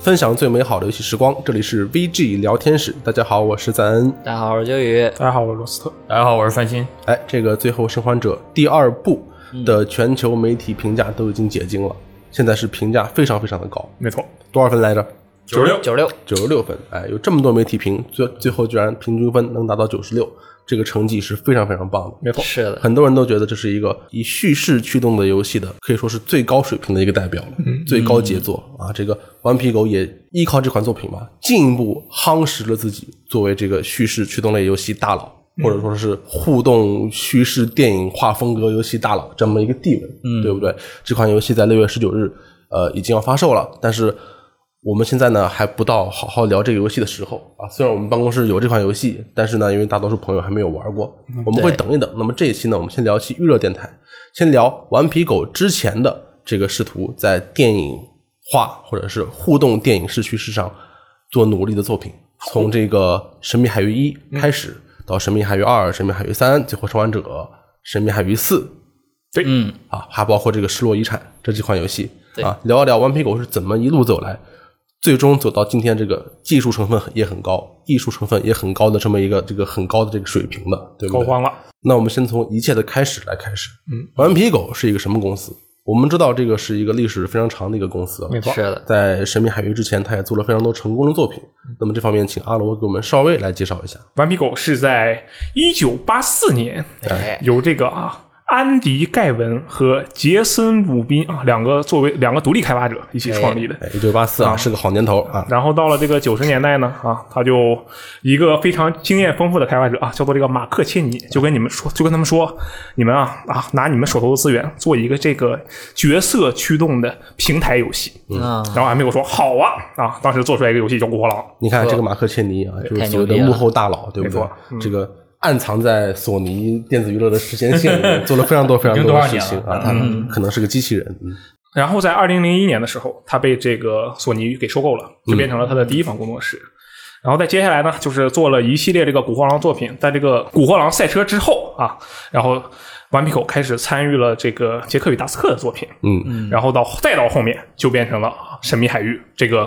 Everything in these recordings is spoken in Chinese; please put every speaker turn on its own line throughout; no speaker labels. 分享最美好的游戏时光，这里是 VG 聊天室。大家好，我是赞恩。
大家好，我是秋雨。
大家好，我是罗斯特。
大家好，我是范鑫。
哎，这个《最后生还者》第二部
嗯
的全球媒体评价都已经解禁了，现在是评价非常非常的高，
没错，
多少分来着？
九十六，哦
九十六，
九十六分。哎，有这么多媒体评，最最后居然平均分能达到九十六，这个成绩是非常非常棒的。
没错，
是的，
很多人都觉得这是一个以叙事驱动的游戏的，可以说是最高水平的一个代表了，最高杰作啊！这个《顽皮狗》也依靠这款作品嘛，进一步夯实了自己作为这个叙事驱动类游戏大佬，或者说是互动叙事电影化风格游戏大佬这么一个地位，对不对？这款游戏在六月十九日，呃，已经要发售了，但是。我们现在呢还不到好好聊这个游戏的时候啊。虽然我们办公室有这款游戏，但是呢，因为大多数朋友还没有玩过，我们会
对
等一等。那么这一期呢，我们先聊一期娱乐电台，先聊《顽皮狗》之前的这个试图在电影化或者是互动电影视叙事上做努力的作品，从这个《神秘海域一》开始，到《神秘海域二》《神秘海域三》《最后生还者》《神秘海域四》
嗯，
啊，还包括这个《失落遗产》这几款游戏
对
啊，聊一聊《顽皮狗》是怎么一路走来，最终走到今天这个技术成分也很高、艺术成分也很高的这么一个这个很高的这个水平的，对不
狗
对？
荒了。
那我们先从一切的开始来开始。嗯，顽皮狗是一个什么公司？我们知道这个是一个历史非常长的一个公司了，啊
没错
是的，
在《神秘海域》之前，它也做了非常多成功的作品。那么这方面，请阿罗给我们稍微来介绍一下。
顽皮狗是在一九八四年
哎，
由这个啊安迪·盖文和杰森·鲁宾啊两个作为两个独立开发者一起创立的。
哎，一九八四啊，是个好年头啊。
然后到了这个九十年代呢，啊，他就一个非常经验丰富的开发者啊，叫做这个马克切尼，就跟你们说，就跟他们说，你们啊啊，拿你们手头的资源做一个这个角色驱动的平台游戏。
嗯，
然后还没有说好啊啊，当时做出来一个游戏叫《孤狼》，
你看这个马克切尼啊，就是
太
所
牛
谓的
逼了
幕后大佬，对不
没
对
错？
这个暗藏在索尼电子娱乐的时间线里面，做了非常多非常
已经
多
多
的
少
事
年
情
了
啊。他可能是个机器人，嗯
然后在二零零一年的时候，他被这个索尼给收购了，
嗯
就变成了他的第一方工作室。然后在接下来呢，就是做了一系列这个《古惑狼》作品。在这个《古惑狼》赛车之后啊，然后顽皮狗开始参与了这个《杰克与达斯克》的作品，
嗯，
然后到再到后面就变成了《神秘海域》这个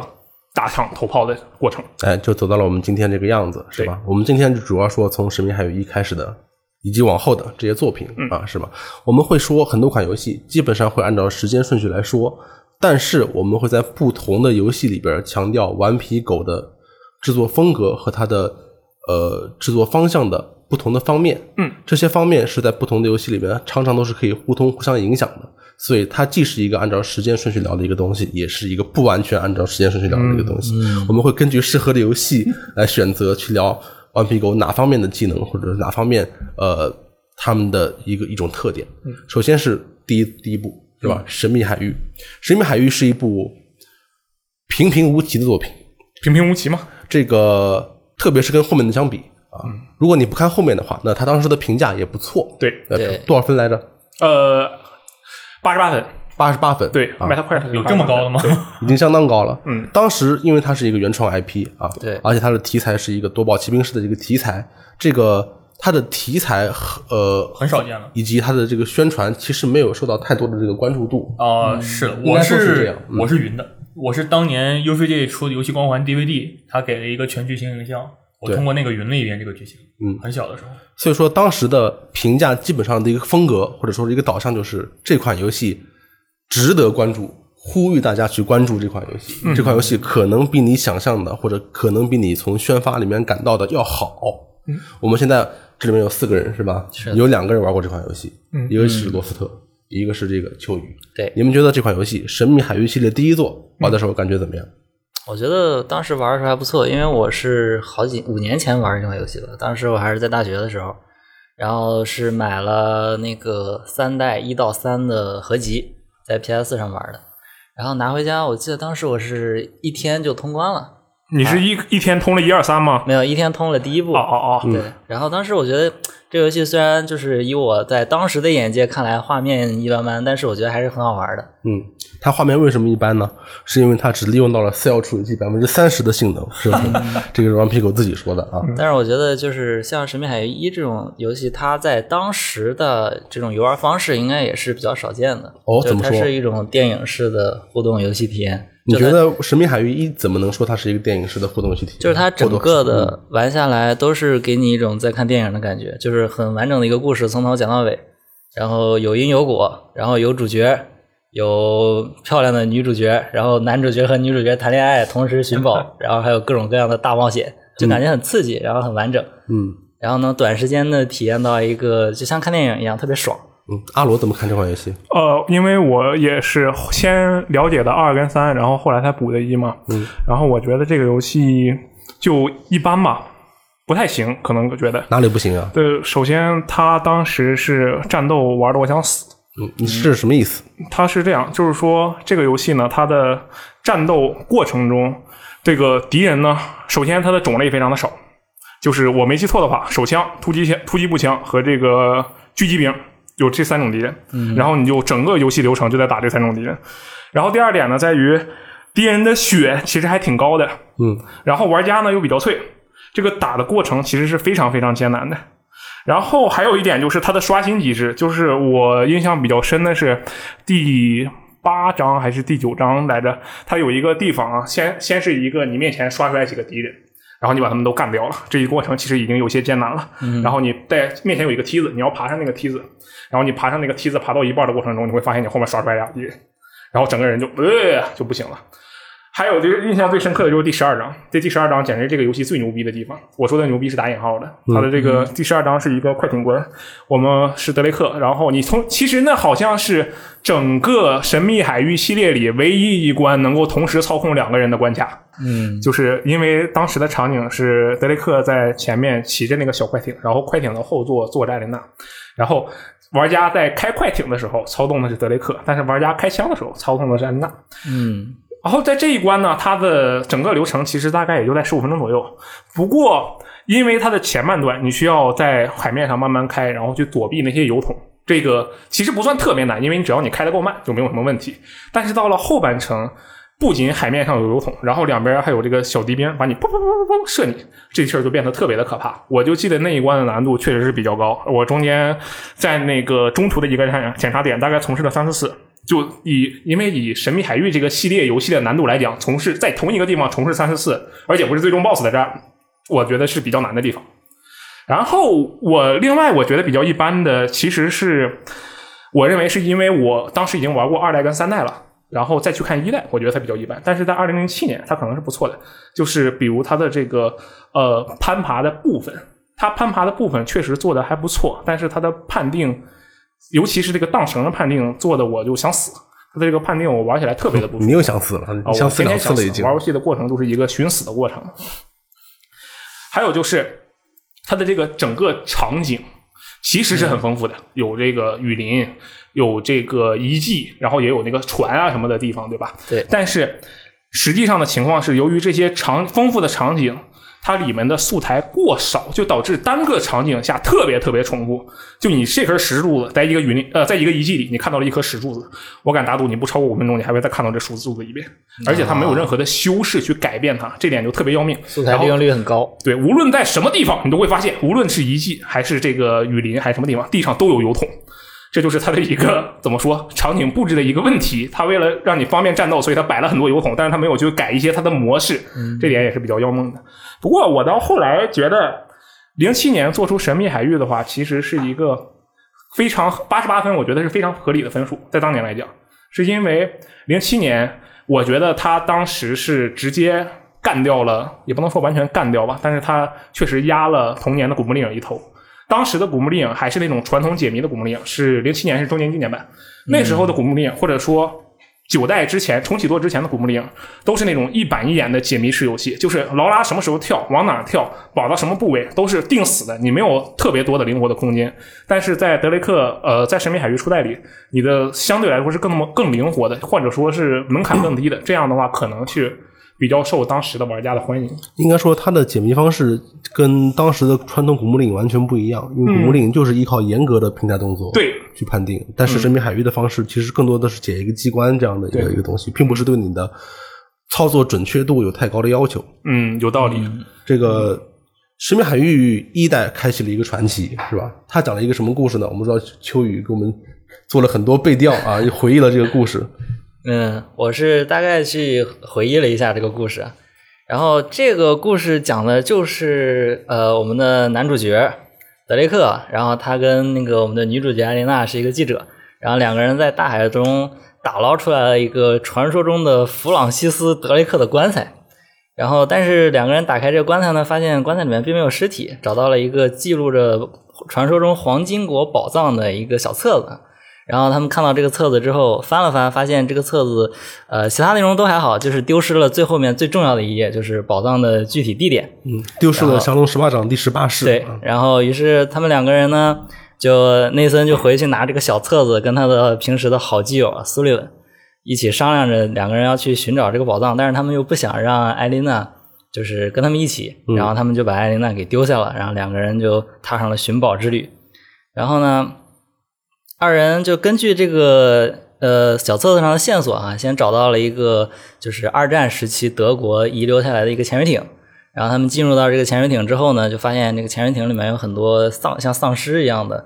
大厂投炮的过程。
哎，就走到了我们今天这个样子，是吧？我们今天就主要说从《神秘海域一》开始的。以及往后的这些作品啊，是吧？我们会说很多款游戏基本上会按照时间顺序来说，但是我们会在不同的游戏里边强调《顽皮狗》的制作风格和它的呃制作方向的不同的方面。
嗯，
这些方面是在不同的游戏里面常常都是可以互通互相影响的，所以它既是一个按照时间顺序聊的一个东西，也是一个不完全按照时间顺序聊的一个东西。我们会根据适合的游戏来选择去聊顽皮狗哪方面的技能或者哪方面呃他们的一个一种特点。首先是第一第一部是吧？神秘海域》，《神秘海域》是一部平平无奇的作品。
平平无奇嘛，
这个特别是跟后面的相比啊，如果你不看后面的话，那他当时的评价也不错。
对，
呃
对
多少分来着？
呃，八十八分，
八十八分，
对，
啊
卖，他快手
有这么高的吗？
已经相当高了。
嗯，
当时因为它是一个原创 IP 啊，
对
而且它的题材是一个夺宝奇兵式的这个题材，这个它的题材和呃
很少 见了。
以及它的这个宣传其实没有受到太多的这个关注度。
啊，是的，
嗯应该
我
说是这样嗯
我是云的，我是当年 UCG 出的游戏光环 DVD，它给了一个全剧情影像，我
对
通过那个云了一遍这个剧情。
嗯
很小的时候，
所以说当时的评价基本上的一个风格或者说是一个导向就是这款游戏值得关注，呼吁大家去关注这款游戏。这款游戏可能比你想象的或者可能比你从宣发里面感到的要好。我们现在这里面有四个人是吧？有两个人玩过这款游戏，一个是罗斯特，一个是这个秋雨。
对，
你们觉得这款游戏《神秘海域》系列第一作玩的时候感觉怎么样？
我觉得当时玩的时候还不错，因为我是好几五年前玩这款游戏的，当时我还是在大学的时候，然后是买了那个三代一到三的合集，在 PS 上玩的，然后拿回家，我记得当时我是一天就通关了，
你是一一天通了一二三吗？
没有一天通了第一部，
嗯
哦哦哦，
对，然后当时我觉得这游戏虽然就是以我在当时的眼界看来画面一般般，但是我觉得还是很好玩的。
嗯，它画面为什么一般呢？是因为它只利用到了 Cell 处理器百分之三十的性能， 是不是？这个是顽皮狗自己说的啊。
嗯
但是我觉得就是像《神秘海域一》这种游戏，它在当时的这种游玩方式应该也是比较少见的。
哦
就
怎么
它
说
是一种电影式的互动游戏体验。
你
就
觉
它
得《神秘海域一》怎么能说它是一个电影式嗯的互动游戏体验？
就是它整
或多
个
或少
的玩下来都是给你一种在看电影的感觉，就是很完整的一个故事，从头讲到尾，然后有因有果，然后有主角，有漂亮的女主角，然后男主角和女主角谈恋爱，同时 寻宝，然后还有各种各样的大冒险，就感觉很刺激，然后很完整，
嗯
然后能短时间的体验到一个就像看电影一样特别爽。
嗯，阿罗怎么看这款游戏？
呃，因为我也是先了解的二跟三，然后后来才补的一嘛。
嗯，
然后我觉得这个游戏就一般吧，不太行，可能我觉得。
哪里不行啊？
对，首先他当时是战斗玩的我想死，
嗯，你是什么意思？
它是这样，就是说这个游戏呢，它的战斗过程中，这个敌人呢，首先它的种类非常的少，就是我没记错的话，手枪、突击枪、突击步枪和这个狙击兵有这三种敌人，然后你就整个游戏流程就在打这三种敌人。然后第二点呢，在于敌人的血其实还挺高的，
嗯，
然后玩家呢又比较脆，这个打的过程其实是非常非常艰难的。然后还有一点就是它的刷新机制，就是我印象比较深的是第八章还是第九章来着，它有一个地方啊，先先是一个你面前刷出来几个敌人。然后你把他们都干掉了，这一过程其实已经有些艰难了。然后你在面前有一个梯子，你要爬上那个梯子，然后你爬上那个梯子，爬到一半的过程中，你会发现你后面刷出来俩敌人，然后整个人就呃就不行了。还有就是印象最深刻的就是第十二章，这第十二章简直是这个游戏最牛逼的地方。我说的牛逼是打引号的，它的这个第十二章是一个快艇滚，我们是德雷克，然后你从其实那好像是整个神秘海域系列里唯一一关能够同时操控两个人的关卡。
嗯，
就是因为当时的场景是德雷克在前面骑着那个小快艇，然后快艇的后座坐着艾琳娜，然后玩家在开快艇的时候操纵的是德雷克，但是玩家开枪的时候操纵的是艾琳娜。
嗯，
然后在这一关呢，它的整个流程其实大概也就在十五分钟左右。不过，因为它的前半段你需要在海面上慢慢开，然后去躲避那些油桶，这个其实不算特别难，因为你只要你开的够慢就没有什么问题。但是到了后半程，不仅海面上有油桶，然后两边还有这个小敌兵把你砰砰砰砰砰射你，这事儿就变得特别的可怕。我就记得那一关的难度确实是比较高，我中间在那个中途的一个检检查点大概从事了三四次。就以因为以《神秘海域》这个系列游戏的难度来讲，从事在同一个地方从事三十次，而且不是最终 BOSS 的战，我觉得是比较难的地方。然后我另外我觉得比较一般的，其实是我认为是因为我当时已经玩过二代跟三代了，然后再去看一代，我觉得它比较一般。但是在二零零七年，它可能是不错的，就是比如它的这个呃攀爬的部分，它攀爬的部分确实做的还不错，但是它的判定，尤其是这个荡绳的判定做的，我就想死。它的这个判定我玩起来特别的不舒服。
你又想死了，
啊，
你想
我
死
天
两
天
次
想
了
死
已经。
玩游戏的过程就是一个寻死的过程。还有就是它的这个整个场景其实
嗯
是很丰富的，有这个雨林，有这个遗迹，然后也有那个船啊什么的地方，对吧？
对
但是实际上的情况是，由于这些场丰富的场景，它里面的素材过少，就导致单个场景下特别特别重复。就你这棵石柱子，在一个云里呃，在一个遗迹里，你看到了一棵石柱子，我敢打赌，你不超过五分钟，你还会再看到这石柱子一遍，
嗯
而且它没有任何的修饰去改变它，这点就特别要命。
素材利用率很高。
对，无论在什么地方，你都会发现，无论是遗迹还是这个雨林还是什么地方，地上都有油桶。这就是它的一个怎么说 场景布置的一个问题。它为了让你方便战斗，所以它摆了很多油桶，但是它没有去改一些它的模式，这点也是比较要命的。不过我到后来觉得，零七年做出《神秘海域》的话，其实是一个非常八十八分，我觉得是非常合理的分数，在当年来讲，是因为零七年，我觉得他当时是直接干掉了，也不能说完全干掉吧，但是他确实压了同年的《古墓丽影》一头。当时的《古墓丽影》还是那种传统解谜的《古墓丽影》，是零七年是周年纪念版，那时
嗯
候的《古墓丽影》或者说。九代之前，重启多之前的《古墓丽影》都是那种一板一眼的解谜式游戏，就是劳拉什么时候跳，往哪儿跳，保到什么部位，都是定死的，你没有特别多的灵活的空间。但是在德雷克，呃，在《神秘海域》初代里，你的相对来说是更更灵活的，或者说是门槛更低的。这样的话，可能去比较受当时的玩家的欢迎。
应该说它的解谜方式跟当时的传统古墓丽影完全不一样，因为古墓丽影就是依靠严格的平台动作
嗯对
去判定，但
嗯
是神秘海域的方式其实更多的是解一个机关这样的一个
对
一个东西，并不是对你的操作准确度有太高的要求。
嗯，有道理。
这个《
嗯
神秘海域》一代开启了一个传奇，是吧？他讲了一个什么故事呢？我们知道秋雨给我们做了很多背调 啊，也回忆了这个故事。
嗯，我是大概去回忆了一下这个故事，然后这个故事讲的就是呃我们的男主角德雷克，然后他跟那个我们的女主角艾琳娜是一个记者，然后两个人在大海中打捞出来了一个传说中的弗朗西斯·德雷克的棺材，然后但是两个人打开这个棺材呢，发现棺材里面并没有尸体，找到了一个记录着传说中黄金国宝藏的一个小册子，然后他们看到这个册子之后，翻了翻，发现这个册子，呃，其他内容都还好，就是丢失了最后面最重要的一页，就是宝藏的具体地点。
嗯，丢失了降龙十八掌第十八式。
对，然后于是他们两个人呢，就内森就回去拿这个小册子，跟他的平时的好基友苏利文一起商量着，两个人要去寻找这个宝藏，但是他们又不想让艾琳娜就是跟他们一起，然后他们就把艾琳娜给丢下了，然后两个人就踏上了寻宝之旅。然后呢，二人就根据这个呃小册子上的线索啊，先找到了一个就是二战时期德国遗留下来的一个潜水艇。然后他们进入到这个潜水艇之后呢，就发现这个潜水艇里面有很多丧像丧尸一样的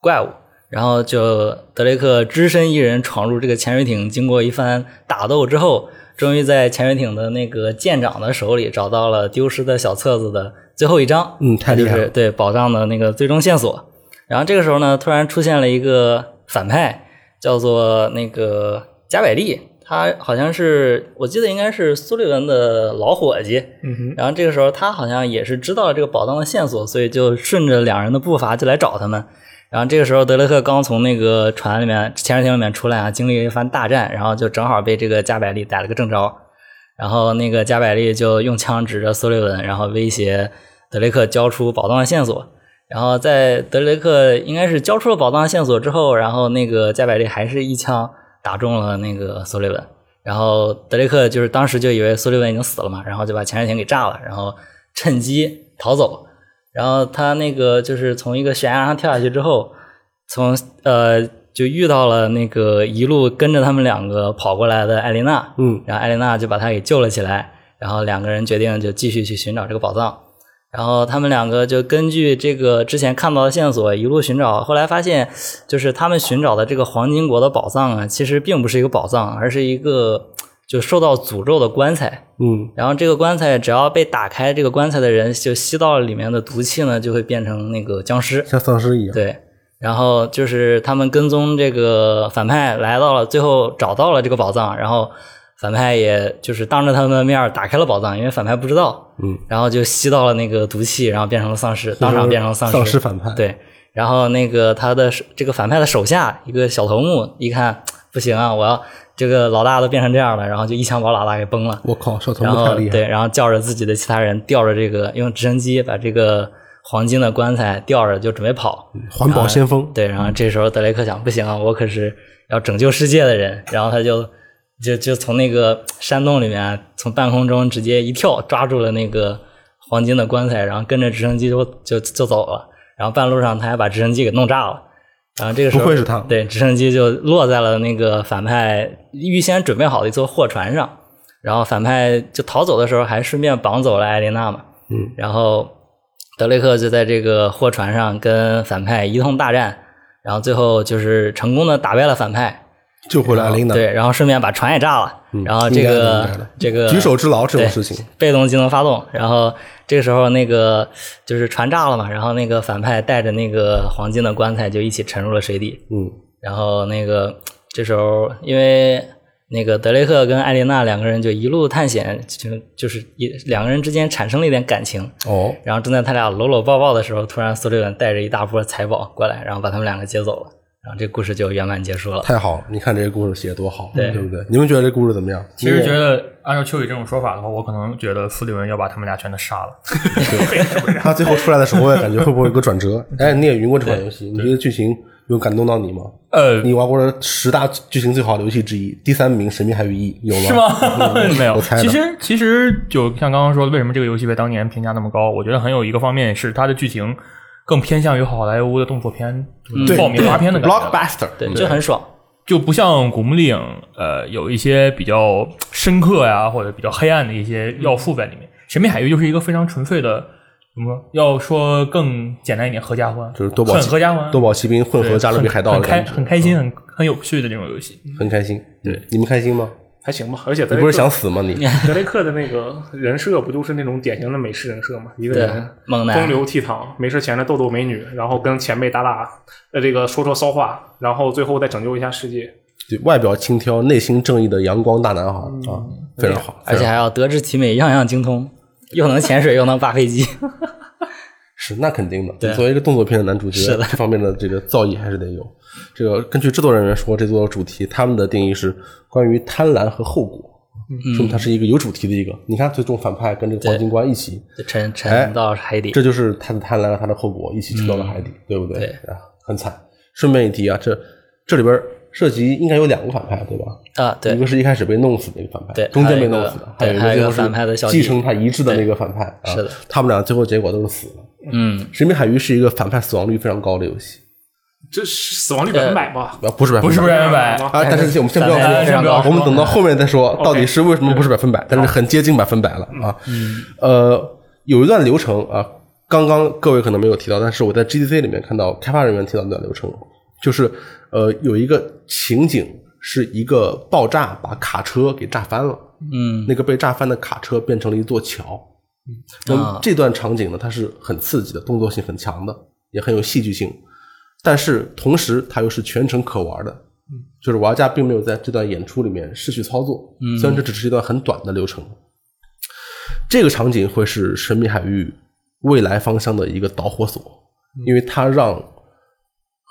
怪物。然后就德雷克只身一人闯入这个潜水艇，经过一番打斗之后，终于在潜水艇的那个舰长的手里找到了丢失的小册子的最后一张。
嗯，太厉害
就是
了。
对宝藏的那个最终线索。然后这个时候呢，突然出现了一个反派，叫做那个加百利，他好像是我记得应该是苏利文的老伙计。
嗯哼，
然后这个时候他好像也是知道了这个宝藏的线索，所以就顺着两人的步伐就来找他们。然后这个时候德雷克刚从那个船里面潜水艇里面出来啊，经历了一番大战，然后就正好被这个加百利逮了个正着。然后那个加百利就用枪指着苏利文，然后威胁德雷克交出宝藏的线索。然后在德雷克应该是交出了宝藏的线索之后，然后那个加百利还是一枪打中了那个苏利文。然后德雷克就是当时就以为苏利文已经死了嘛，然后就把潜水艇给炸了，然后趁机逃走。然后他那个就是从一个悬崖上跳下去之后，从呃就遇到了那个一路跟着他们两个跑过来的艾琳娜，
嗯，
然后艾琳娜就把他给救了起来，然后两个人决定就继续去寻找这个宝藏。然后他们两个就根据这个之前看到的线索一路寻找，后来发现就是他们寻找的这个黄金国的宝藏啊，其实并不是一个宝藏，而是一个就受到诅咒的棺材。
嗯，
然后这个棺材只要被打开，这个棺材的人就吸到了里面的毒气呢，就会变成那个僵尸。
像丧尸一样。
对，然后就是他们跟踪这个反派来到了，最后找到了这个宝藏，然后反派也就是当着他们的面儿打开了宝藏，因为反派不知道，
嗯，
然后就吸到了那个毒气，然后变成了丧尸，当场变成了
丧
尸，丧
反派。，
对，然后那个他的手这个反派的手下一个小头目一看不行啊，我要这个老大都变成这样了，然后就一枪把老大给崩了。
我靠，小头
然
目太
后
厉害。
对，然后叫着自己的其他人，吊着这个用直升机把这个黄金的棺材吊着，就准备跑。
环保先锋。
对，然后这时候德雷克想，不行啊，我可是要拯救世界的人。然后他就就就从那个山洞里面，啊从半空中直接一跳，抓住了那个黄金的棺材，然后跟着直升机就就就走了。然后半路上他还把直升机给弄炸了。然后这个时候
不愧是他
啊对，直升机就落在了那个反派预先准备好的一艘货船上。然后反派就逃走的时候，还顺便绑走了艾琳娜嘛。
嗯，
然后德雷克就在这个货船上跟反派一通大战，然后最后就是成功的打败了反派，
救回了艾琳娜。嗯
对，然后顺便把船也炸了，然后这
应该的应该
个
的
这个
举手之劳这种
对
事情，
被动技能发动，然后这个时候那个就是船炸了嘛，然后那个反派带着那个黄金的棺材就一起沉入了水底，
嗯，
然后那个这时候，因为那个德雷克跟艾琳娜两个人就一路探险，就就是一两个人之间产生了一点感情。
哦，
然后正在他俩搂搂抱抱的时候，突然苏利文带着一大波财宝过来，然后把他们两个接走了。然后这故事就圆满结束了。
太好了！你看这个故事写得多好，
对
不对？你们觉得这故事怎么样？
其实 觉得按照秋雨这种说法的话，我可能觉得苏利文要把他们俩全都杀 了。
他最后出来的时候，我也感觉会不会有个转折？哎，你也云过这款游戏，你觉得剧情有感动到你吗？
呃，
你玩过的十大剧情最好的游戏之一，第三名《神秘海域一》有吗？
是吗？ 没有
我猜。的
其实其实就像刚刚说的，为什么这个游戏被当年评价那么高？我觉得很有一个方面是它的剧情更偏向于好莱坞的动作片、
对
爆米花片的感觉，
，Blockbuster，
对，就很爽。
就不像《古墓丽影》呃有一些比较深刻呀、或者比较黑暗的一些
嗯
要素在里面。神秘海域》就是一个非常纯粹的。什么？要说更简单一点，合家欢
就是多宝
很
奇
合家欢，
多宝奇兵混
对
合加勒比海盗
很
的
很开
感觉，嗯
很开心，很很有趣的这种游戏。
很开心。对，你们开心吗？
还行吧。而且德
你
雷
不
克
是想死吗？ 你
德雷克的那个人设不就是那种典型的美式人设吗？一个
对
人
猛男
风流倜傥，没事闲着逗逗美女，然后跟前辈打打，呃，这个说说骚话，然后最后再拯救一下世界。
对外表轻佻，内心正义的阳光大男孩啊，
嗯
非常好。
而且还要德智体美，样样精通，又能潜水，又能扒飞 机。
是，那肯定的。
对
作为一个动作片的男主角，
是的
这方面的这个造诣还是得有。这个根据制作人员说，这座主题他们的定义是关于贪婪和后果，
嗯
说明它是一个有主题的一个。你看，最终反派跟这个黄金关一起，
就沉沉到海底，
这就是他的贪婪和他的后果一起沉到了海底，对不对？
嗯对
啊，很惨。顺便一提啊，这这里边涉及应该有两个反派，对吧？
啊，
一
对
个是一开始被弄死的那个反派，
对
中间被弄死的，
还有一个
还有一个
对还有一个反派的小弟
继承他遗志的那个反派，啊
是的，
他们俩最后结果都是死了。
嗯，
《神秘海域》是一个反派死亡率非常高的游戏，
这是死亡率百分百吧？
啊，不是百分百，
不是不哎是百分百，
啊！但是我们先不要
咱
说，
们先不要
我
说
们等到后面再说，到底是为什么不是百分百，但是很接近百分百了啊。
嗯
呃，有一段流程啊，刚刚各位可能没有提到，但是我在 GDC 里面看到开发人员提到那段流程，就是呃有一个情景是一个爆炸把卡车给炸翻了，
嗯，
那个被炸翻的卡车变成了一座桥。那么
啊
这段场景呢，它是很刺激的，动作性很强的，也很有戏剧性，但是同时它又是全程可玩的。
嗯
就是玩家并没有在这段演出里面失去操作，
嗯
虽然这只是一段很短的流程。这个场景会是《神秘海域》未来方向的一个导火索，因为它让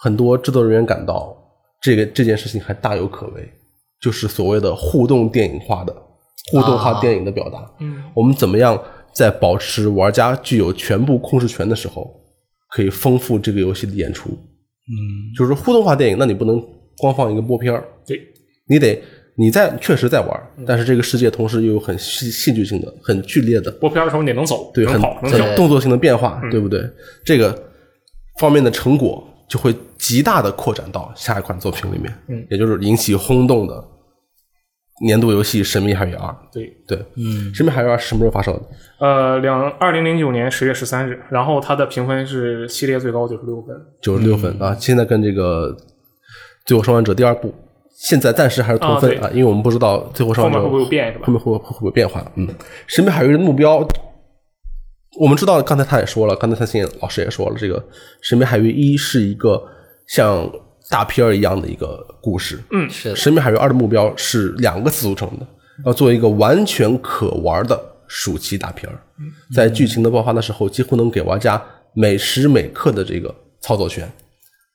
很多制作人员感到这个这件事情还大有可为，就是所谓的互动电影化的互动化
啊
电影的表达。我们怎么样在保持玩家具有全部控制权的时候，可以丰富这个游戏的演出？嗯，就是互动化电影，那你不能光放一个播片儿，
对，
你得你在确实在玩儿，但是这个世界同时又有很戏戏剧性的、很剧烈的
播片儿的时候你得能走，
对，
能
很
跑，能跳。
很动作性的嗯变化，对不对？这个方面的成果就会极大的扩展到下一款作品里面，嗯，也就是引起轰动的年度游戏《神秘海域二》。
对，
对，嗯，《神秘海域二》是什么时候发售的？
呃，两二零零九年十月十三日，然后它的评分是系列最高九十六分。
九十六
嗯
分、啊！现在跟这个《最后生还者》第二部，现在暂时还是同分
啊
啊因为我们不知道《最后生还者》
后面会不会有变是吧
后面会不会会不会有变化？嗯，《神秘海域》的目标，我们知道，刚才他也说了，刚才蔡欣老师也说了，这个《神秘海域一》是一个像大片儿一样的一个故事，
是的
神秘海域二》的目标是两个词组成的，要做一个完全可玩的暑期大片儿，在剧情的爆发的时候，几乎能给玩家每时每刻的这个操作权，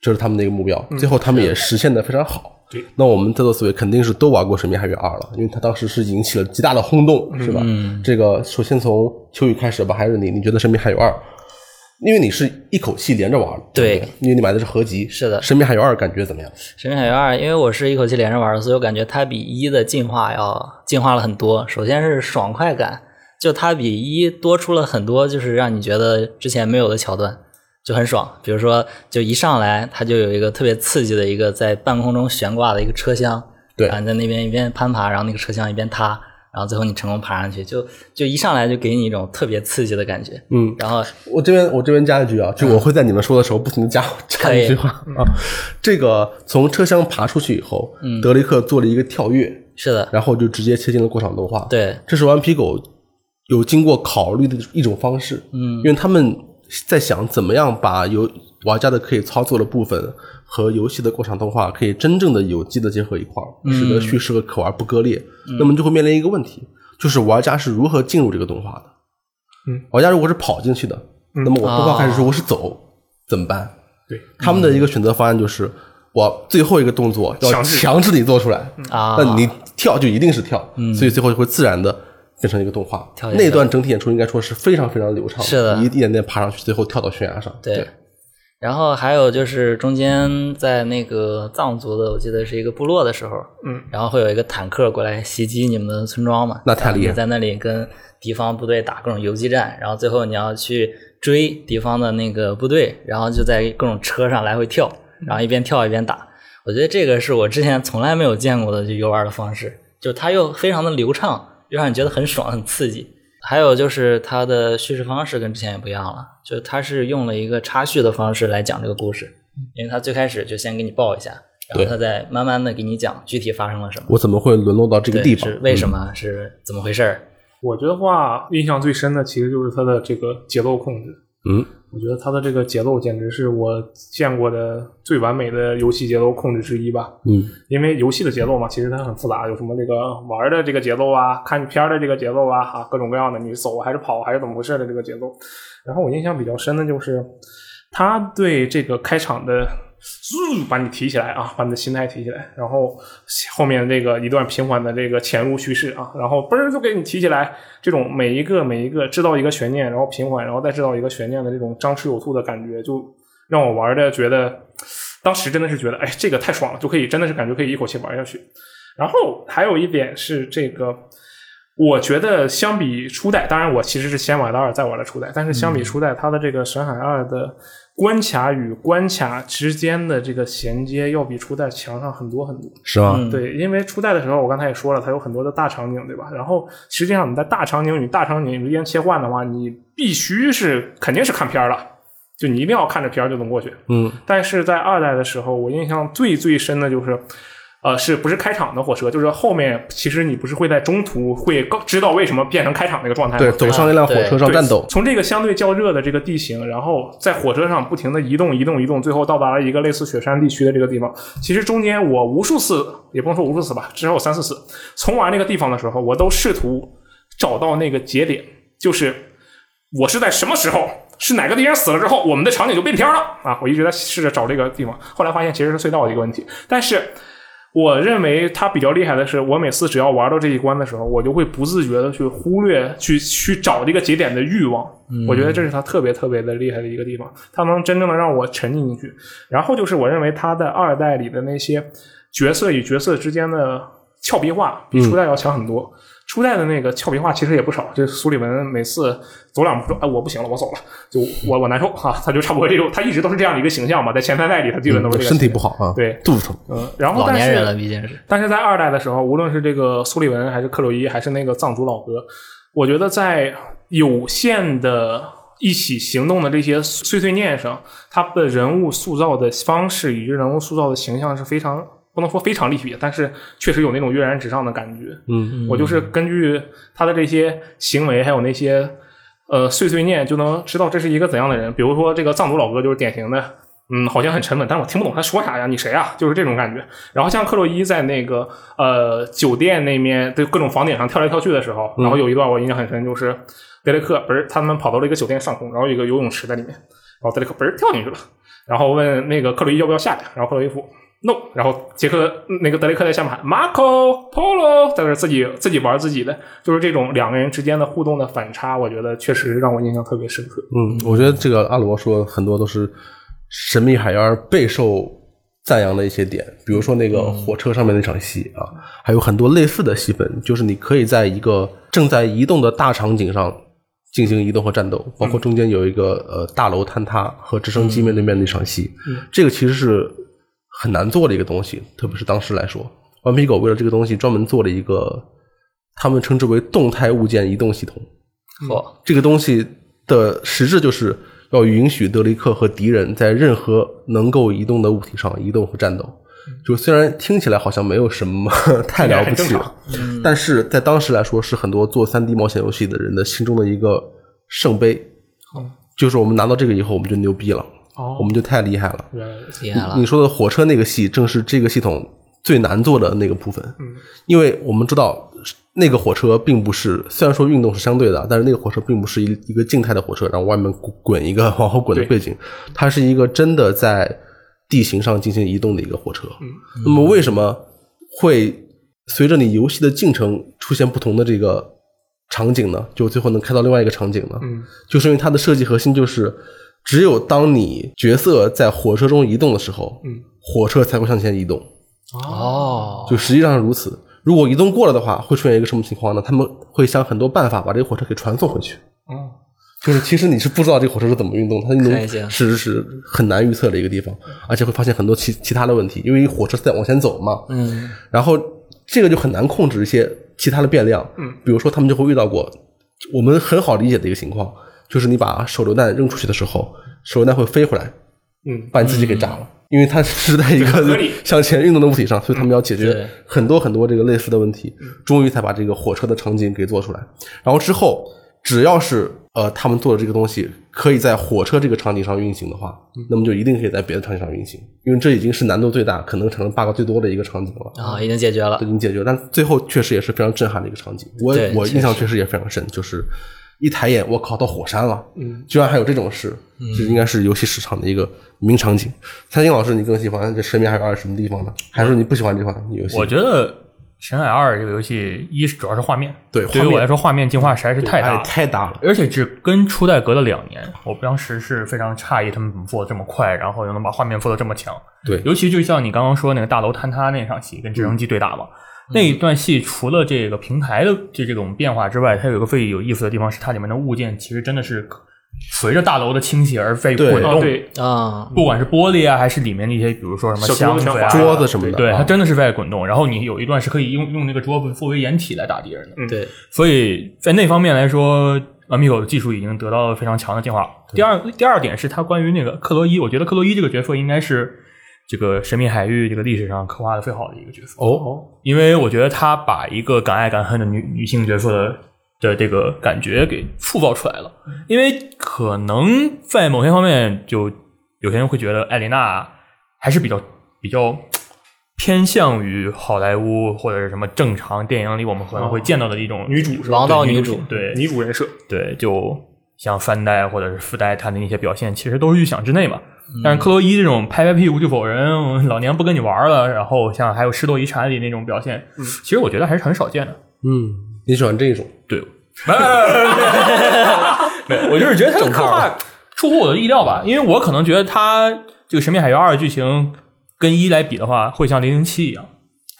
这是他们的一个目标。最后他们也实现的非常好。
对
那我们在座四位肯定是都玩过《神秘海域二》了，因为它当时是引起了极大的轰动，是吧？
嗯
这个首先从秋雨开始吧，还是你？你觉得《神秘海域二》？因为你是一口气连着玩的，
对
不因为你买的是合集，
是的
《神秘海域二》感觉怎么样？
《神秘海域二》，因为我是一口气连着玩的，所以我感觉它比一的进化要进化了很多。首先是爽快感，就它比一多出了很多，就是让你觉得之前没有的桥段，就很爽。比如说，就一上来它就有一个特别刺激的一个在半空中悬挂的一个车厢，
对
啊，你在那边一边攀爬，然后那个车厢一边塌，然后最后你成功爬上去，就就一上来就给你一种特别刺激的感觉。
嗯，
然后
我这边我这边加一句啊，就我会在你们说的时候不停的加加一句话啊。这个从车厢爬出去以后，德雷克做了一个跳跃，
是的，
然后就直接切进了过场动画。，
对，
这是顽皮狗有经过考虑的一种方式，嗯，因为他们在想怎么样把游玩家的可以操作的部分和游戏的过场动画可以真正的有机的结合一块儿，使得叙事和可玩不割裂。那么就会面临一个问题，就是玩家是如何进入这个动画的？
嗯，
玩家如果是跑进去的，那么我动画开始时候我是走，怎么办？
对，
他们的一个选择方案就是。我最后一个动作要
强制嗯
强制你做出来，
啊，嗯
那你跳就一定是跳，所以最后就会自然的变成一个动画
跳。下去
那段整体演出应该说是非常非常流畅，
是的
一一点点爬上去，最后跳到悬崖上。
对。
对，
然后还有就是中间在那个藏族的，我记得是一个部落的时候，
嗯，
然后会有一个坦克过来袭击你们的村庄嘛，
那太厉害了
然后你在那里跟敌方部队打各种游击战，然后最后你要去追敌方的那个部队，然后就在各种车上来回跳，然后一边跳一边打。我觉得这个是我之前从来没有见过的就游玩的方式，就它又非常的流畅，又让你觉得很爽很刺激。还有就是它的叙事方式跟之前也不一样了，就是它是用了一个插叙的方式来讲这个故事，因为它最开始就先给你报一下，然后
对
它再慢慢的给你讲具体发生了什么，
我怎么会沦落到这个
对
地方嗯
是？为什么，是怎么回事儿。
我觉得话印象最深的其实就是它的这个节奏控制，
嗯，
我觉得它的这个节奏简直是我见过的最完美的游戏节奏控制之一吧。
嗯，
因为游戏的节奏嘛，其实它很复杂，有什么这个玩的这个节奏啊，看片儿的这个节奏啊，啊，各种各样的，你走还是跑还是怎么回事的这个节奏。然后我印象比较深的就是，他对这个开场的，嗖把你提起来啊，把你的心态提起来，然后后面这个一段平缓的这个潜入叙事啊，然后嘣儿就给你提起来，这种每一个每一个制造一个悬念，然后平缓，然后再制造一个悬念的这种张弛有度的感觉，就让我玩的觉得，当时真的是觉得，哎，这个太爽了，就可以真的是感觉可以一口气玩下去。然后还有一点是这个，我觉得相比初代，当然我其实是先玩了二，再玩了初代，但是相比初代，它的这个《神海二》的关卡与关卡之间的这个衔接，要比初代强上很多很多。
是吗？
嗯，
对，因为初代的时候，我刚才也说了，它有很多的大场景，对吧？然后实际上你在大场景与大场景之间切换的话，你必须是肯定是看片儿了，就你一定要看着片儿就能过去。
嗯，
但是在二代的时候，我印象最最深的就是，呃，是不是开场的火车？就是后面其实你不是会在中途会更知道为什么变成开场那个
嗯
状态吗？
对，走上那辆火车上
对
战斗，
从这个相对较热的这个地形，然后在火车上不停的移动、移动、移动，最后到达了一个类似雪山地区的这个地方。其实中间我无数次，也不能说无数次吧，至少有三四次，从玩那个地方的时候，我都试图找到那个节点，就是我是在什么时候，是哪个敌人死了之后，我们的场景就变天了啊！我一直在试着找这个地方，后来发现其实是隧道的一个问题，但是。我认为它比较厉害的是，我每次只要玩到这一关的时候，我就会不自觉的去忽略去去找这个节点的欲望。我觉得这是它特别特别的厉害的一个地方，它能真正的让我沉浸进去。然后就是我认为它在二代里的那些角色与角色之间的俏皮话，比初代要强很多。初代的那个俏皮话其实也不少，这苏利文每次走两步说：“哎，我不行了，我走了，就我我难受啊。”他就差不多这种，他一直都是这样的一个形象嘛，在前三代里他基本都是这个、
身体不。好啊，
对
肚子疼，
嗯，然后
老
但
年
是
人了，毕竟是。
但是在二代的时候，无论是这个苏利文还是克洛伊，还是那个藏族老哥，我觉得在有限的一起行动的这些碎碎念上，他的人物塑造的方式以及人物塑造的形象是非常不能说非常立体，但是确实有那种跃然纸上的感觉。
嗯，
我就是根据他的这些行为，还有那些呃碎碎念，就能知道这是一个怎样的人。比如说这个藏族老哥就是典型的，嗯，好像很沉稳，但我听不懂他说啥呀，你谁啊？就是这种感觉。然后像克洛伊在那个呃酒店那面对各种房顶上跳来跳去的时候，然后有一段我印象很深，就是德雷克不是他们跑到了一个酒店上空，然后有一个游泳池在里面，然后德雷克嘣儿跳进去了，然后问那个克洛伊要不要下来，然后克洛伊说 no，然后杰克那个德雷克在下面喊 Marco Polo，在那儿自己自己玩自己的，就是这种两个人之间的互动的反差，我觉得确实让我印象特别深刻。
嗯，我觉得这个阿罗说的很多都是《神秘海妖》备受赞扬的一些点，比如说那个火车上面那场戏啊，还有很多类似的戏份，就是你可以在一个正在移动的大场景上进行移动和战斗，包括中间有一个呃大楼坍塌和直升机面对面的一场戏，这个其实是很难做的一个东西，特别是当时来说，顽皮狗为了这个东西专门做了一个，他们称之为动态物件移动系统。嗯
嚯，
这个东西的实质就是要允许德雷克和敌人在任何能够移动的物体上移动和战斗。就虽然听起来好像没有什么嗯 太了不起
听起来
了，但是在当时来说是很多做三 D 冒险游戏的人的心中的一个圣杯。嗯就是我们拿到这个以后，我们就牛逼了，
哦
我们就太厉害了。
原来如此
厉害了
你，说的火车那个戏，正是这个系统最难做的那个部分。嗯，因为我们知道那个火车并不是，虽然说运动是相对的，但是那个火车并不是一一个静态的火车，然后外面滚滚一个往后滚的背景，它是一个真的在地形上进行移动的一个火车。
嗯
那么为什么会随着你游戏的进程出现不同的这个场景呢？就最后能开到另外一个场景呢？
嗯，
就是因为它的设计核心就是只有当你角色在火车中移动的时候，
嗯，
火车才会向前移动。
哦，
就实际上是如此。如果移动过了的话，会出现一个什么情况呢？他们会想很多办法把这个火车给传送回去。
哦，
就是其实你是不知道这个火车是怎么运动，它运
看一
动
下
是是很难预测的一个地方，而且会发现很多其其他的问题，因为火车是在往前走嘛，
嗯，
然后这个就很难控制一些其他的变量，
嗯，
比如说他们就会遇到过我们很好理解的一个情况，就是你把手榴弹扔出去的时候，手榴弹会飞回来，
嗯，
把你自己给炸了，因为它是在一
合
个
理
向前运动的物体上，所以他们要解决
对
很多很多这个类似的问题，
嗯
终于才把这个火车的场景给做出来。然后之后，只要是呃他们做的这个东西可以在火车这个场景上运行的话，
嗯
那么就一定可以在别的场景上运行，因为这已经是难度最大，可能成了 bug 最多的一个场景了。
啊，已经解决了
都已，经解决了，但最后确实也是非常震撼的一个场景。我
对
我
确
印象确实也非常深，就是一抬眼，我靠，到火山了，
嗯，
居然还有这种事，这应该是游戏市场的一个名场景。蔡英老师，你更喜欢这《神明》还是二什么地方呢？还是说你不喜欢这款游戏？
我觉得《神海二》这个游戏，一是主要是画面，
对
对
画
于
面
我来说，画面进化实在是太大
哎
了。
太大了，
而且只跟初代隔了两年，我当时是非常诧异他们怎么做的这么快，然后又能把画面做的这么强。
对
尤其就像你刚刚说那个大楼坍塌那场戏，跟直升机对打嘛，
嗯
那一段戏除了这个平台的就这种变化之外，它有一个最有意思的地方是它里面的物件其实真的是随着大楼的倾斜而被
对
滚
哦
动，
对，
啊，
不管是玻璃啊，还是里面那些比如说什么
小桌
箱
子
子
全
呀、
滑
桌子什么的，
对，
啊
它真的是在滚动。然后你有一段是可以用用那个桌子作为掩体来打敌人的，
对，
所以在那方面来说，Amigo 的技术已经得到了非常强的进化。第二，第二点是它关于那个克洛伊，我觉得克洛伊这个角色应该是这个神秘海域这个历史上刻画的最好的一个角色，
哦，
因为我觉得他把一个敢爱敢恨的女女性角色的。的这个感觉给塑造出来了，
嗯
因为可能在某些方面，就有些人会觉得艾琳娜还是比较比较偏向于好莱坞或者是什么正常电影里我们可能会见到的一种
哦女主是吧
王道女
主
主，
对
女主人设，
对，就像三代或者是四代，他的那些表现其实都是预想之内嘛。但是克洛伊这种拍拍屁股就否认，我老娘不跟你玩了，然后像还有《失落遗产》里那种表现，其实我觉得还是很少见的。
嗯，你喜欢这种？
对， 没有，我就是觉得他的刻画出乎我的意料吧，因为我可能觉得他这个《神秘海域二》剧情跟一来比的话，会像零零七一样。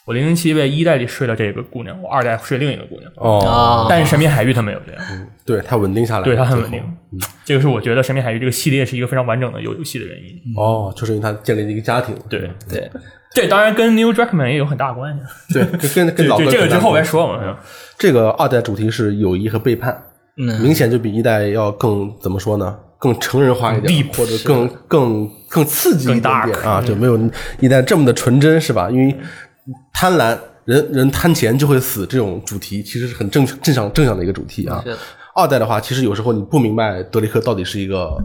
我零零七在一代里睡了这个姑娘，我二代睡另一个姑娘，
哦，
啊，
但是《神秘海域》他没有这样。
对，它稳定下来了，
对它很稳
最
定
后。
这个是我觉得《神秘海域》这个系列是一个非常完整的游游戏的原因。
哦，就是因为它建立了一个家庭，
对，
对，
这当然跟 New Jackman 也有很大关系。
对，跟跟跟
对
老哥
对，这个之后再
来
说嘛。嗯
这个二代主题是友谊和背叛，
嗯，
明显就比一代要更怎么说呢？更成人化一点，
Deep，
或者更更更刺激一点
嗯更
点
dark，
啊，就没有一代这么的纯真，是吧？因为贪婪，人人贪钱就会死这种主题，其实是很正正常正常的一个主题啊
是的。
二代的话，其实有时候你不明白德雷克到底是一个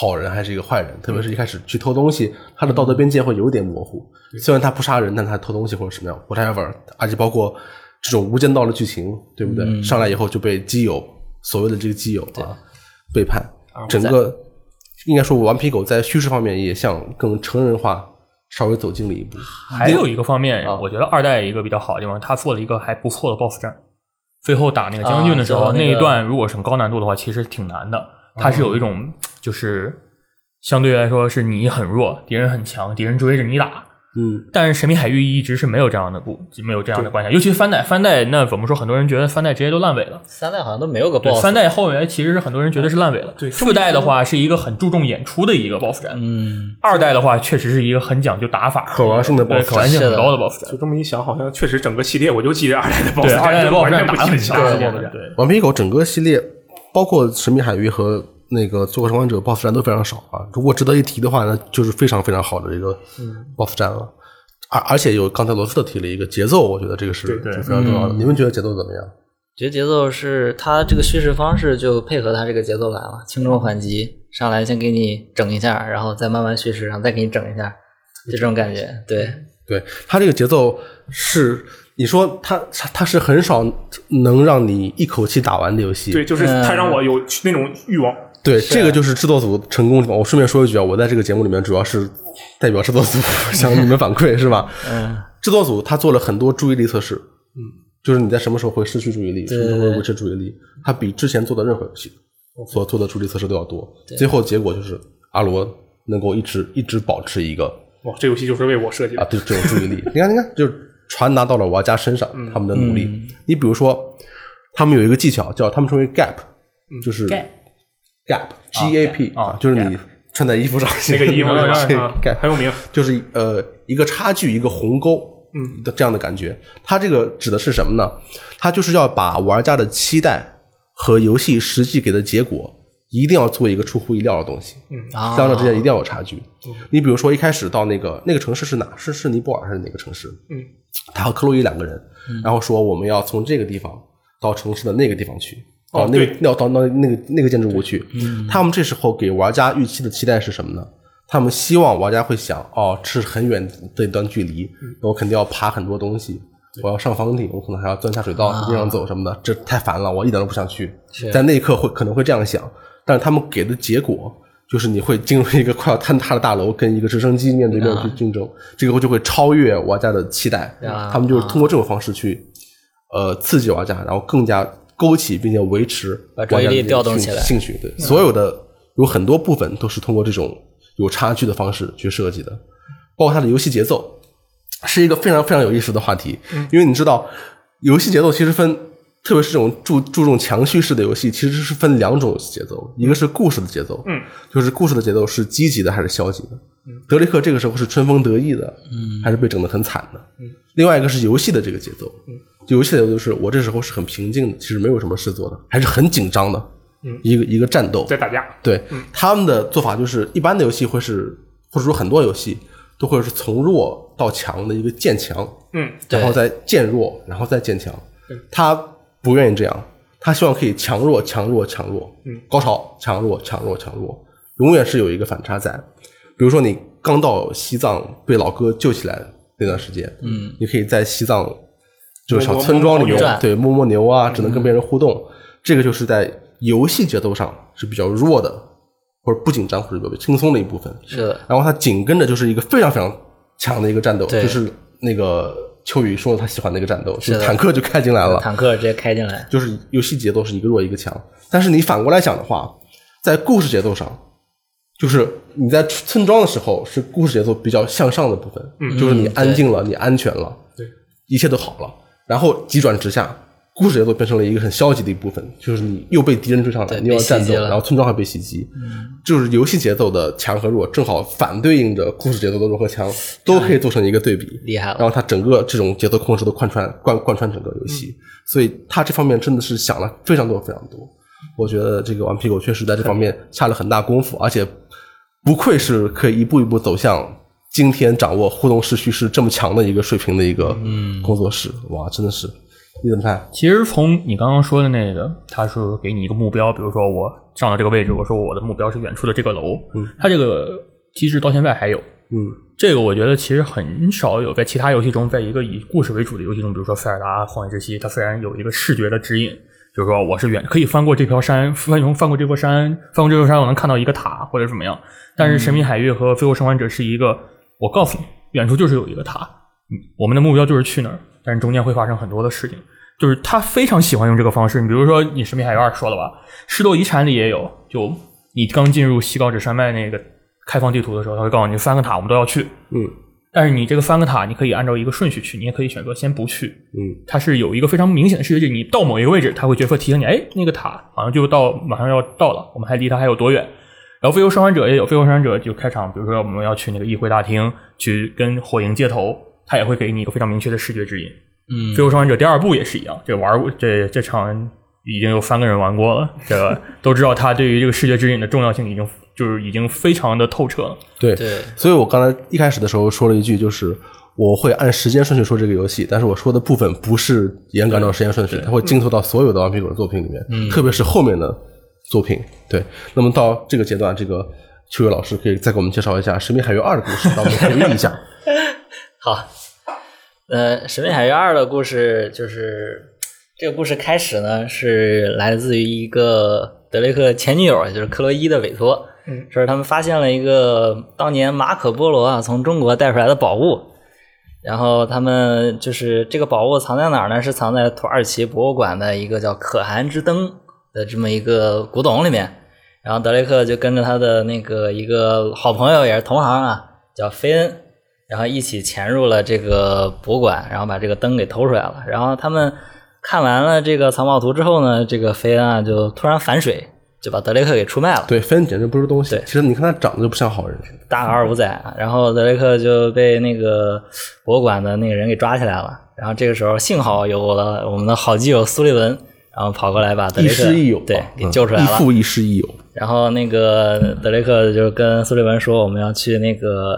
好人还是一个坏人，特别是一开始去偷东西，他的道德
嗯
边界会有点模糊。虽然他不杀人，但他偷东西或者什么样，whatever，而且包括这种无间道的剧情，对不对？
嗯
上来以后就被基友所谓的这个基友啊背叛，
嗯
整个应该说顽皮狗在叙事方面也向更成人化稍微走近了一步。
还有一个方面，
啊
我觉得二代一个比较好的地方，他做了一个还不错的 BOSS 战。最后打那个将军的时候，
啊最后那
那
个
一段如果是很高难度的话，其实挺难的。它是有一
啊
种就是相对来说是你很弱，敌人很强，敌人追着你打，
嗯，
但是《神秘海域》一直是没有这样的故，没有这样的关卡，尤其是翻代，翻代那怎么说？很多人觉得翻代直接都烂尾了。
三代好像都没有个
对，
BOSS，
翻代后来其实是很多人觉得是烂尾了。对，四代的话是一个很注重演出的一个 BOSS 战，
嗯，
二代的话确实是一个很讲究打法、
可玩性的
对
BOSS
哎可玩性
是
很
的
高的 BOSS 战。
就这么一想，好像确实整个系列我就记着二代的 BOSS，
对，二代的
战
BOSS 战
就
打
完
得
全不
很
记得
强
了
的 BOSS 战。对，
顽皮狗整个系列，包括《神秘海域》和那个《最后生还者》BOSS 战都非常少啊。如果值得一提的话呢，就是非常非常好的一个
嗯
BOSS 战了。而而且有刚才罗斯特提了一个节奏，我觉得这个是
对对嗯
是非常重要的。你们觉得节奏怎么样？
觉得节奏是它这个叙事方式就配合它这个节奏来了，轻重缓急，上来先给你整一下，然后再慢慢叙事，然后再给你整一下，就这种感觉，对，
对他这个节奏是，你说他他他是很少能让你一口气打完的游戏。
对，啊就是
嗯
它让我有那种欲望，
对，这个就是制作组成功。我顺便说一句啊，我在这个节目里面主要是代表制作组 向你们反馈，是吧？
嗯，
制作组他做了很多注意力测试，嗯，就是你在什么时候会失去注意力，什
对
么时候
对
会
对
维持注意力，它比之前做的任何游戏所做的处理测试都要多。最后结果就是阿罗能够一直一直保持一个
哇，这游戏就是为我设计
啊，
的。
对这种注意力。你看，你看，就是传达到了玩家身上，他们的努力。你比如说，他们有一个技巧叫他们称为 gap，就是
gap
gap g a p
啊
啊，就是你穿在衣服上
那个衣 服
这
是吧嗯
个 gap
很有名，
就是呃一个差距一个鸿沟，嗯的这样的感觉。它这个指的是什么呢？它就是要把玩家的期待和游戏实际给的结果，一定要做一个出乎意料的东西。嗯，
啊
两者之间一定要有差距。
嗯
你比如说一开始到那个那个城市是哪？是是尼泊尔还是哪个城市？
嗯，
他和克洛伊两个人，然后说我们要从这个地方到城市的那个地方去。
哦
到那个
对嗯
要到那那个那个建筑物去，他们这时候给玩家预期的期待是什么呢？他们希望玩家会想，哦，是很远的一段距离，
嗯
我肯定要爬很多东西，我要上房顶，我可能还要钻下水道，
啊
地上走什么的，这太烦了，我一点都不想去。在那一刻会可能会这样想，但是他们给的结果就是你会进入一个快要坍塌的大楼，跟一个直升机面对面去竞争，这个就会超越玩家的期待。
啊
他们就是通过这种方式去，呃，刺激玩家，然后更加勾起并且维持呃
把注意力调动起来
玩家的兴兴趣对，所有的有很多部分都是通过这种有差距的方式去设计的，包括它的游戏节奏，是一个非常非常有意思的话题，因为你知道，游戏节奏其实分，特别是这种注注重强叙事的游戏，其实是分两种节奏，一个是故事的节奏，
嗯，
就是故事的节奏是积极的还是消极的。德雷克这个时候是春风得意的，嗯，还是被整得很惨的。嗯，另外一个是游戏的这个节奏，嗯，游戏的节奏就是我这时候是很平静的，其实没有什么事做的，还是很紧张的，嗯，一个一个战斗，
在打架，
对，嗯他们的做法就是，一般的游戏会是，或者说很多游戏都会是从弱到强的一个渐强，
嗯，
对
然后再渐弱，然后再渐强。他不愿意这样，他希望可以强弱强弱强弱，
嗯，
高潮强弱强弱强弱，永远是有一个反差在。比如说你刚到西藏被老哥救起来那段时间，嗯，你可以在西藏就是小
摸摸
村庄里面
牛嗯
转
对摸摸牛啊，只能跟别人互动，这个就是在游戏节奏上是比较弱的，或者不紧张或者比较轻松的一部分。
是的，
然后它紧跟着就是一个非常非常强的一个战斗，
对
就是那个秋雨说他喜欢那个战斗，就是
的
坦克就开进来了，
坦克直接开进来，
就是游戏节奏是一个弱一个强。但是你反过来想的话，在故事节奏上，就是你在村庄的时候是故事节奏比较向上的部分，就是
嗯
你安静了，你安全了，
对，
一切都好了。然后急转直下，故事节奏变成了一个很消极的一部分，就是你又被敌人追上来，
对
你又要
被袭
战斗，
击了
然后村庄还被袭击。就是游戏节奏的强和弱，正好反对应着故事节奏的弱和强，都可以做成一个对比。
厉害
然
了，
后它整个这种节奏控制都贯穿贯贯穿整个游戏，所以它这方面真的是想了非常多非常多。我觉得这个顽皮狗确实在这方面下了很大功夫，而且不愧是可以一步一步走向今天掌握互动式叙事这么强的一个水平的一个工作室，哇，真的是！你怎么看？
其实从你刚刚说的那个，他说给你一个目标，比如说我上到这个位置，我说我的目标是远处的这个楼，
嗯，
他这个机制到现在还有。
嗯，
这个我觉得其实很少有在其他游戏中，在一个以故事为主的游戏中，比如说《塞尔达旷野之息》，它虽然有一个视觉的指引，比如说我是远可以翻过这条山，翻从翻过这座山，翻过这座山我能看到一个塔或者怎么样，但是《神秘海域》和《最后生还者》是一个，我告诉你，远处就是有一个塔，嗯我们的目标就是去那儿，但是中间会发生很多的事情。就是他非常喜欢用这个方式，你比如说你《神秘海域二》说了吧，《失落遗产》里也有，就你刚进入西高地山脉那个开放地图的时候，他会告诉你三个塔我们都要去，
嗯
但是你这个翻个塔，你可以按照一个顺序去，你也可以选择先不去。
嗯，
它是有一个非常明显的视觉，就是你到某一个位置，它会角色提醒你，哎，那个塔好像就到，马上要到了，我们还离它还有多远？然后《飞游生还者》也有，《飞游生还者》就开场，比如说我们要去那个议会大厅，去跟火营接头，它也会给你一个非常明确的视觉指引。《
嗯，
最后生还者》第二部也是一样，这玩过这这场已经有三个人玩过了，这个都知道它对于这个视觉指引的重要性已经就是已经非常的透彻 了。
对
对，
所以我刚才一开始的时候说了一句，就是我会按时间顺序说这个游戏，但是我说的部分不是严格按照时间顺序，它会浸透到所有的顽皮狗的作品里面，
嗯
特别是后面的作品。对，那么到这个阶段，这个秋月老师可以再给我们介绍一下《神秘海域二》的故事，让我们回忆一 下。
好，呃，《神秘海域二》的故事就是这个故事开始呢，是来自于一个德雷克前女友，也就是克洛伊的委托，
嗯，
说是他们发现了一个当年马可波罗啊从中国带出来的宝物，然后他们就是这个宝物藏在哪儿呢？是藏在土耳其博物馆的一个叫可汗之灯的这么一个古董里面。然后德雷克就跟着他的那个一个好朋友，也是同行啊，叫菲恩，然后一起潜入了这个博物馆，然后把这个灯给偷出来了。然后他们看完了这个藏宝图之后呢，这个菲恩啊就突然反水，就把德雷克给出卖了。
对，芬简直不是东西
对。
其实你看他长得就不像好人，
大二五仔啊，然后德雷克就被那个博物馆的那个人给抓起来了。然后这个时候幸好有我的我们的好基友苏利文，然后跑过来把德雷
亦
克
师亦友，
对
啊
给救出来了
亦。父亦师亦友，
然后那个德雷克就跟苏利文说，我们要去那个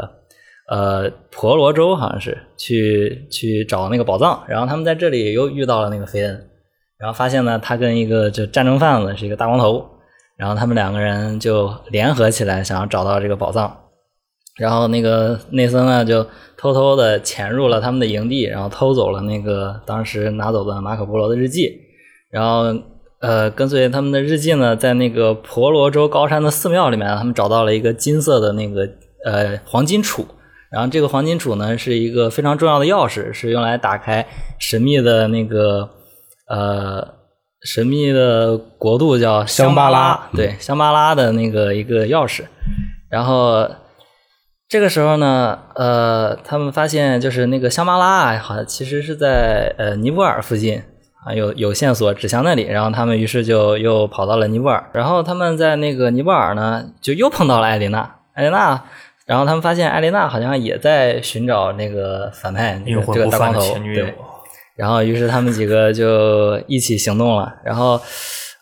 呃婆罗洲，好像是去去找那个宝藏。然后他们在这里又遇到了那个菲恩，然后发现呢，他跟一个就战争贩子是一个大光头，然后他们两个人就联合起来，想要找到这个宝藏。然后那个内森呢，就偷偷的潜入了他们的营地，然后偷走了那个当时拿走的马可波罗的日记，然后呃，跟随他们的日记呢，在那个婆罗洲高山的寺庙里面，啊他们找到了一个金色的那个呃黄金杵，然后这个黄金杵呢是一个非常重要的钥匙，是用来打开神秘的那个呃神秘的国度叫香巴拉，嗯对香巴拉的那个一个钥匙。然后这个时候呢，呃，他们发现就是那个香巴拉啊，好像其实是在呃尼泊尔附近。啊，有有线索指向那里，然后他们于是就又跑到了尼泊尔，然后他们在那个尼泊尔呢，就又碰到了艾琳娜，艾琳娜，然后他们发现艾琳娜好像也在寻找那个反派，那
阴
个
魂
这个
不
大光
散的
头，
前女友
对，然后，于是他们几个就一起行动了。然后，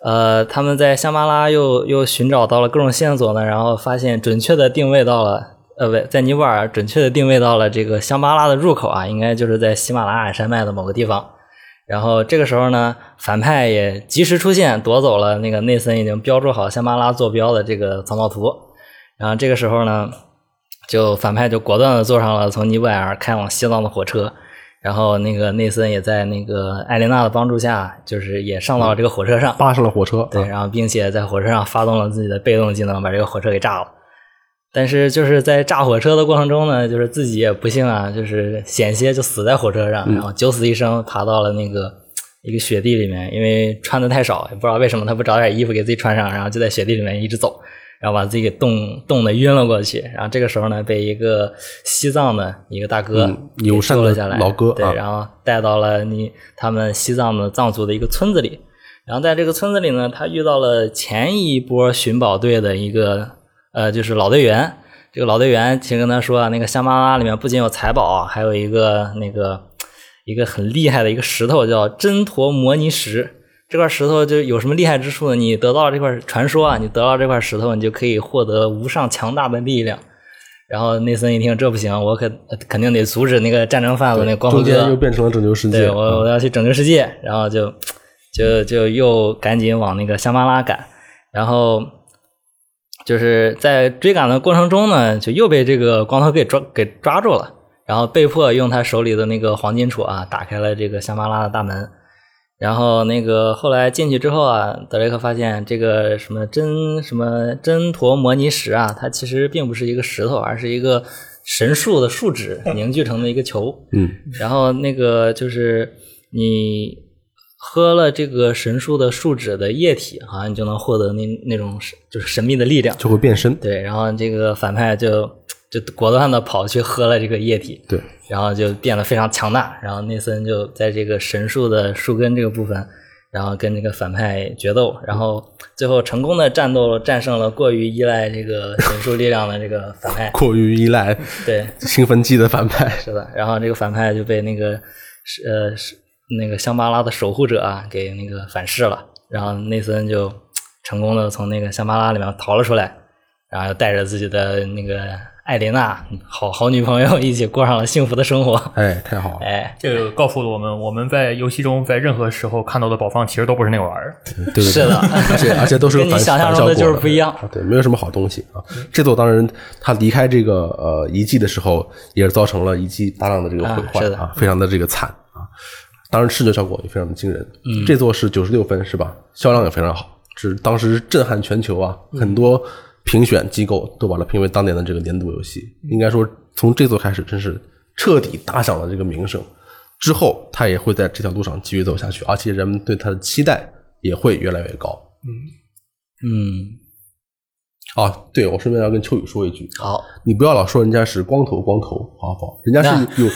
呃，他们在香巴拉又又寻找到了各种线索呢，然后发现准确的定位到了，呃，不，在尼泊尔准确的定位到了这个香巴拉的入口啊，应该就是在喜马拉雅山脉的某个地方。然后这个时候呢，反派也及时出现，夺走了那个内森已经标注好香巴拉坐标的这个藏宝图。然后这个时候呢，就反派就果断的坐上了从尼泊尔开往西藏的火车。然后那个内森也在那个艾琳娜的帮助下，就是也上到了这个火车上，
扒上了火车。嗯
对，然后并且在火车上发动了自己的被动技能，把这个火车给炸了。但是就是在炸火车的过程中呢，就是自己也不幸啊，就是险些就死在火车上，
嗯
然后九死一生爬到了那个一个雪地里面，因为穿的太少，也不知道为什么他不找点衣服给自己穿上，然后就在雪地里面一直走，然后把自己给冻冻得晕了过去。然后这个时候呢，被一个西藏的一个大哥
嗯
给
友善
救
的
了下来，
老哥
对
啊，
然后带到了你他们西藏的藏族的一个村子里。然后在这个村子里呢，他遇到了前一波寻宝队的一个呃，就是老队员。这个老队员其实跟他说啊，那个香巴拉里面不仅有财宝啊，还有一个那个一个很厉害的一个石头叫真陀摩尼石。这块石头就有什么厉害之处呢？你得到这块传说啊，你得到这块石头，你就可以获得无上强大的力量。然后内森一听，这不行，我可呃肯定得阻止那个战争贩子那光头
中
哥。
间又变成了拯救世界啊
对，我我要去拯救世界，然后就就就又赶紧往那个香巴拉赶，然后就是在追赶的过程中呢，就又被这个光头给抓给抓住了，然后被迫用他手里的那个黄金杵啊，打开了这个香巴拉的大门。然后那个后来进去之后啊，德雷克发现这个什么真什么真陀摩尼石啊，它其实并不是一个石头，而是一个神树的树脂凝聚成的一个球。
嗯，
然后那个就是你喝了这个神树的树脂的液体，好像你就能获得那那种神就是神秘的力量。
就会变身。
对，然后这个反派就就果断的跑去喝了这个液体，
对，。
然后就变得非常强大。然后内森就在这个神树的树根这个部分，然后跟这个反派决斗，然后最后成功的战斗战胜了过于依赖这个神树力量的这个反派
过于依赖
对，
兴奋剂的反派，
是的，然后这个反派就被那个是呃是那个香巴拉的守护者啊给那个反噬了，然后内森就成功的从那个香巴拉里面逃了出来，然后又带着自己的那个艾琳娜好好女朋友一起过上了幸福的生活。
哎，太好了，
哎，
这个告诉了我们，我们在游戏中在任何时候看到的宝藏其实都不是那玩意儿。
对对对，
是的
而且而且都是
跟你
反
想象
反
中
效
的
果
就是不一样。
啊对，没有什么好东西啊。
嗯
这座当然，他离开这个呃遗迹的时候，也是造成了遗迹大量的这个毁
啊是
坏
的
啊，非常的这个惨啊。当然，视觉效果也非常的惊人。嗯，这座是九十六分是吧？销量也非常好，是当时震撼全球啊，
嗯
很多评选机构都把它评为当年的这个年度游戏。
嗯
应该说，从这座开始，真是彻底打响了这个名声。之后，它也会在这条路上继续走下去，而且人们对它的期待也会越来越高。
嗯，
啊，对，我顺便要跟秋雨说一句，
好，
你不要老说人家是光头光头，好不好？人家是有，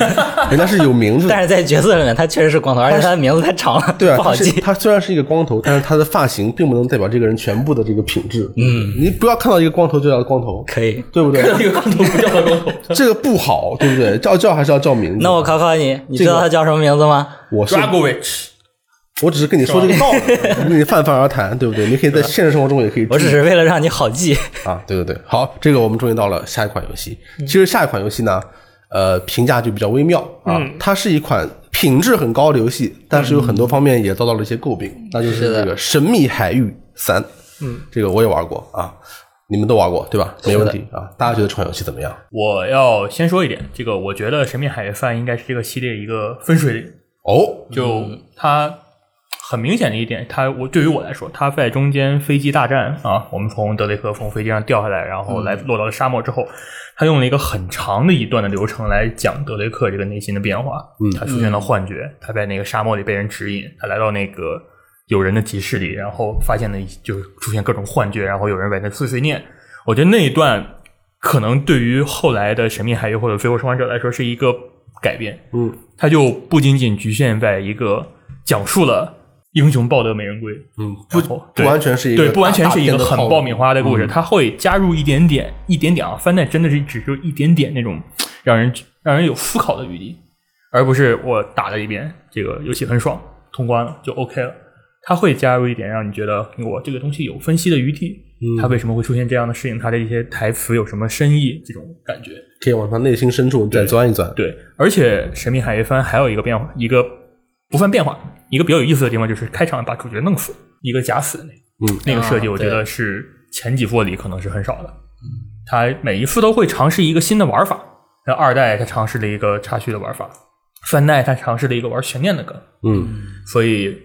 人家是有名字的。
但是在角色里面，他确实是光头，而且他的名字太长了，
对啊，
不好
他是
记。
他虽然是一个光头，但是他的发型并不能代表这个人全部的这个品质。
嗯，
你不要看到一个光头就叫他光头，
可以，
对不对？
这个光头不叫他光 头，
这个不好，对不对？叫叫还是要叫名字。
那我考考你，你知道他叫什么名字吗？
我是
Dragovich
我只是跟你说这个道理，跟你泛泛而谈，对不对？你可以在现实生活中也可以注意。
我只是为了让你好记。
啊，对对对，好，这个我们终于到了下一款游戏。
嗯
其实下一款游戏呢，呃，评价就比较微妙啊，
嗯
它是一款品质很高的游戏，但是有很多方面也遭到了一些诟病，
嗯
那就是
是的
这个《神秘海域三》。嗯，这个我也玩过啊，你们都玩过对吧？没问题啊。大家觉得这款游戏怎么样？
我要先说一点，这个我觉得《神秘海域饭》应该是这个系列一个分水岭，
哦，
就它很明显的一点，它我对于我来说，它在中间飞机大战啊，我们从德雷克从飞机上掉下来，然后来落到了沙漠之后，它用了一个很长的一段的流程来讲德雷克这个内心的变化。嗯，他出现了幻觉，他在那个沙漠里被人指引，他来到那个有人的集市里，然后发现了一就是出现各种幻觉，然后有人在那碎碎念。我觉得那一段可能对于后来的《神秘海域》或者《飞过生还者》来说是一个改变。
嗯，
它就不仅仅局限在一个讲述了英雄抱得美人归，
嗯，不
然后
不
对
完全是一个
对，不完全是一个
大片的
很
套路嗯
爆米花的故事，它会加入一点点、一点点啊，翻带真的是只是一点点那种让人让人有思考的余地，而不是我打了一遍这个游戏很爽，通关了就 OK 了。它会加入一点让你觉得我这个东西有分析的余地，
嗯
它为什么会出现这样的事情，它的一些台词有什么深意，这种感觉。
可以往他内心深处再钻一钻。
对，而且《神秘海域番》还有一个变化，一个不算变化，一个比较有意思的地方就是开场把主角弄死，一个假死的那个，
嗯
那个设计
啊
我觉得是前几作里可能是很少的。他每一次都会尝试一个新的玩法，那二代他尝试了一个插叙的玩法，三代他尝试了一个玩悬念的梗，
嗯，
所以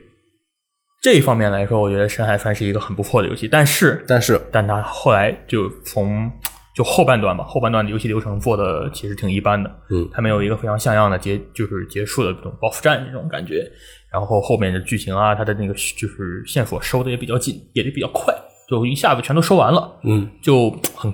这一方面来说，我觉得《深海番》是一个很不错的游戏，但是
但是
但他后来就从就后半段吧，后半段的游戏流程做的其实挺一般的，
嗯
它没有一个非常像样的结，就是结束的这种 BOSS 战这种感觉，然后后面的剧情啊，它的那个就是线索收的也比较紧，也比较快，就一下子全都收完了，
嗯，
就很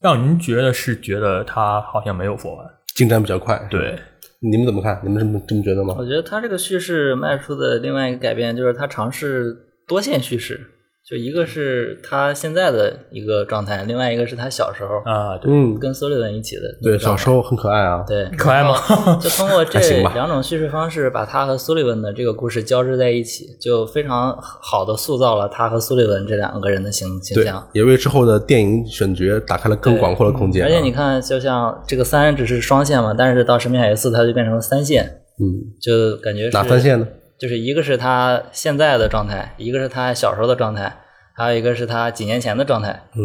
让人觉得是觉得它好像没有做完，
进展比较快。，
对，
你们怎么看？你们这么这么觉得吗？
我觉得他这个叙事迈出的另外一个改变就是他尝试多线叙事，就一个是他现在的一个状态，另外一个是他小时候
啊，对，
嗯，
跟苏利文一起的那
对，
个
小
状态
时候很可爱啊。
对
可爱 吗？
就通过这
还行吧
两种叙事方式，把他和苏利文的这个故事交织在一起，就非常好的塑造了他和苏利文这两个人的形形
对
象。，
也为之后的电影选角打开了更广阔的空间啊。
而且你看，就像这个三只是双线嘛，但是到《神秘海域四》它就变成了三线，
嗯，
就感觉是
哪三线呢？
就是一个是他现在的状态，一个是他小时候的状态，还有一个是他几年前的状态。
嗯，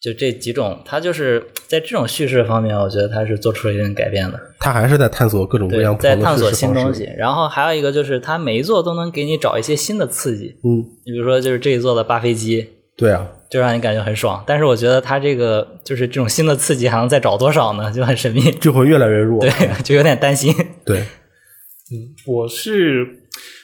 就这几种，他就是在这种叙事方面，我觉得他是做出了一定改变的。
他还是在探索各种各
对
样，不
在
同
探
的
索
叙事
新东
方式。
西。然后还有一个就是，它每一座都能给你找一些新的刺激。
嗯，
你比如说，就是这一座的扒飞机，
对啊，
就让你感觉很爽。但是我觉得它这个就是这种新的刺激，还能再找多少呢？就很神秘，
就会越来越弱。
对， 就有点担心。
对
我是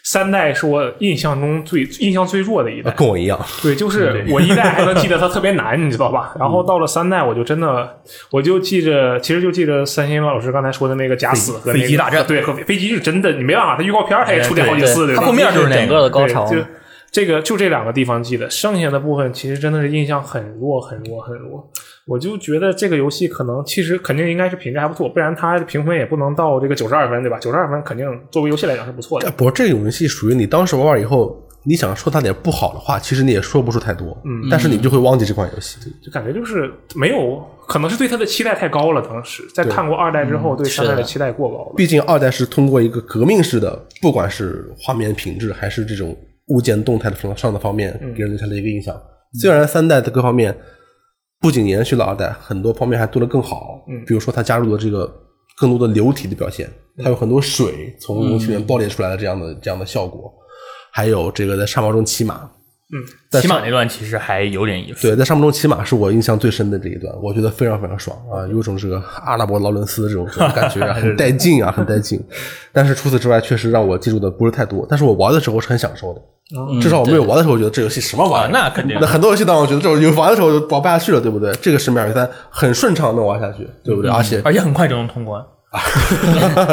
三代是我印象中最印象最弱的一代，
跟我 一样。
对，就是我一代还能记得它特别难，你知道吧？然后到了三代，我就真的，我就记着，其实就记着三星老师刚才说的那个假死和、那个、
飞机大战
对，和飞机是真的，你没办法，它预告片儿它也出现好几
对
次，对吧？
它后面就是那
整个的高潮嗯
对，就这个就这两个地方记得，剩下的部分其实真的是印象很弱、很弱、很弱。我就觉得这个游戏可能其实肯定应该是评价还不错，不然它的评分也不能到这个九十二分，对吧？九十二分肯定作为游戏来讲是不错的
哎但。不过这种游戏属于你当时玩完以后，你想说它点不好的话，其实你也说不出太多。嗯，但是你就会忘记这款游戏。
就感觉就是没有，可能是对他的期待太高了。当时在看过二代之后，对三代的期待过高了。
嗯毕竟二代是通过一个革命式的，不管是画面品质还是这种物件动态的上上的方面，给人留下了一个印象。虽然三代的各方面不仅延续了二代，很多方面还做得更好。
嗯
比如说它加入了这个更多的流体的表现，它有很多水从容器里面爆裂出来的这样的、这样的效果，还有这个在沙漠中骑马。
嗯
骑马那段其实还有点意思，
对，在沙漠中骑马是我印象最深的这一段，我觉得非常非常爽啊，有种这个阿拉伯劳伦斯这种这种感觉啊，很带劲啊，很带劲。但是除此之外，确实让我记住的不是太多，但是我玩的时候是很享受的，至少我没有玩的时候觉得这游戏什么玩意儿，
啊那肯定
那很多游戏当中，我觉得这种有玩的时候就玩不下去了，对不对？这个是《秒杀三》很顺畅地能玩下去，对不对？而且
而且很快就能 通关。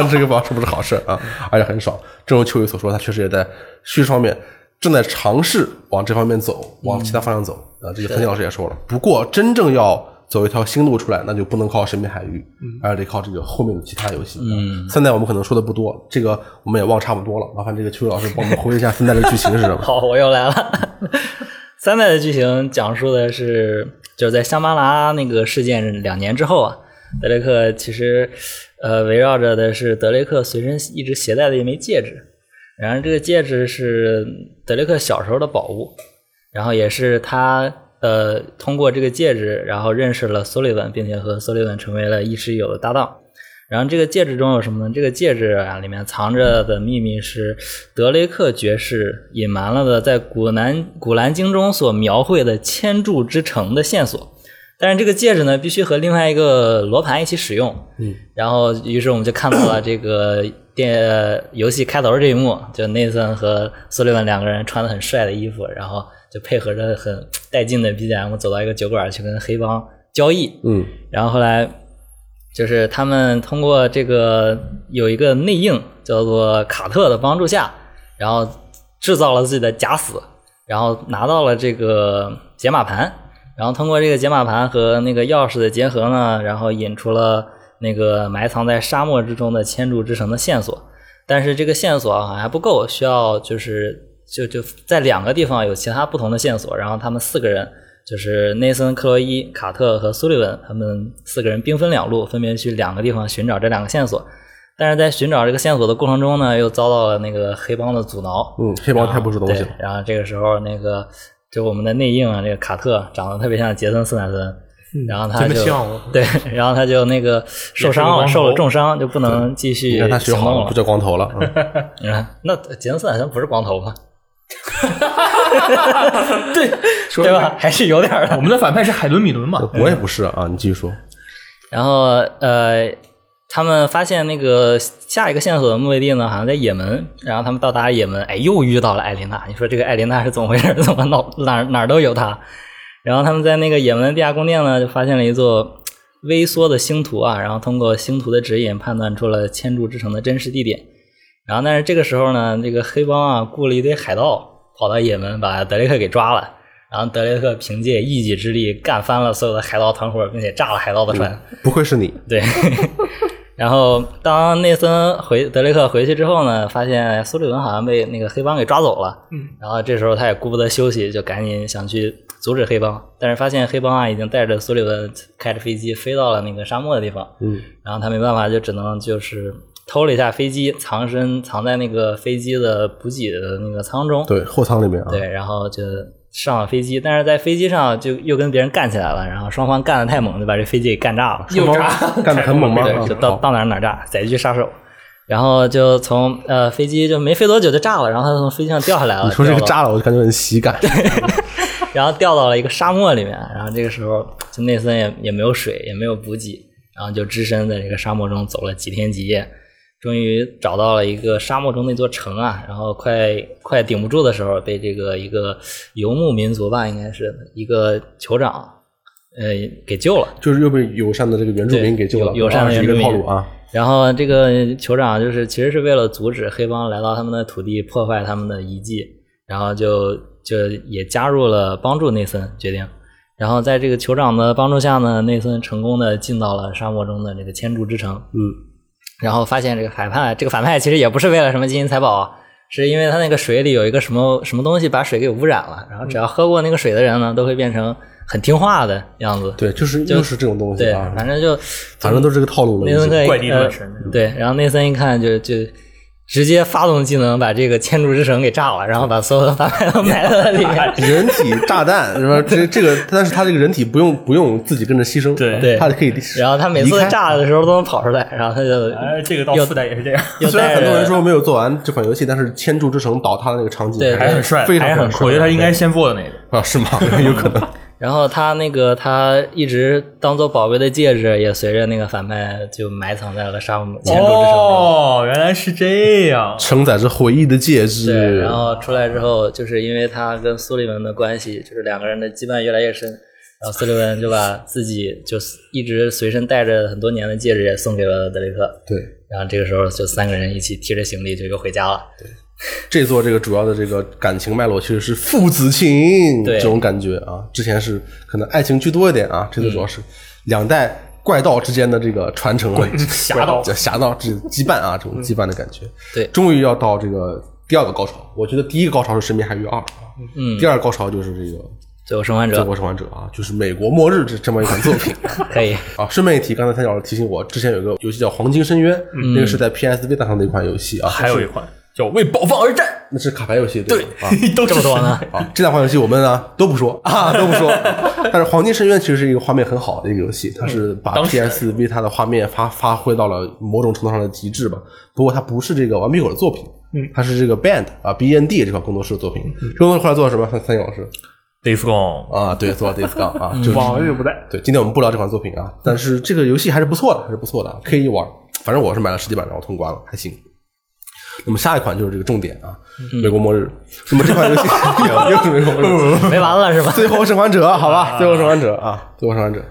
这个不知道是不是好事啊？而且很爽。正如秋雨所说，他确实也在叙事方面正在尝试往这方面走，往其他方向走啊。这个藤井老师也说了，不过真正要走一条新路出来，那就不能靠《神秘海域》，而得靠这个后面的其他游戏。嗯，三代我们可能说的不多，这个我们也忘差不多了。麻烦这个秋雨老师帮我们回忆一下三代的剧情是什么？
好，我又来了。三代的剧情讲述的是，就是在香巴拉那个事件两年之后啊，德雷克其实呃围绕着的是德雷克随身一直携带的一枚戒指，然而这个戒指是德雷克小时候的宝物，然后也是他呃通过这个戒指，然后认识了苏利文，并且和苏利文成为了亦师亦友的搭档。然后这个戒指中有什么呢？这个戒指啊，里面藏着的秘密是德雷克爵士隐瞒了的，在古南古兰经中所描绘的千柱之城的线索。但是这个戒指呢，必须和另外一个罗盘一起使用。嗯，然后于是我们就看到了这个电游戏开头的这一幕，就内森和苏利文两个人穿的很帅的衣服，然后就配合着很带劲的 BGM 走到一个酒馆去跟黑帮交易。
嗯，
然后后来就是他们通过这个有一个内应叫做卡特的帮助下，然后制造了自己的假死，然后拿到了这个解码盘，然后通过这个解码盘和那个钥匙的结合呢，然后引出了那个埋藏在沙漠之中的千柱之城的线索。但是这个线索好像还不够，需要就是就就在两个地方有其他不同的线索，然后他们四个人就是内森、克洛伊、卡特和苏利文，他们四个人兵分两路，分别去两个地方寻找这两个线索。但是在寻找这个线索的过程中呢，又遭到了那个黑帮的阻挠，
嗯，黑帮太不是东西
对
了，，
然后这个时候那个就我们的内应啊，这个卡特长得特别像杰森斯坦森，
嗯
然后他
真的
就
像哦
对，然后他就那个受伤了，
也是个光头
受了重伤，就不能继续
你让他学
行
好
动
了，
了
不。叫光头了。嗯
嗯，那杰森斯坦森不是光 头吗？
说
对吧？还是有点儿的
我。们的反派是海伦米伦嘛？
我也不是啊，你继续说。
然后呃，他们发现那个下一个线索的目的地呢，好像在也门。然后他们到达也门，哎，又遇到了艾琳娜。你说这个艾琳娜是怎么回事？ 怎么闹哪儿哪儿都有她？然后他们在那个也门的地下宫殿呢，就发现了一座微缩的星图啊，然后通过星图的指引判断出了千柱之城的真实地点。然后，但是这个时候呢，这个黑帮啊雇了一堆海盗跑到也门，把德雷克给抓了。然后德雷克凭借一己之力干翻了所有的海盗团伙，并且炸了海盗的船。
不愧是你，
对。然后当内森回德雷克回去之后呢，发现苏利文好像被那个黑帮给抓走了。嗯。然后这时候他也顾不得休息，就赶紧想去阻止黑帮，但是发现黑帮啊已经带着苏利文开着飞机飞到了那个沙漠的地方。
嗯，
然后他没办法，就只能就是偷了一下飞机，藏身藏在那个飞机的补给的那个舱中。
对，后舱里面啊，
对，然后就上了飞机，但是在飞机上就又跟别人干起来了，然后双方干得太猛，就把这飞机给干炸了。
又炸，
干得很猛吗？
对，
啊
就到到哪儿哪儿炸，载具杀手。然后就从呃飞机就没飞多久就炸了，然后他从飞机上掉下来了，
你说这个
掉到
炸了，我就感觉很喜感。
然后掉到了一个沙漠里面，然后这个时候就内森也也没有水，也没有补给，然后就只身在这个沙漠中走了几天几夜，终于找到了一个沙漠中那座城啊，然后快快顶不住的时候，被这个一个游牧民族吧，应该是一个酋长，呃，给救了。
就是又被友善的这个原住民给救了，
对友友善的
啊是
原
一
住
个
民
套路啊。
然后这个酋长就是其实是为了阻止黑帮来到他们的土地破坏他们的遗迹，然后就就也加入了帮助内森决定。然后在这个酋长的帮助下呢，内森成功的进到了沙漠中的这个千柱之城。
嗯，
然后发现这个反派，这个反派其实也不是为了什么金银财宝啊，是因为他那个水里有一个什么什么东西把水给污染了，然后只要喝过那个水的人呢，都会变成很听话的样子。
对，就是又是这种东西
对
啊，，
反正就
反正都是这个套路了。
内
已
森
经
克一
怪力
呃
乱神那种
对，然后内森一看就就直接发动技能把这个千柱之城给炸了，然后把所有的反派都埋在了 里面。
人体炸弹是吧？这这个，但是他这个人体不用不用自己跟着牺牲，
对
对
他可以。
然后他每次
离开
炸的时候都能跑出来，然后他就
哎，这个到
又
四代也是这样，
又
虽然
带
很多人
着
说没有做完这款游戏，但是《千柱之城》倒塌的那个场景
对
还是很帅，
非常
还是很
帅
我觉得他应该先做的那个。
啊，是吗？有可能。
然后他那个他一直当做宝贝的戒指，也随着那个反派就埋藏在了沙漠前主之手中。
哦，原来是这样。
承载着回忆的戒
对，
指
然，后出来之后，就是因为他跟苏利文的关系，就是两个人的羁绊越来越深，然后苏利文就把自己就是一直随身带着很多年的戒指也送给了德雷克，
对，
然后这个时候就三个人一起提着行李就又回家了。
这座这个主要的这个感情脉络其实是父子情
对
这种感觉啊，之前是可能爱情居多一点啊，这次主要是两代怪盗之间的这个传承啊，
侠盗
叫侠盗之羁绊啊，这种羁绊的感觉。
对
终于要到这个第二个高潮，我觉得第一个高潮是《神秘海域二》啊，
嗯
第，二个高潮就是这个《
最后生还
最
者
后生还者》啊，就是美国末日这这么一款作品。
可 以，
啊，顺便一提，刚才三角提醒我，之前有一个游戏叫《黄金深渊》，那个是在 PS Vita 上的一款游戏啊，
还有一款叫《为暴放而战
那是卡牌游戏对吧啊，》，
都
这
是
么多呢？
啊，这两款游戏我们啊都不说 啊，都不说。但是《黄金深渊》其实是一个画面很好的一个游戏，它是把
嗯当时
PS Vita 的画面发发挥到了某种程度上的极致吧。不过它不是这个顽皮狗的作品，嗯，它是这个 Band 啊 B N D 这款工作室的作品。
嗯
这工作室后来做了什么？三三井老师
Days Gone，
啊，对，做了 Days Gone
嗯
啊，就是
往日不再。
对，今天我们不聊这款作品啊，但是这个游戏还是不错的，还是不错的，可以玩。反正我是买了实体版，然后通关了，还行。那么下一款就是这个重点啊，
嗯
美国末日。那么这款游 戏 又是美国末日，
没完了是吧？
最后生还者，好吧，最后生还者啊，最后生还者，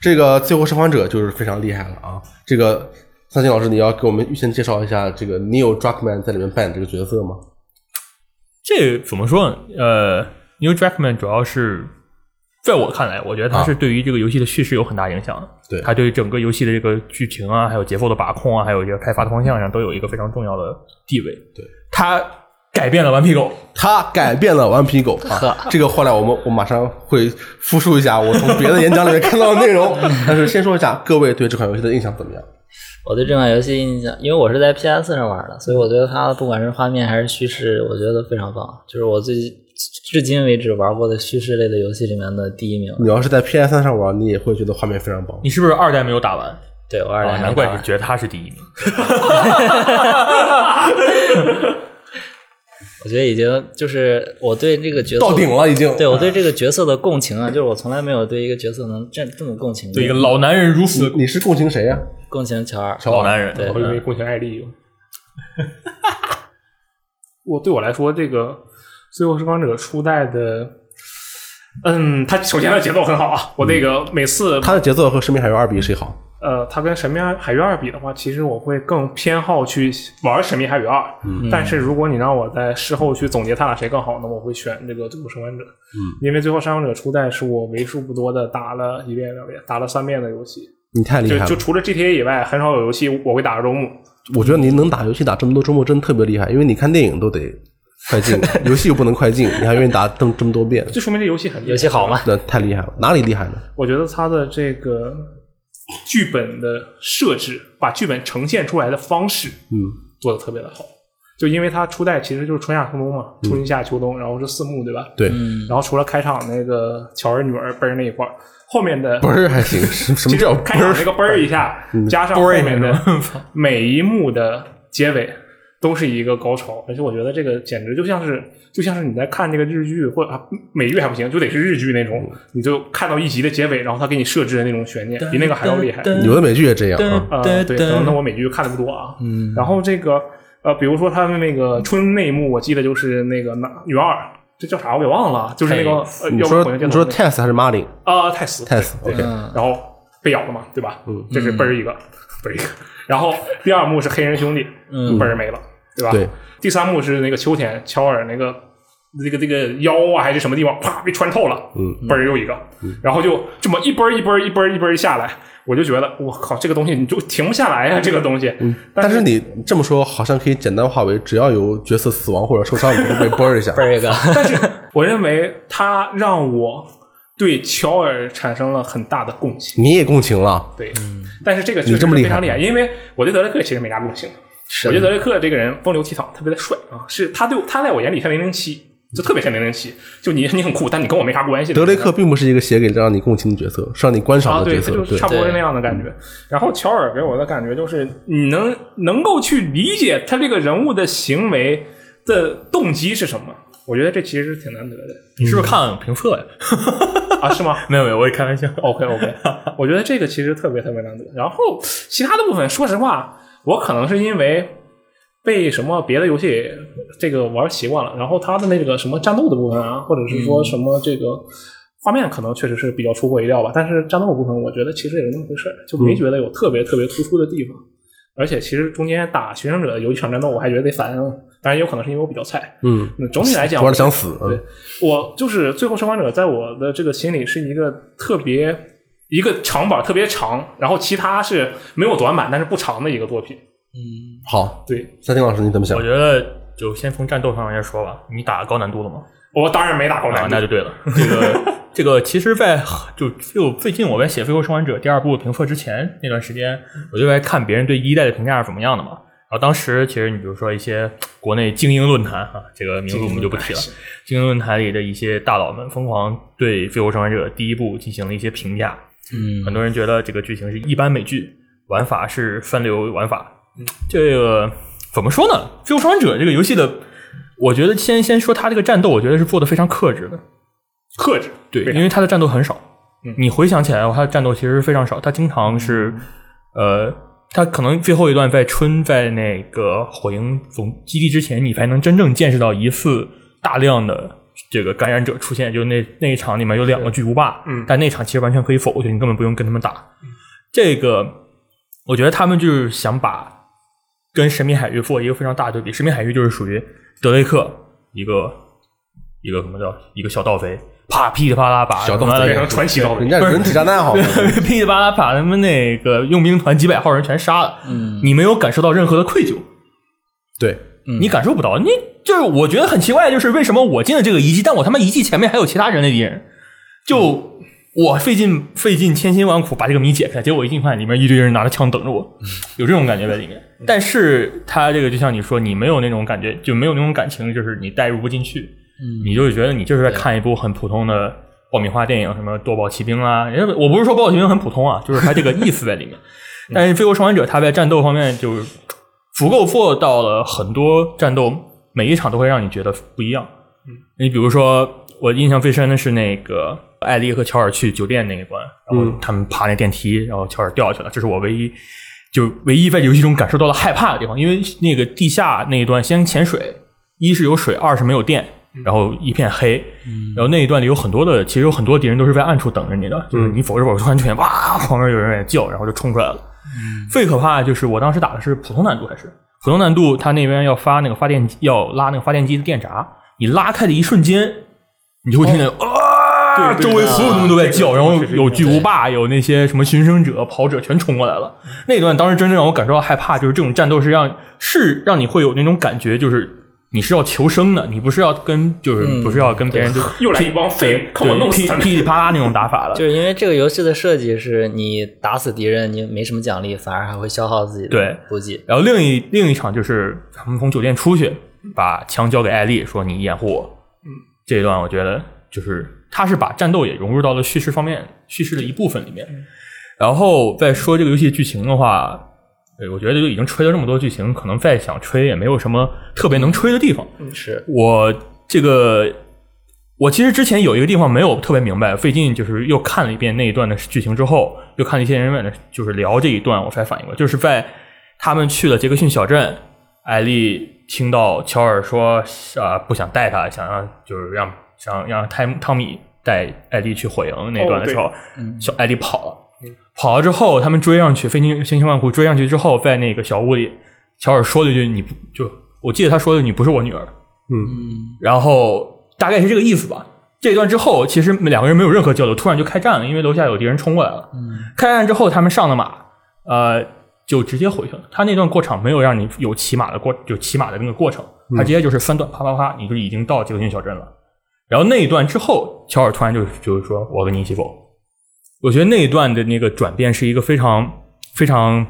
这个最后生还者就是非常厉害了啊。这个三星老师，你要给我们预先介绍一下这个 Neil Druckmann 在里面扮演这个角色吗？
这怎么说呢？呃，New Jackman 主要是在我看来，我觉得他
啊
是对于这个游戏的叙事有很大影响的。
对
他对整个游戏的这个剧情啊，还有节奏的把控啊，还有这个开发的方向上，都有一个非常重要的地位。
对，
他改变了顽皮狗，
他改变了顽皮狗啊！这个后来我们我马上会复述一下我从别的演讲里面看到的内 容，但是先说一下各位对这款游戏的印象怎么样？
我对这款游戏印象，因为我是在 PS 上玩的，所以我觉得它不管是画面还是叙事，我觉得非常棒，就是我最至今为止玩过的叙事类的游戏里面的第一名。
你要是在 PS 三上玩，你也会觉得画面非常棒。
你是不是二代没有打完？
对我二代
啊，
还
难
没
怪
打
你
完
觉得他是第一名。
我觉得已经就是我对这个角色
到顶。了已经，
对我对这个角色的共情啊，就是我从来没有对一个角色能这这么共情过。
对一个老男人如此
你你是共情谁呀、
共情乔二，
乔
老男人，
对
我以
嗯
为共情艾丽。我对我来说，这个《最后生还者》初代的，嗯，它首先它节奏很好啊。我那个每次
他的节奏和《神秘海域二》比谁好？
呃，它跟《神秘海域二》比的话，其实我会更偏好去玩《神秘海域二》。
嗯
但是如果你让我在事后去总结它俩谁更好，那我会选这个《最后生还者》。嗯，因为《最后生还者》初代是我为数不多的打了一遍、两遍、打了三遍的游戏。
你太厉
就
害
就
了！嗯
除了 GTA 以外，很少有游戏我会打个周末。
我觉得您能打游戏打这么多周末真特别厉害，因为你看电影都得快 进，游戏又不能快进，你还愿意打这么这么多遍，
这说明这游戏很厉害
游戏好吗？
那太厉害了！哪里厉害呢？
我觉得他的这个剧本的设置，把剧本呈现出来的方式
嗯，
做的特别的好。就因为它初代其实就是春夏秋冬嘛，春夏秋冬，然后是四幕对吧？
对，
嗯，
然后除了开场那个乔儿女儿嘣儿那一块儿，后面的
嘣儿还行，什什么
其实
叫嗯嘣
开场
儿
那？个嘣儿一下，加上后面的 每一幕的结尾都是一个高潮，而且我觉得这个简直就像是就像是你在看这个日剧或者啊美剧还不行，就得是日剧那种，
嗯
你就看到一集的结尾，然后他给你设置的那种悬念，比那个还要厉害。
有的美剧也这样啊。
啊、对，可能那我美剧看的不多啊。
嗯
然后这个呃，比如说他们那个春那一幕，我记得就是那个男女二，这叫啥我给忘了，就是那个呃，
你
要
说
不火箭
你
箭
说
筒
Tess 还是 Martin
那个啊，泰斯
Tess？OK，、
嗯
然后被咬了嘛，对吧？
嗯
这是嘣儿一个，嘣儿一个。然后第二幕是黑人兄弟，
嗯
嘣儿没了，对吧？
对。
第三幕是那个秋天，乔尔那个这个这个腰啊还是什么地方，啪被穿透了，
嗯，
嘣儿又一个，然后就这么一波儿一波儿一波儿一波儿一下来，我就觉得我靠，这个东西你就停不下来呀、这个东西。
但是你这么说好像可以简单化为，只要有角色死亡或者受伤，你就被 burn 一下
倍。儿一 个，
但是我认为它让我对乔尔产生了很大的共情。
你也共情了，
对，但是这个确
你
实
这么厉害
非常厉害，因为我对德雷克其实没啥共情。
是
我觉得德雷克这个人风流倜傥，特别的帅啊，是他对我他在我眼里像零零七，就特别像零零七，就你你很酷，但你跟我没啥关系。
德雷克并不是一个写给让你共情的角色，是让你观赏
啊，
的角
对，他
色。
就
对嗯
差不多是那样的感觉。然后乔尔给我的感觉就是，你能能够去理解他这个人物的行为的动机是什么。我觉得这其实是挺难得的。
你是不是看评测呀？
啊，是吗？
没有没有，我也开玩笑。
OK OK，我觉得这个其实特别特别难得。然后其他的部分，说实话，我可能是因为被什么别的游戏这个玩习惯了，然后它的那个什么战斗的部分啊，或者是说什么这个画面，可能确实是比较出乎我意料吧。但是战斗部分，我觉得其实也是那么回事儿，就没觉得有特别特别突出的地方。而且其实中间打寻生者有一场战斗，我还觉得得反应，当然也有可能是因为我比较菜。
嗯，
那总体来讲，
玩的想死，
对
嗯
我就是最后生还者，在我的这个心里是一个特别一个长板特别长，然后其他是没有短板，但是不长的一个作品。
嗯
好，
对
三丁老师你怎么想
我？觉得就先从战斗上来说吧。你打高难度了吗？
我当然没打过难
啊，
度
那就对了。这个这个，其实在，就就最近我在写《最后生还者》第二部评测之前那段时间，我就在看别人对一代的评价是怎么样的嘛。然后当时其实你比如说一些国内精英论坛啊，这个名字我们就不提
嗯
了。精英论坛里的一些大佬们疯狂对《最后生还者》第一部进行了一些评价，
嗯，
很多人觉得这个剧情是一般美剧，玩法是三流玩法。这个怎么说呢？《最后生还者》这个游戏的，我觉得先先说它这个战斗，我觉得是做的非常克制的。
克制。
对，
对啊
因为他的战斗很少
嗯。
你回想起来，他的战斗其实非常少，他经常是，呃，他可能最后一段在春在那个火营总基地之前，你才能真正见识到一次大量的这个感染者出现。就那那一场里面有两个巨无霸，
嗯
但那场其实完全可以否决，你根本不用跟他们打。这个，我觉得他们就是想把跟神秘海域做一个非常大的对比。神秘海域就是属于德雷克一个一个什么叫一个小盗贼，啪噼里啪啦把
小盗
他妈的
贼
变成传奇高
人
人，
家人体炸弹好 吗？
噼里啪啦把他们那个佣兵团几百号人全杀了，
嗯
你没有感受到任何的愧疚，
对，
你感受不到。你就是我觉得很奇怪，就是为什么我进了这个遗迹，但我他妈遗迹前面还有其他人类敌人，就我费尽费尽千辛万苦把这个谜解开，结果一进饭里面一堆人拿着枪等着我，有这种感觉在里面。但是他这个就像你说，你没有那种感觉，就没有那种感情，就是你代入不进去，你就觉得你就是在看一部很普通的。爆米花电影什么夺宝奇兵啊，人家我不是说夺宝奇兵很普通啊，就是它这个意思在里面。但是《最后生还者》它在战斗方面就是足够做到了很多战斗，每一场都会让你觉得不一样。你比如说，我印象最深的是那个艾丽和乔尔去酒店那一关，然后他们爬那电梯，然后乔尔掉下去了，这是我唯一就唯一在游戏中感受到了害怕的地方，因为那个地下那一段先潜水，一是有水，二是没有电。
嗯
然后一片黑，然后那一段里有很多的，其实有很多敌人都是在暗处等着你的，就是你走着走着突然出现，哇，旁边有人在叫，然后就冲出来了。
嗯
最可怕的就是我当时打的是普通难度还是普通难度，他那边要发那个发电机，要拉那个发电机的电闸，你拉开的一瞬间，你就会听见、啊，
哦对对
周围所有东西都在叫，
对
然后
是是
有巨无霸，有那些什么寻生者、跑者全冲过来了。那段当时真正让我感受到害怕，就是这种战斗是让是让你会有那种感觉，就是你是要求生的，你不是要跟就是
嗯
不是要跟别人就
又来一帮匪，看我
对
弄死
噼
他们！
噼里啪啦那种打法了。
就是因为这个游戏的设计是你打死敌人，你没什么奖励，反而还会消耗自己
对
的补给。
然后另一另一场就是他们从酒店出去，把枪交给艾丽，说你掩护我。嗯，这一段我觉得就是他是把战斗也融入到了叙事方面，叙事的一部分里面。然后再说这个游戏剧情的话，对我觉得就已经吹了这么多剧情，可能再想吹也没有什么特别能吹的地方。
是，
我这个，我其实之前有一个地方没有特别明白，最近就是又看了一遍那一段的剧情之后，又看了一些人们的，就是聊这一段，我才反应过来，就是在他们去了杰克逊小镇，艾丽听到乔尔说啊、不想带他，想让就是让想让汤汤米带艾丽去火营那段的时候，小艾丽跑了。跑了之后，他们追上去，飞行千辛万苦追上去之后，在那个小屋里，乔尔说了一句：“你不就我记得他说的，你不是我女儿。”
嗯
然后大概是这个意思吧。这一段之后，其实两个人没有任何交流，突然就开战了，因为楼下有敌人冲过来了。开战之后，他们上了马，呃，就直接回去了。他那段过场没有让你有骑马的过，就骑马的那个过程，他直接就是三段啪啪啪，你就已经到杰克逊小镇了。然后那一段之后，乔尔突然就就是说：“我跟你一起走。”我觉得那一段的那个转变是一个非常非常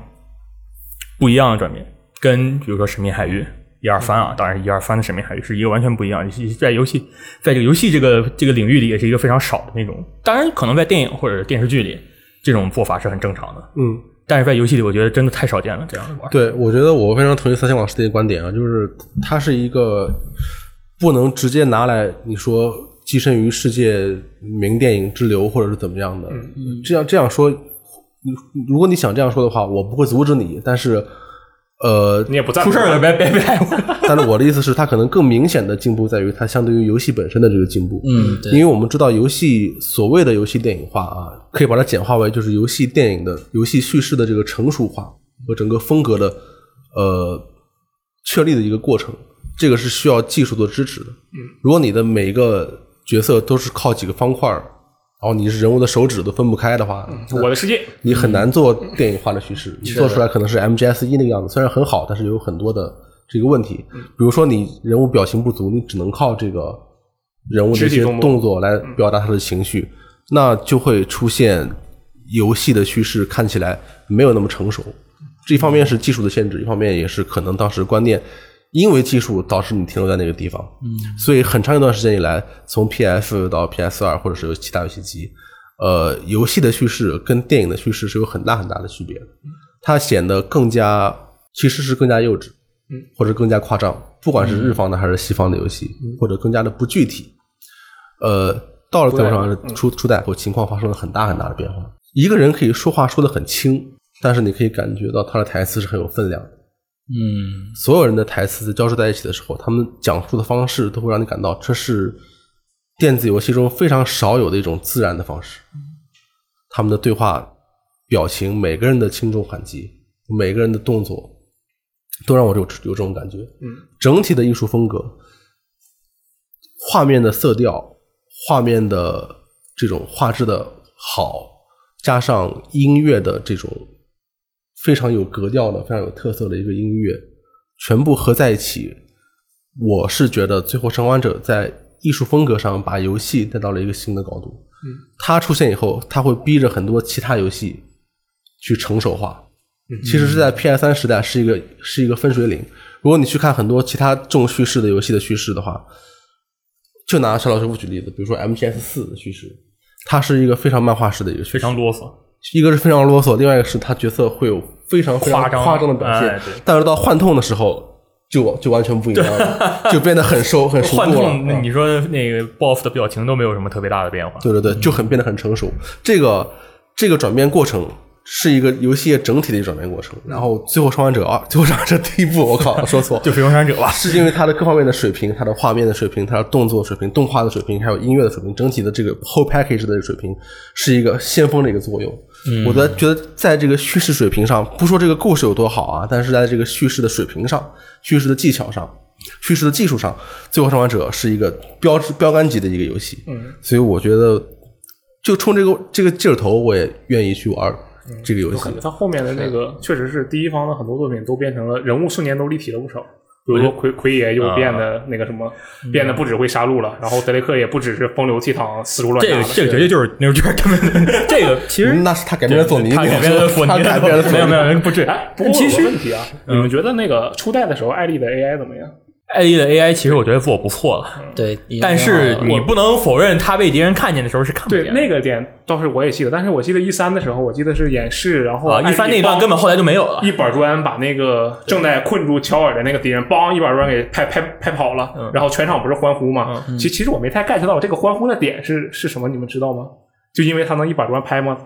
不一样的转变，跟比如说《神秘海域》一二番啊，当然一二番的《神秘海域》是一个完全不一样，是在游戏在这个游戏这个这个领域里也是一个非常少的那种。当然，可能在电影或者电视剧里，这种做法是很正常的，
嗯，
但是在游戏里，我觉得真的太少见了这样的玩儿。
对，我觉得我非常同意三星老师的一个观点啊，就是它是一个不能直接拿来你说跻身于世界名电影之流，或者是怎么样的。
嗯
这样这样说，如如果你想这样说的话，我不会阻止你，但是。呃，
你也不在乎
出事儿了，别别别害我。
但是我的意思是，它可能更明显的进步在于它相对于游戏本身的这个进步。
嗯，
因
对，
为我们知道游戏所谓的游戏电影化啊，可以把它简化为就是游戏电影的游戏叙事的这个成熟化和整个风格的呃确立的一个过程。这个是需要技术做支持的。嗯，如果你的每一个角色都是靠几个方块儿，然后你是人物的手指都分不开的话，
我的世界，
你很难做电影化的叙
嗯
事，你做出来可能是 MGS E 一那个样子，虽然很好，但是有很多的这个问题，
嗯
比如说你人物表情不足，你只能靠这个人物的一
肢体
些
动作嗯
动作来表达他的情绪，那就会出现游戏的叙事看起来没有那么成熟。这一方面是技术的限制，一方面也是可能当时观念因为技术导致你停留在那个地方。嗯，所以很长一段时间以来，从 PS 到 PS 二或者是其他游戏机，呃，游戏的叙事跟电影的叙事是有很大很大的区别的。它显得更加，其实是更加幼稚，
嗯，
或者更加夸张，不管是日方的还是西方的游戏，或者更加的不具体。呃，到了电脑上初初代后，情况发生了很大很大的变化。一个人可以说话说得很轻，但是你可以感觉到他的台词是很有分量的。
嗯
所有人的台词交织在一起的时候，他们讲述的方式都会让你感到这是电子游戏中非常少有的一种自然的方式。他们的对话、表情，每个人的轻重缓急，每个人的动作，都让我有有这种感觉。嗯，整体的艺术风格、画面的色调、画面的这种画质的好，加上音乐的这种非常有格调的、非常有特色的一个音乐，全部合在一起，我是觉得《最后生还者》在艺术风格上把游戏带到了一个新的高度。嗯，它出现以后，它会逼着很多其他游戏去成熟化。
嗯
其实是在 PS 三时代是一个是一个分水岭。如果你去看很多其他重叙事的游戏的叙事的话，就拿《沙老师傅》举例子，比如说 MGS 四的叙事，它是一个非常漫画式的一个叙事
非常啰嗦，
一个是非常啰嗦，另外一个是他角色会有非常非常
夸张
夸张的表现，
哎对
但是到幻痛的时候就就完全不一样了，就变得很熟很熟
幻
络了。
痛，那你说那个 BOSS 的表情都没有什么特别大的变化。
对对对，就很变得很成熟。这个这个转变过程是一个游戏业整体的一个转变过程。然后最后《生还者二》，最后《生还者》第一部，我靠，说错，
就《飞龙山者》吧，
是因为它的各方面的水平，它的画面的水平，它的动作水平、动画的水平，还有音乐的水平，整体的这个 whole package 的水平是一个先锋的一个作用。
嗯
我在觉得在这个叙事水平上，不说这个故事有多好啊，但是在这个叙事的水平上、叙事的技巧上、叙事的技术上，《最后生还者》是一个标志标杆级的一个游戏。嗯，所以我觉得就冲这个这个劲儿头，我也愿意去玩这个游戏。
他后面的那个确实是第一方的很多作品都变成了人物瞬间都立体了不少。比如说奎奎爷就
啊
变得那个什么，变得不只会杀戮了，然后德雷克也不只是风流倜傥、四处乱
这
杀
个
了。
这个绝对就是牛角他们 这个其实
嗯那是他改变了索尼，
他改变了索尼，
他改变了索尼，
没有没有不是
哎，不过
其
有
实
个问题啊，你们觉得那个初代的时候，艾丽的 AI 怎么样？
艾丽 E 的 AI 其实我觉得做得不错了，
嗯对，已经
但是
挺好了
你不能否认他被敌人看见的时候是看不
对，
见的。
那个点倒是我也记得，但是我记得一三的时候，我记得是演示，然后
啊，一翻那一段根
本
本后来就没有了。
一板砖把那个正在困住乔尔的那个敌人，梆一板砖给拍拍拍跑了，
嗯
然后全场不是欢呼吗？其其实我没太 get 到这个欢呼的点是是什么，你们知道吗？就因为他能一板砖拍吗？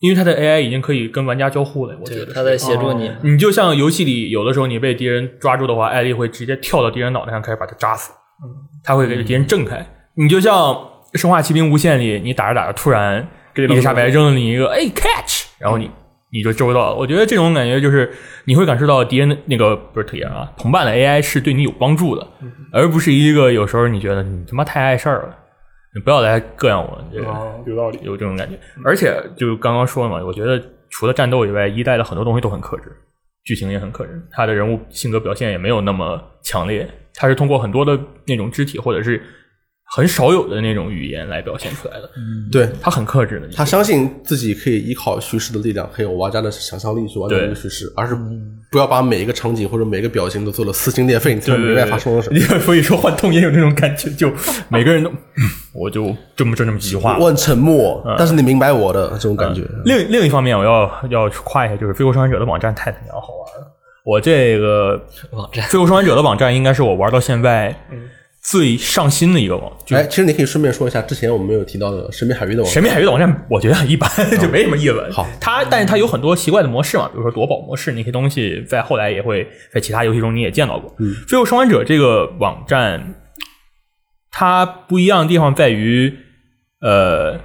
因为他的 AI 已经可以跟玩家交互了，我觉
对
得
他在协助你，
哦
你就像游戏里有的时候你被敌人抓住的话，艾丽会直接跳到敌人脑袋上开始把他扎死，他会给敌人震开。你就像《生化奇兵无限》里，你打着打着突然
给
伊
你
丽
扔
莎白扔了你一个哎 catch，然后你你就周到了。我觉得这种感觉就是你会感受到敌人的那个不是敌人啊，同伴的 AI 是对你有帮助的，而不是一个有时候你觉得你他妈太碍事儿了，你不要来膈应我，你这个。
啊，有道理。
有这种感觉。
嗯
而且就刚刚说了嘛，我觉得除了战斗以外，一代的很多东西都很克制，剧情也很克制，他的人物性格表现也没有那么强烈，他是通过很多的那种肢体或者是很少有的那种语言来表现出来的，
对，
他很克制的。
嗯他相信自己可以依靠叙事的力量，还有玩家的想象力去完成
对
一个叙事，而是不要把每一个场景或者每个表情都做的撕心裂肺，你才
对
能
对
明
对
白发生了 什么。
对所以说幻痛也有那种感觉，就每个人都， 我就这么就这么几句话。嗯
我很沉默，但是你明白我的这种感觉。嗯
另另一方面，我要要夸一下，就是《飞过生还者》的网站太他娘好玩了。我这个
网站
《最后生还者》的网站应该是我玩到现在最上心的一个网，就
哎，其实你可以顺便说一下，之前我们没有提到的神秘海域的网
神秘海域的网站，我觉得很一般， 就没什么意思。
嗯好，
它但是它有很多奇怪的模式嘛，比如说夺宝模式那些东西，在后来也会在其他游戏中你也见到过。嗯，最后生还者这个网站，它不一样的地方在于，呃，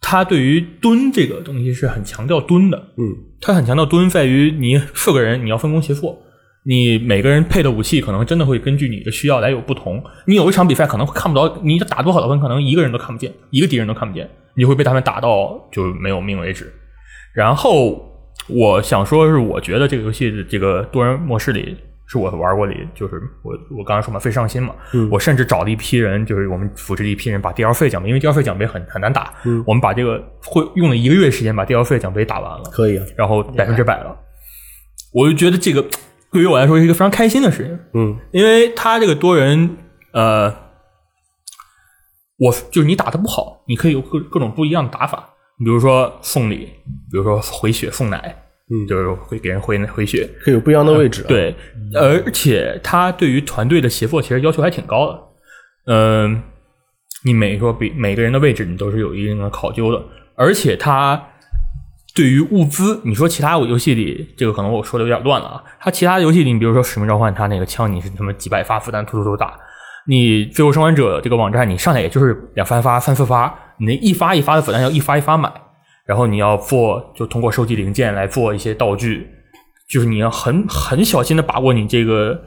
它对于蹲这个东西是很强调蹲的。
嗯，
它很强调蹲在于你四个人你要分工协作，你每个人配的武器可能真的会根据你的需要来有不同。你有一场比赛可能看不到，你打多少的分，可能一个人都看不见，一个敌人都看不见，你会被他们打到就没有命为止。然后我想说的是，我觉得这个游戏的这个多人模式里。是我玩过里，就是我我刚才说嘛，最上心嘛。我甚至找了一批人，就是我们组织了一批人把 DLC 奖杯，因为 DLC 奖杯很很难打，我们把这个会用了一个月时间把 DLC 奖杯打完了。
可以啊，
然后百分之百了。我就觉得这个对于我来说是一个非常开心的事情，
嗯，
因为他这个多人，呃，我就是你打的不好，你可以有各各种不一样的打法，你比如说送礼，比如说回血送奶，
嗯
就是会给人回回血，
可以有不一样的位置、啊，，
嗯对，而且他对于团队的协作其实要求还挺高的。嗯、你每个比每个人的位置你都是有一定的考究的，而且他对于物资，你说其他游戏里这个可能我说的有点乱了啊。他其他游戏里，你比如说《使命召唤》，他那个枪你是他妈几百发子弹突突突打，你《最后生还者》这个网站你上来也就是两三发、三四发，你那一发一发的子弹要一发一发买，然后你要做就通过收集零件来做一些道具，就是你要很很小心的把握你这个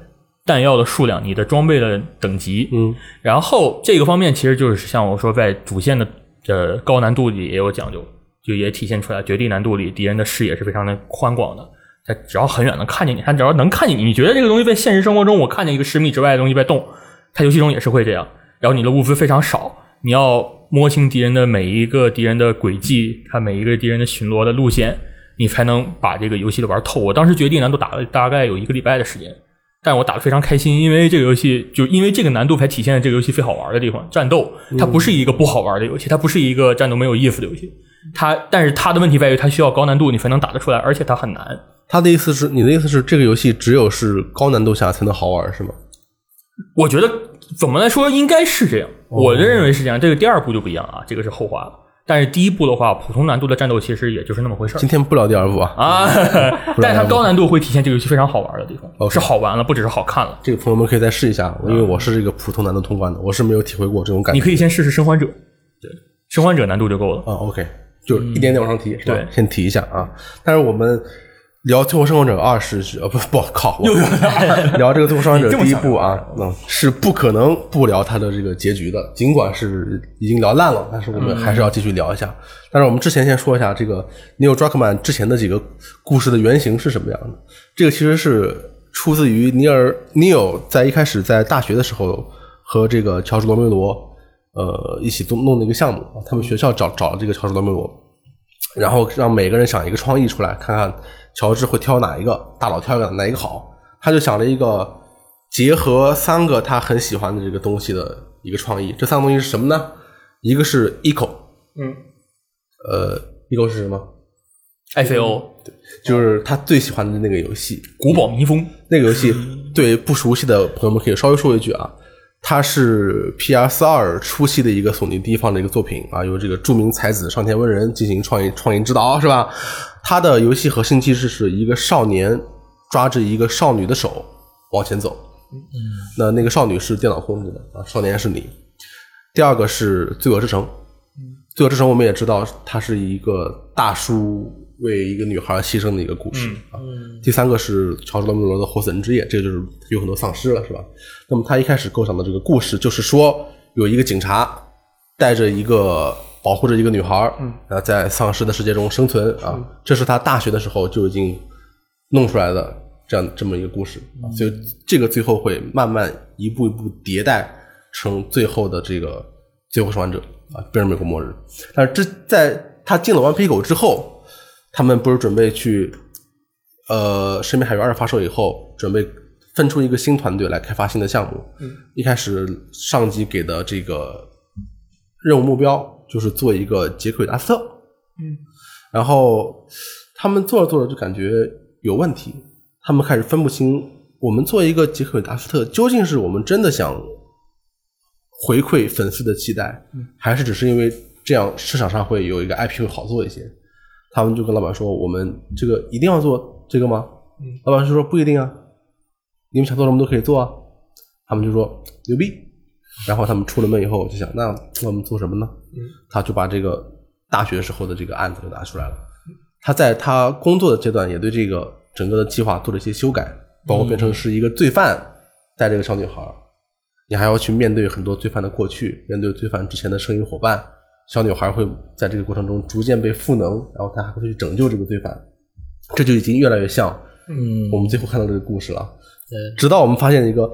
弹药的数量、你的装备的等级。
嗯，
然后这个方面其实就是像我说，在主线的呃高难度里也有讲究，就也体现出来。绝地难度里敌人的视野是非常的宽广的，他只要很远能看见你，他只要能看见你，你觉得这个东西在现实生活中我看见一个十米之外的东西在动，它游戏中也是会这样。然后你的物资非常少，你要摸清敌人的每一个敌人的轨迹，他每一个敌人的巡逻的路线，你才能把这个游戏的玩透。我当时绝地难度打了大概有一个礼拜的时间，但我打的非常开心，因为这个游戏就因为这个难度才体现了这个游戏最好玩的地方。战斗它不是一个不好玩的游戏，它不是一个战斗没有意思的游戏。它但是它的问题在于它需要高难度你才能打得出来，而且它很难。
他的意思是，你的意思是，这个游戏只有是高难度下才能好玩，是吗？
我觉得怎么来说应该是这样，
哦
我的认为是这样。这个第二步就不一样啊，这个是后话了。但是第一步的话，普通难度的战斗其实也就是那么回事儿
今天不聊第二部啊，
呃啊。 但是它高难度会体现这个游戏非常好玩的地方，
OK
是好玩了，不只是好看了。
这个朋友们可以再试一下，
嗯
因为我是这个普通难度通关的，我是没有体会过这种感
你
觉
可以先试试生还者，对，生还者难度就够了。
啊。OK，就一点点往上提，是吧
嗯对
先提一下啊。但是我们聊《最后生还者二》是呃不 不靠，我聊这个《最后生还者
你这》么
第一
想
部啊，嗯，是不可能不聊它的这个结局的，尽管是已经聊烂了，但是我
嗯
们还是要继续聊一下。但是我们之前先说一下这个 Neil Druckmann 之前的几个故事的原型是什么样的。这个其实是出自于尼尔 Neil 在一开始在大学的时候和这个乔治罗梅罗呃一起弄弄的一个项目，他们学校找找了这个乔治罗梅罗，然后让每个人想一个创意出来，看看乔治会挑哪一个，大佬挑一个哪一个好。他就想了一个结合三个他很喜欢的这个东西的一个创意。这三个东西是什么呢？一个是 eco，
嗯，
呃，eco 是什么？
F A O
就是他最喜欢的那个游戏。
古堡迷宫，
那个游戏对不熟悉的朋友们可以稍微说一句啊，它是 PS 二初期的一个索尼第一方的一个作品啊，由这个著名才子上田温人进行创意创意指导是吧？它的游戏核心机制是一个少年抓着一个少女的手往前走，那那个少女是电脑控制的啊，少年是你。第二个是《罪恶之城》，《罪恶之城》我们也知道，它是一个大叔为一个女孩牺牲的一个故事、啊。第三个是乔治·罗梅罗的《活死人之夜》，这个就是有很多丧尸了，是吧？那么他一开始构想的这个故事，就是说有一个警察带着一个保护着一个女孩，嗯，呃，在丧尸的世界中生存啊，这是他大学的时候就已经弄出来的这样这么一个故事，啊所以这个最后会慢慢一步一步迭代成最后的这个最后生还者啊，变成美国末日。但是这在他进了顽皮狗之后，他们不是准备去呃《神秘海域二》发售以后，准备分出一个新团队来开发新的项目。嗯，一开始上级给的这个任务目标就是做一个杰克与达斯特。然后他们做着做着就感觉有问题，他们开始分不清我们做一个杰克与达斯特究竟是我们真的想回馈粉丝的期待，还是只是因为这样市场上会有一个 IP 会好做一些？他们就跟老板说：“我们这个一定要做这个吗？”老板就说：“不一定啊，你们想做什么都可以做啊。”他们就说：“牛逼！”然后他们出了门以后，我就想，那我们做什么呢？他就把这个大学时候的这个案子给拿出来了。他在他工作的阶段也对这个整个的计划做了一些修改，包括变成是一个罪犯带这个小女孩儿，你还要去面对很多罪犯的过去，面对罪犯之前的生意伙伴。小女孩会在这个过程中逐渐被赋能，然后她还会去拯救这个罪犯，这就已经越来越像
嗯，
我们最后看到这个故事了。
对，
直到我们发现一个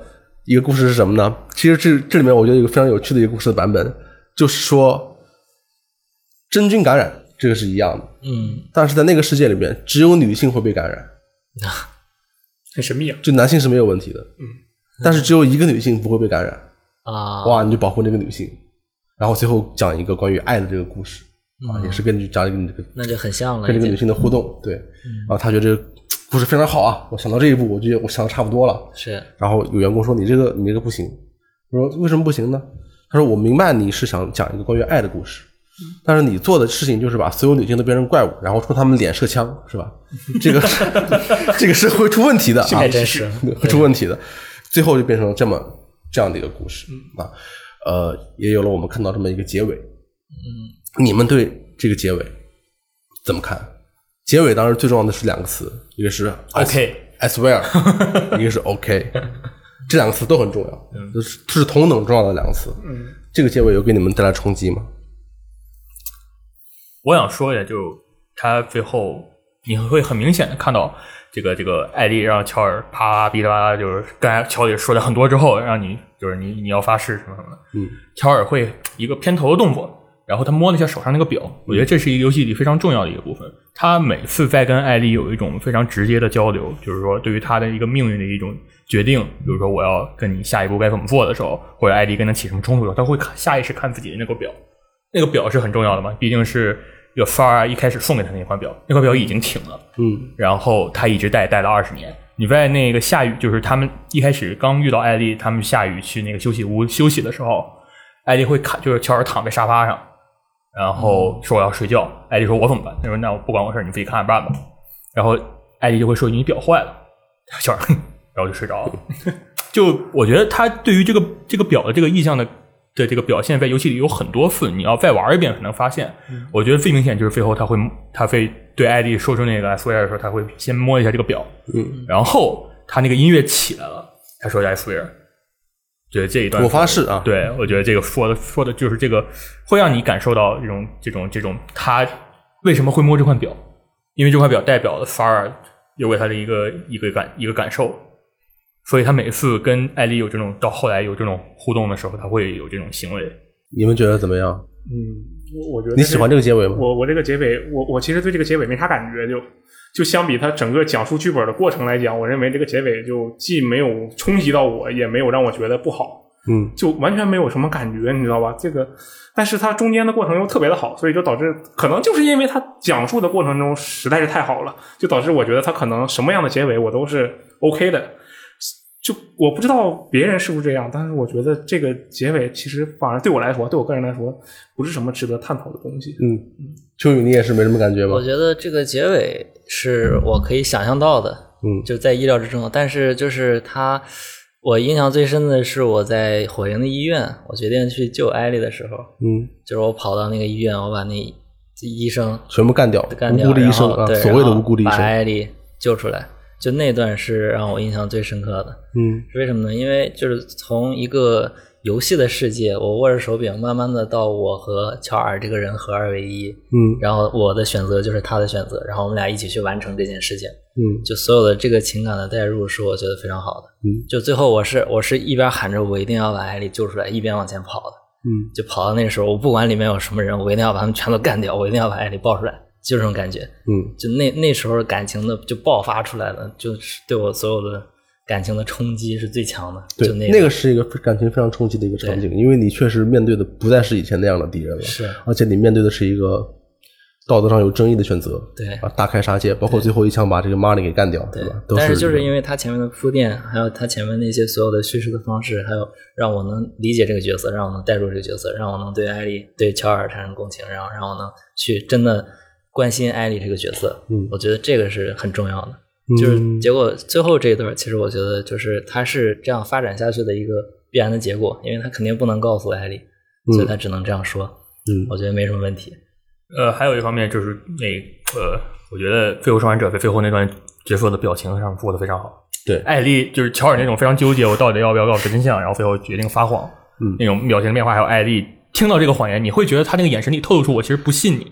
一个故事是什么呢？其实这这里面我觉得有一个非常有趣的一个故事的版本，就是说真菌感染这个是一样的，
嗯，
但是在那个世界里面，只有女性会被感染，
很神秘啊。
就男性是没有问题的。嗯，但是只有一个女性不会被感染，
啊，
哇，你就保护那个女性，然后最后讲一个关于爱的这个故事啊，也是根据讲一个这个
那就很像了
跟这
已
个
经，
女性的互动，对，然后他觉得这个故事非常好啊，我想到这一步，我就我想的差不多了。
是，
然后有员工说你这个你这个不行，我说为什么不行呢？他说我明白你是想讲一个关于爱的故事，但是你做的事情就是把所有女性都变成怪物，然后冲他们脸射枪，是吧？ 这个这个是会出问题的啊，
太真实了，
会出问题的。最后就变成了这么这样的一个故事啊，呃，也有了我们看到这么一个结尾。嗯，你们对这个结尾怎么看？结尾当然最重要的是两个词，一个是
OK
I swear，一个是 OK，这两个词都很重要，
嗯
就是是同等重要的两个词。嗯，这个结尾有给你们带来冲击吗？
我想说的就他最后你会很明显的看到这个这个艾丽让乔尔啪哔哩吧啦，就是刚才乔姐说的很多之后，让你就是你你要发誓什么什么的，
嗯，
乔尔会一个片头的动作。然后他摸了一下手上那个表，我觉得这是一个游戏里非常重要的一个部分。他每次在跟艾丽有一种非常直接的交流，就是说对于他的一个命运的一种决定，比如说我要跟你下一步该怎么做的时候，或者艾丽跟他起什么冲突的时候，他会看下意识看自己的那个表，那个表是很重要的嘛，毕竟是有范儿啊一开始送给他那块表，那块表已经停了，
嗯，
然后他一直戴戴了二十年。你在那个下雨，就是他们一开始刚遇到艾丽，他们下雨去那个休息屋休息的时候，艾丽会看，就是乔尔躺在沙发上，然后说我要睡觉。艾丽说我怎么办？他说那我不管我事儿，你自己看着办吧。然后艾丽就会说你表坏了，乔尔， 哼然后就睡着了。就我觉得他对于这个这个表的这个意象的的这个表现，在游戏里有很多次，你要再玩一遍才能发现。我觉得最明显就是最后他会他会对艾丽说出那个 I swear 的时候，他会先摸一下这个表，
嗯，
然后他那个音乐起来了，他说 I swear。觉得这一段
我发誓啊，，
对，我觉得这个说的说的就是这个，会让你感受到这种这种这种他为什么会摸这块表，因为这块表代表了法尔留给他的一个一个感一个感受，所以他每次跟艾丽有这种到后来有这种互动的时候，他会有这种行为。
你们觉得怎么样？
嗯，我我觉得
你喜欢这个结尾吗？
我我这个结尾，我我其实对这个结尾没啥感觉，就就相比它整个讲述剧本的过程来讲，我认为这个结尾就既没有冲击到我，也没有让我觉得不好，
嗯，
就完全没有什么感觉，你知道吧？这个，但是它中间的过程又特别的好，所以就导致可能就是因为它讲述的过程中实在是太好了，就导致我觉得它可能什么样的结尾我都是 OK 的。就我不知道别人是不是这样，但是我觉得这个结尾其实反而对我来说，对我个人来说，不是什么值得探讨的东西。
嗯，秋雨你也是没什么感觉吗
我？觉得这个结尾是我可以想象到的，
嗯
就在意料之中的。但是就是他，我印象最深的是我在火营的医院，我决定去救艾丽的时候，
嗯，
就是我跑到那个医院，我把那医生
全部干掉，
干
无
掉，
辜的医
然
生
后
啊，
对
所谓的无辜的医
然后把
生。
艾丽救出来，就那段是让我印象最深刻的。
嗯
是为什么呢？因为就是从一个游戏的世界，我握着手柄，慢慢的到我和乔尔这个人合二为一，
嗯
然后我的选择就是他的选择，然后我们俩一起去完成这件事情。
嗯
就所有的这个情感的代入是我觉得非常好的。
嗯
就最后我是我是一边喊着我一定要把艾丽救出来，一边往前跑的。
嗯
就跑到那个时候，我不管里面有什么人，我一定要把他们全都干掉，我一定要把艾丽抱出来，就这种感觉。
嗯，
就那那时候感情的就爆发出来了，就是对我所有的感情的冲击是最强的。
对
就，那
那个是一个感情非常冲击的一个场景，因为你确实面对的不再是以前那样的敌人了，
是
而且你面对的是一个道德上有争议的选择，
对
啊，大开杀戒，包括最后一枪把这个 Marley 给干掉，对吧？都
但
是
是就是因
为
为它前面的铺垫，还有它前面那些所有的叙事的方式，还有让我能理解这个角色，让我能代入这个角色，让我能对艾莉、对乔尔产生共情，然后让我能去真的关心艾莉这个角色。
嗯
我觉得这个是很重要的。就是结果最后这一段，其实我觉得就是它是这样发展下去的一个必然的结果，因为他肯定不能告诉艾莉，所以他只能这样说。
嗯
我觉得没什么问题。
呃，还有一方面就是那呃，我觉得《最后生还者》最后那段角色的表情上做的非常好。
对
艾丽就是乔尔那种非常纠结，我到底要不要告诉真相，然后最后决定撒谎，
嗯
那种表情的变化，还有艾丽听到这个谎言，你会觉得他那个眼神里透露出我其实不信你，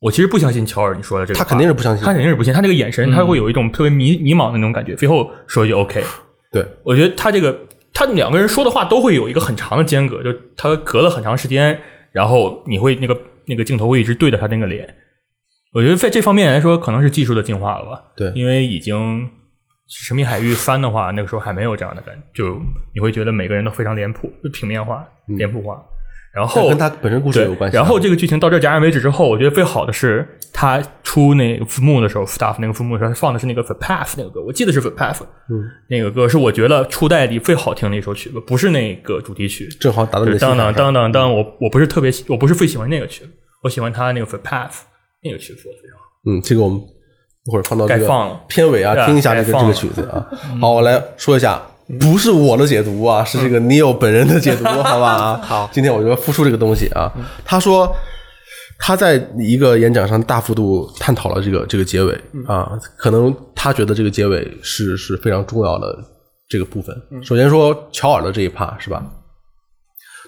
我其实不相信乔尔你说的这个
他
话，
肯定是不相信嗯
他，肯定是不信，他那个眼神他会有一种特别迷迷茫的那种感觉，最后说一句 OK，
对，
我觉得他这个他们两个人说的话都会有一个很长的间隔，就他隔了很长时间，然后你会那个那个镜头会一直对着他那个脸。我觉得在这方面来说，可能是技术的进化了吧。
对
因为已经《神秘海域三》的话，那个时候还没有这样的感觉，就你会觉得每个人都非常脸谱，就平面化、脸谱化。然
这嗯
后
跟他本身故事
对，
有关系。
然后这个剧情到这戛然为止之后，我觉得最好的是他出那个字幕的时候，staff 那个字幕的时候，他放的是那个 The Path 那个歌，我记得是 The Path，嗯，那个歌是我觉得初代里最好听的一首曲子，不是那个主题曲，
正好达到你
对，
的
当
心坎
当
上
当当当，我我不是特别喜，我不是最喜欢那个曲子，我喜欢他那个 The Path 那个曲子做得非常好。
嗯，这个我们一会儿放到这
该放了
个片尾
对
啊，
啊
听一下这个这
该放
个
了嗯
曲子啊。好，我来说一下，不是我的解读啊，是这个 Neo 本人的解读，好吧？啊，好，今天我就要复述这个东西啊。
嗯
他说。他在一个演讲上大幅度探讨了这个这个结尾
嗯
啊，可能他觉得这个结尾是是非常重要的这个部分。
嗯
首先说乔尔的这一趴是吧？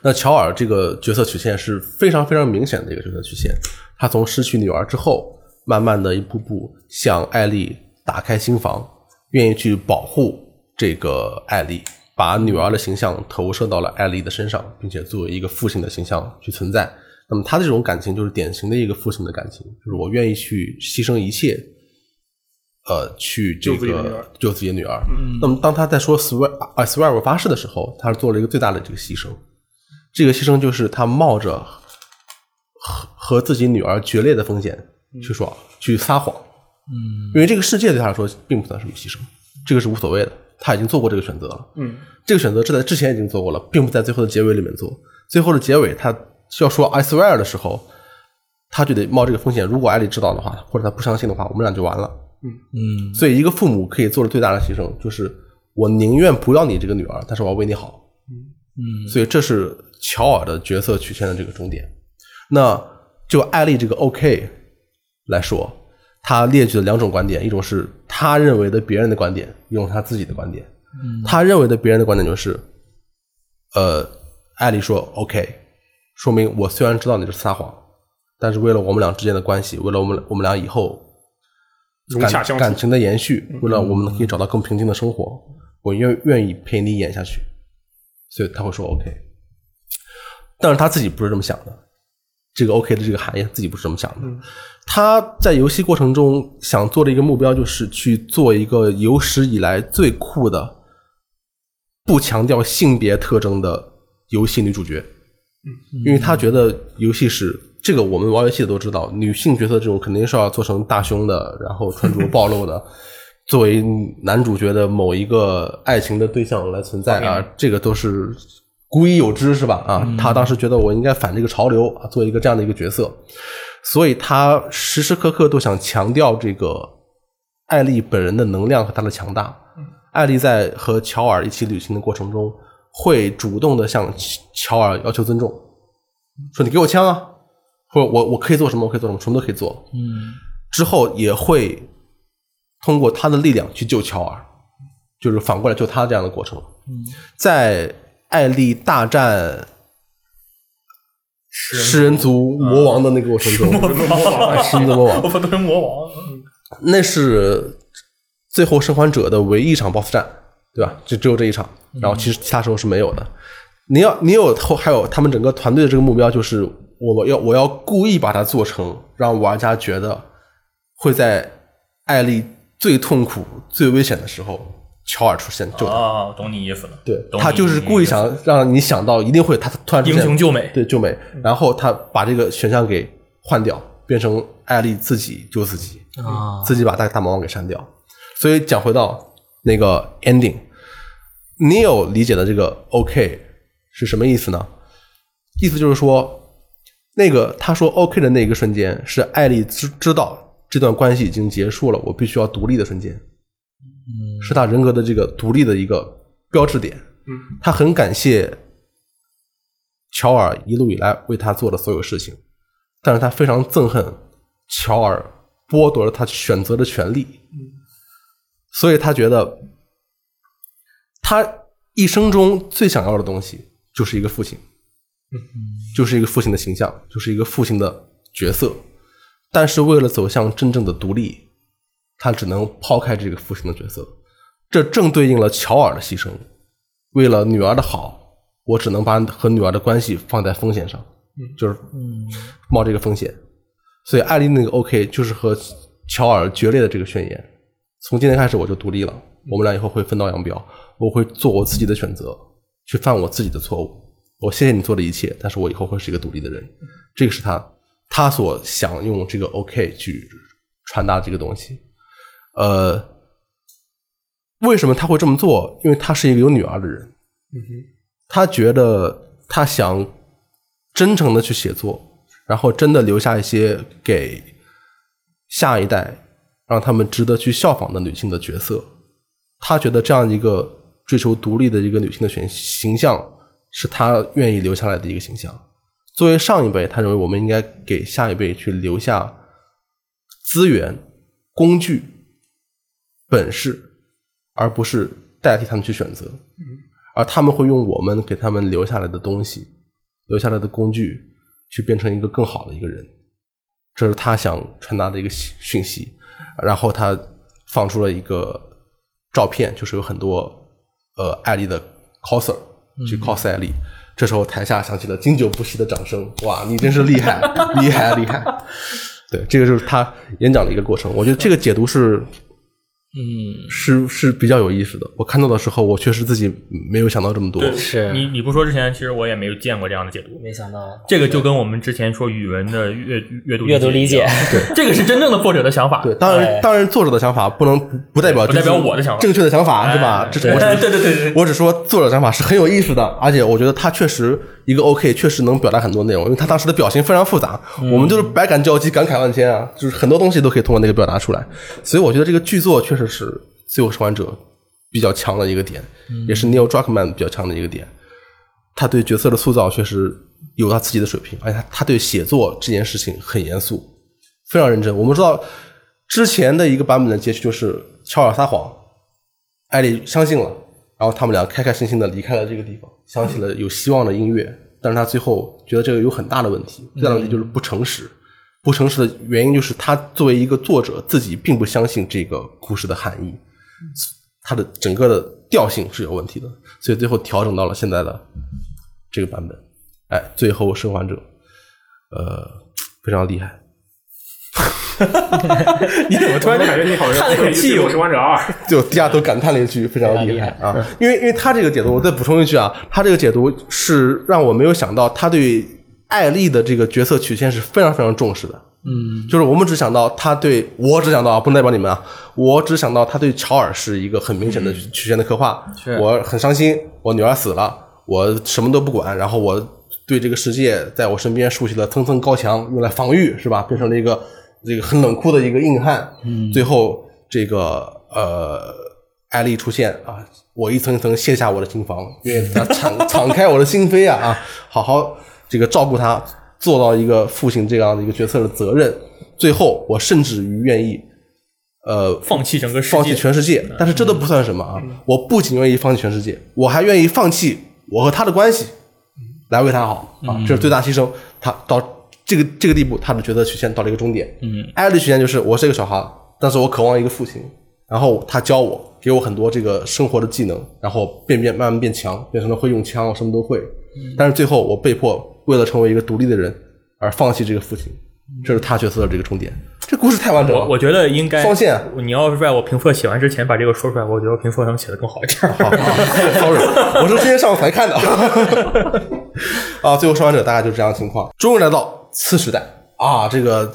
那乔尔这个角色曲线是非常非常明显的一个角色曲线。他从失去女儿之后，慢慢的一步步向艾丽打开心房，愿意去保护这个艾丽，把女儿的形象投射到了艾丽的身上，并且作为一个父亲的形象去存在。那么他的这种感情就是典型的一个父亲的感情，就是我愿意去牺牲一切，呃，去这
救自己的女
个
儿
救自己的女儿。
嗯
那么当他在说 swear 啊 swear 发誓的时候，他是做了一个最大的这个牺牲。这个牺牲就是他冒着和和自己女儿决裂的风险去说、去撒谎，嗯，因为这个世界对他来说并不算什么牺牲，这个是无所谓的，他已经做过这个选择了，
嗯，
这个选择是在之前已经做过了，并不在最后的结尾里面做。最后的结尾，他要说 I swear 的时候，他就得冒这个风险。如果艾丽知道的话，或者他不相信的话，我们俩就完了。
嗯
所以，一个父母可以做的最大的牺牲就是，我宁愿不要你这个女儿，但是我要为你好。
嗯
所以这是乔尔的角色曲线的这个终点。那就艾丽这个 OK 来说，他列举了两种观点，一种是他认为的别人的观点，一种是他自己的观点。他认为的别人的观点就是，呃，艾丽说 OK，说明我虽然知道你是撒谎，但是为了我们俩之间的关系，为了我们我们俩以后
融洽
感
相
感
处，
情的延续，为了我们可以找到更平静的生活，我愿愿意陪你演下去，所以他会说 OK。但是他自己不是这么想的，这个 OK 的这个含义自己不是这么想的。他在游戏过程中想做的一个目标就是去做一个有史以来最酷的、不强调性别特征的游戏女主角。因为他觉得游戏是这个，我们玩游戏的都知道，女性角色这种肯定是要做成大胸的，然后穿着暴露的，作为男主角的某一个爱情的对象来存在啊，这个都是古已有之，是吧？啊，他当时觉得我应该反这个潮流啊，做一个这样的一个角色，所以他时时刻刻都想强调这个艾丽本人的能量和她的强大。艾丽在和乔尔一起旅行的过程中，会主动的向乔尔要求尊重，说你给我枪啊，或者我我可以做什么，我可以做什么，什么都可以做。
嗯
之后也会通过他的力量去救乔尔，就是反过来救他这样的过程。在艾丽大战食人族魔王的那个过程中， 食人族魔王
我都是 魔王，
那是最后生还者的唯一一场 BOSS 战，对吧？就只有这一场，然后其实其他时候是没有的。你要你有后还有他们整个团队的这个目标就是，我要我要故意把它做成让玩家觉得会在艾丽最痛苦、最危险的时候，乔尔出现救他。
啊，懂你意思了。
对
懂你
他就是故意
意
想让你想到一定会他突然出
思
现
英雄救美，
对救美，然后他把这个选项给换掉，变成艾丽自己救自己，
啊，
自己把大大魔王给删掉。所以讲回到那个 ending，你有理解的这个 OK 是什么意思呢？意思就是说，那个他说 OK 的那一个瞬间，是艾丽知知道这段关系已经结束了，我必须要独立的瞬间，是他人格的这个独立的一个标志点。
嗯，
他很感谢乔尔一路以来为他做的所有事情，但是他非常憎恨乔尔剥夺了他选择的权利，所以他觉得他一生中最想要的东西就是一个父亲，就是一个父亲的形象，就是一个父亲的角色。但是为了走向真正的独立，他只能抛开这个父亲的角色，这正对应了乔尔的牺牲。为了女儿的好，我只能把和女儿的关系放在风险上，就是冒这个风险。所以艾丽那个 OK 就是和乔尔决裂的这个宣言。从今天开始我就独立了，我们俩以后会分道扬镳，我会做我自己的选择，去犯我自己的错误。我谢谢你做的一切，但是我以后会是一个独立的人。这个是他他所想用这个 OK 去传达这个东西。呃，为什么他会这么做？因为他是一个有女儿的人，他觉得他想真诚的去写作，然后真的留下一些给下一代，让他们值得去效仿的女性的角色。他觉得这样一个追求独立的一个女性的选形象，是他愿意留下来的一个形象。作为上一辈，他认为我们应该给下一辈去留下资源、工具、本事，而不是代替他们去选择。而他们会用我们给他们留下来的东西、留下来的工具，去变成一个更好的一个人。这是他想传达的一个信讯息。然后他放出了一个照片，就是有很多呃艾丽的 coser 去 cos 艾丽。这时候台下响起了经久不息的掌声，哇，你真是厉害，厉害，厉害！对，这个就是他演讲的一个过程。我觉得这个解读是
嗯，
是是比较有意思的。我看到的时候，我确实自己没有想到这么多。
是
你你不说之前，其实我也没有见过这样的解读。
没想到，
这个就跟我们之前说语文的阅阅读
阅读理解
一样， 这个是真正的作者的想法。哎
对，当然，当然，作者的想法不能不不代表
不代表
就是
我的想法
正确的想法是吧
哎？
这
对
我只
对对对对
我只说作者想法是很有意思的，而且我觉得他确实一个 OK，确实能表达很多内容，因为他当时的表情非常复杂，
嗯
我们就是百感交集，感慨万千啊，就是很多东西都可以通过那个表达出来。所以我觉得这个剧作确实是《自由生还者》比较强的一个点，
嗯
也是 Neil Druckmann 比较强的一个点。他对角色的塑造确实有他自己的水平，而且他他对写作这件事情很严肃，非常认真。我们知道之前的一个版本的结局就是乔尔撒谎，艾丽相信了，然后他们俩开开心心的离开了这个地方，想起了有希望的音乐，但是他最后觉得这个有很大的问题，最大的问题就是不诚实。不诚实的原因就是他作为一个作者自己并不相信这个故事的含义，它的整个的调性是有问题的，所以最后调整到了现在的这个版本。哎，最后生还者，呃，非常厉害。
你怎么嗯突然就感觉你好像
叹了口气
我是王者 二，
就大家都感叹了一句非常厉害啊！因为因为他这个解读，我再补充一句啊，他这个解读是让我没有想到，他对艾丽的这个角色曲线是非常非常重视的。嗯，就是我们只想到他对我只想到啊，不能代表你们啊，我只想到他对乔尔是一个很明显的曲线的刻画。
是
我很伤心，我女儿死了，我什么都不管，然后我对这个世界在我身边竖起了层层高墙，用来防御，是吧？变成了一个这个很冷酷的一个硬汉。嗯，最后这个呃，艾丽出现啊，我一层一层卸下我的心防，愿意给他敞敞开我的心扉啊 啊，好好这个照顾他，做到一个父亲这样的一个角色的责任。最后，我甚至于愿意。呃，
放弃整个世界嗯
放弃全世界。但是这都不算什么啊！我不仅愿意放弃全世界，我还愿意放弃我和他的关系，
嗯
来为他好啊！这是最大牺牲。他到这个这个地步，他的角色曲线到了一个终点。嗯，艾丽曲线就是我是一个小孩，但是我渴望一个父亲，然后他教我，给我很多这个生活的技能，然后变变慢慢变强，变成了会用枪，啊我什么都会。
嗯
但是最后我被迫为了成为一个独立的人而放弃这个父亲。这是他角色的这个终点，这故事太完整了。
嗯我我觉得应该
双线啊
你要是在我评测写完之前把这个说出来，我觉得评测能写的更好一点。
好好好 sorry，我是今天上午才看的。啊，最后生还者大概就这样的情况。终于来到次时代啊，这个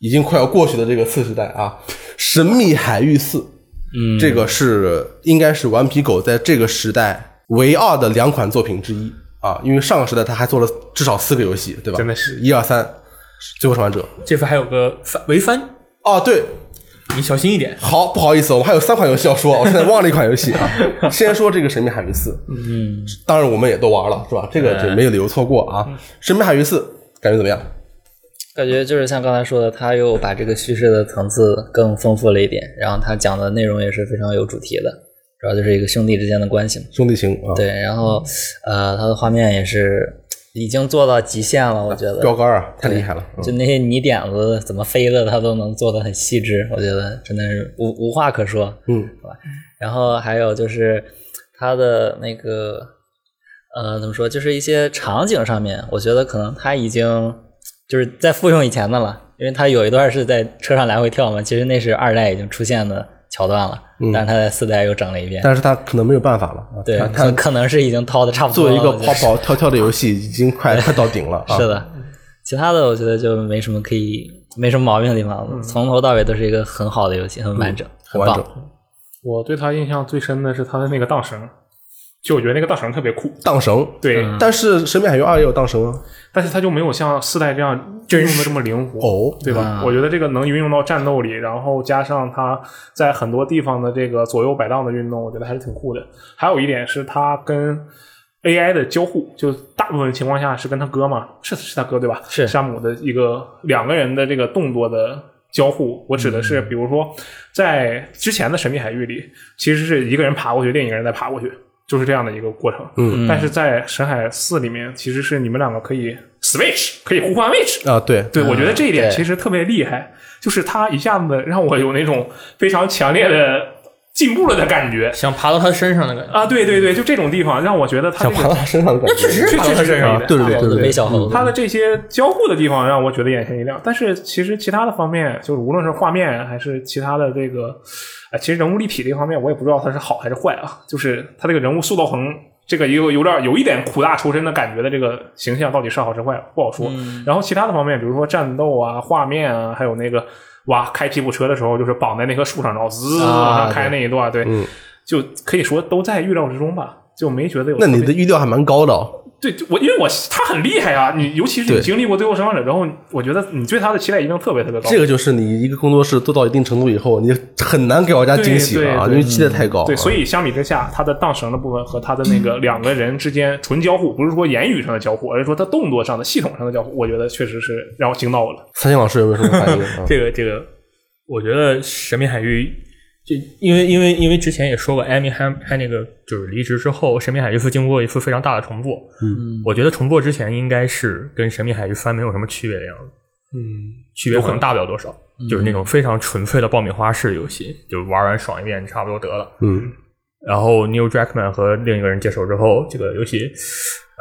已经快要过去的这个次时代啊，《神秘海域四》，嗯，这个是应该是顽皮狗在这个时代唯二的两款作品之一啊，因为上个时代他还做了至少四个游戏，对吧？
真的是
一二三，最后生还者。
这番还有个翻为翻，
哦，对，
你小心一点。
好，不好意思，我们还有三款游戏要说，我 现在忘了一款游戏啊。先说这个《神秘海域四》，嗯，当然我们也都玩了，是吧？这个就没有理由错过啊。神秘海域四》感觉怎么样？
感觉就是像刚才说的，他又把这个叙事的层次更丰富了一点，然后他讲的内容也是非常有主题的，主要就是一个兄弟之间的关系嘛。
兄弟情啊，
对，然后呃，它的画面也是已经做到极限了，我觉得。
标杆啊，太厉害了。嗯
就那些泥点子怎么飞的，它都能做的很细致，我觉得真的是无无话可说。
嗯，
然后还有就是它的那个呃，怎么说，就是一些场景上面，我觉得可能它已经就是在复用以前的了，因为它有一段是在车上来回跳嘛，其实那是二代已经出现的桥段了，但是它在四代又整了一遍。
嗯但是他可能没有办法了啊。
对，
他
可
他
可能是已经掏的差不
作
多
为一
了。
个
我觉
跑跑
得
跳跳的游戏，已经快快到顶了啊。
是，的，其他的我觉得就没什么可以没什么毛病的地方了，从头到尾都是一个很好的游戏，很完整，
很
棒
嗯完整。
我对他印象最深的是他的那个荡绳，就我觉得那个荡绳特别酷，
荡绳，
对，
但是《神秘海域二》也有荡绳啊。
但是他就没有像四代这样运用的这么灵活，
哦
对吧？我觉得这个能运用到战斗里，然后加上他在很多地方的这个左右摆荡的运动，我觉得还是挺酷的。还有一点是他跟 AI 的交互，就大部分情况下是跟他哥嘛，是是他哥对吧？
是
山姆的一个两个人的这个动作的交互。我指的是，比如说在之前的神秘海域里，其实是一个人爬过去，另一个人再爬过去。就是这样的一个过程，嗯，但是在神海四里面，其实是你们两个可以 switch，可以互换位置，
啊，对，
对，我觉得这一点
对
其实特别厉害，就是他一下子让我有那种非常强烈的进步了的感觉
想爬到他身上的感觉。
啊！对对对，就这种地方让我觉得他
想
这
爬到
个
他身上的感觉。
确
爬到
确
他
实
身
是
上
啊
有一，点
对对对
猴子
对
微
对，
小猴子，
他的这些交互的地方让我觉得眼前一亮，但是其实其他的方面，就是无论是画面还是其他的这个，呃，其实人物立体这方面，我也不知道它是好还是坏啊。 就是他这个人物塑造成这个有有点有一点苦大仇深的感觉的这个形象，到底是好是坏不好说。
嗯
然后其他的方面，比如说战斗啊、画面啊，还有那个哇，开吉普车的时候就是绑在那棵树上，然后滋往
啊
上开那一段，对，
嗯
就可以说都在预料之中吧。就没觉得有
那
特
你
别
的预料还蛮高的哦。
对就我，因为我他很厉害啊！你尤其是
对
你经历过《最后生还者》之后，我觉得你对他的期待一定特别特别高。
这个就是你一个工作室做到一定程度以后，你很难给玩家惊喜了啊，
对对
因为期待太高。
对，所以相比之下，他的荡绳的部分和他的 那个两个人之间纯交互，不是说言语上的交互，而是说他动作上的、系统上的交互，我觉得确实是让我惊到我了。
三星老师有没有什么反应？ 啊
这个这个，我觉得《神秘海域》就因为因为因为之前也说过，艾米汉汉那个就是离职之后，《神秘海域》是经过一次非常大的重做。嗯，我觉得重做之前应该是跟《神秘海域三》没有什么区别的样子。嗯，区别可能大嗯不了多少，就是那种非常纯粹的爆米花式游戏，就玩完爽一遍差不多得了。
嗯，
然后 Neil Druckmann 和另一个人接手之后，这个游戏，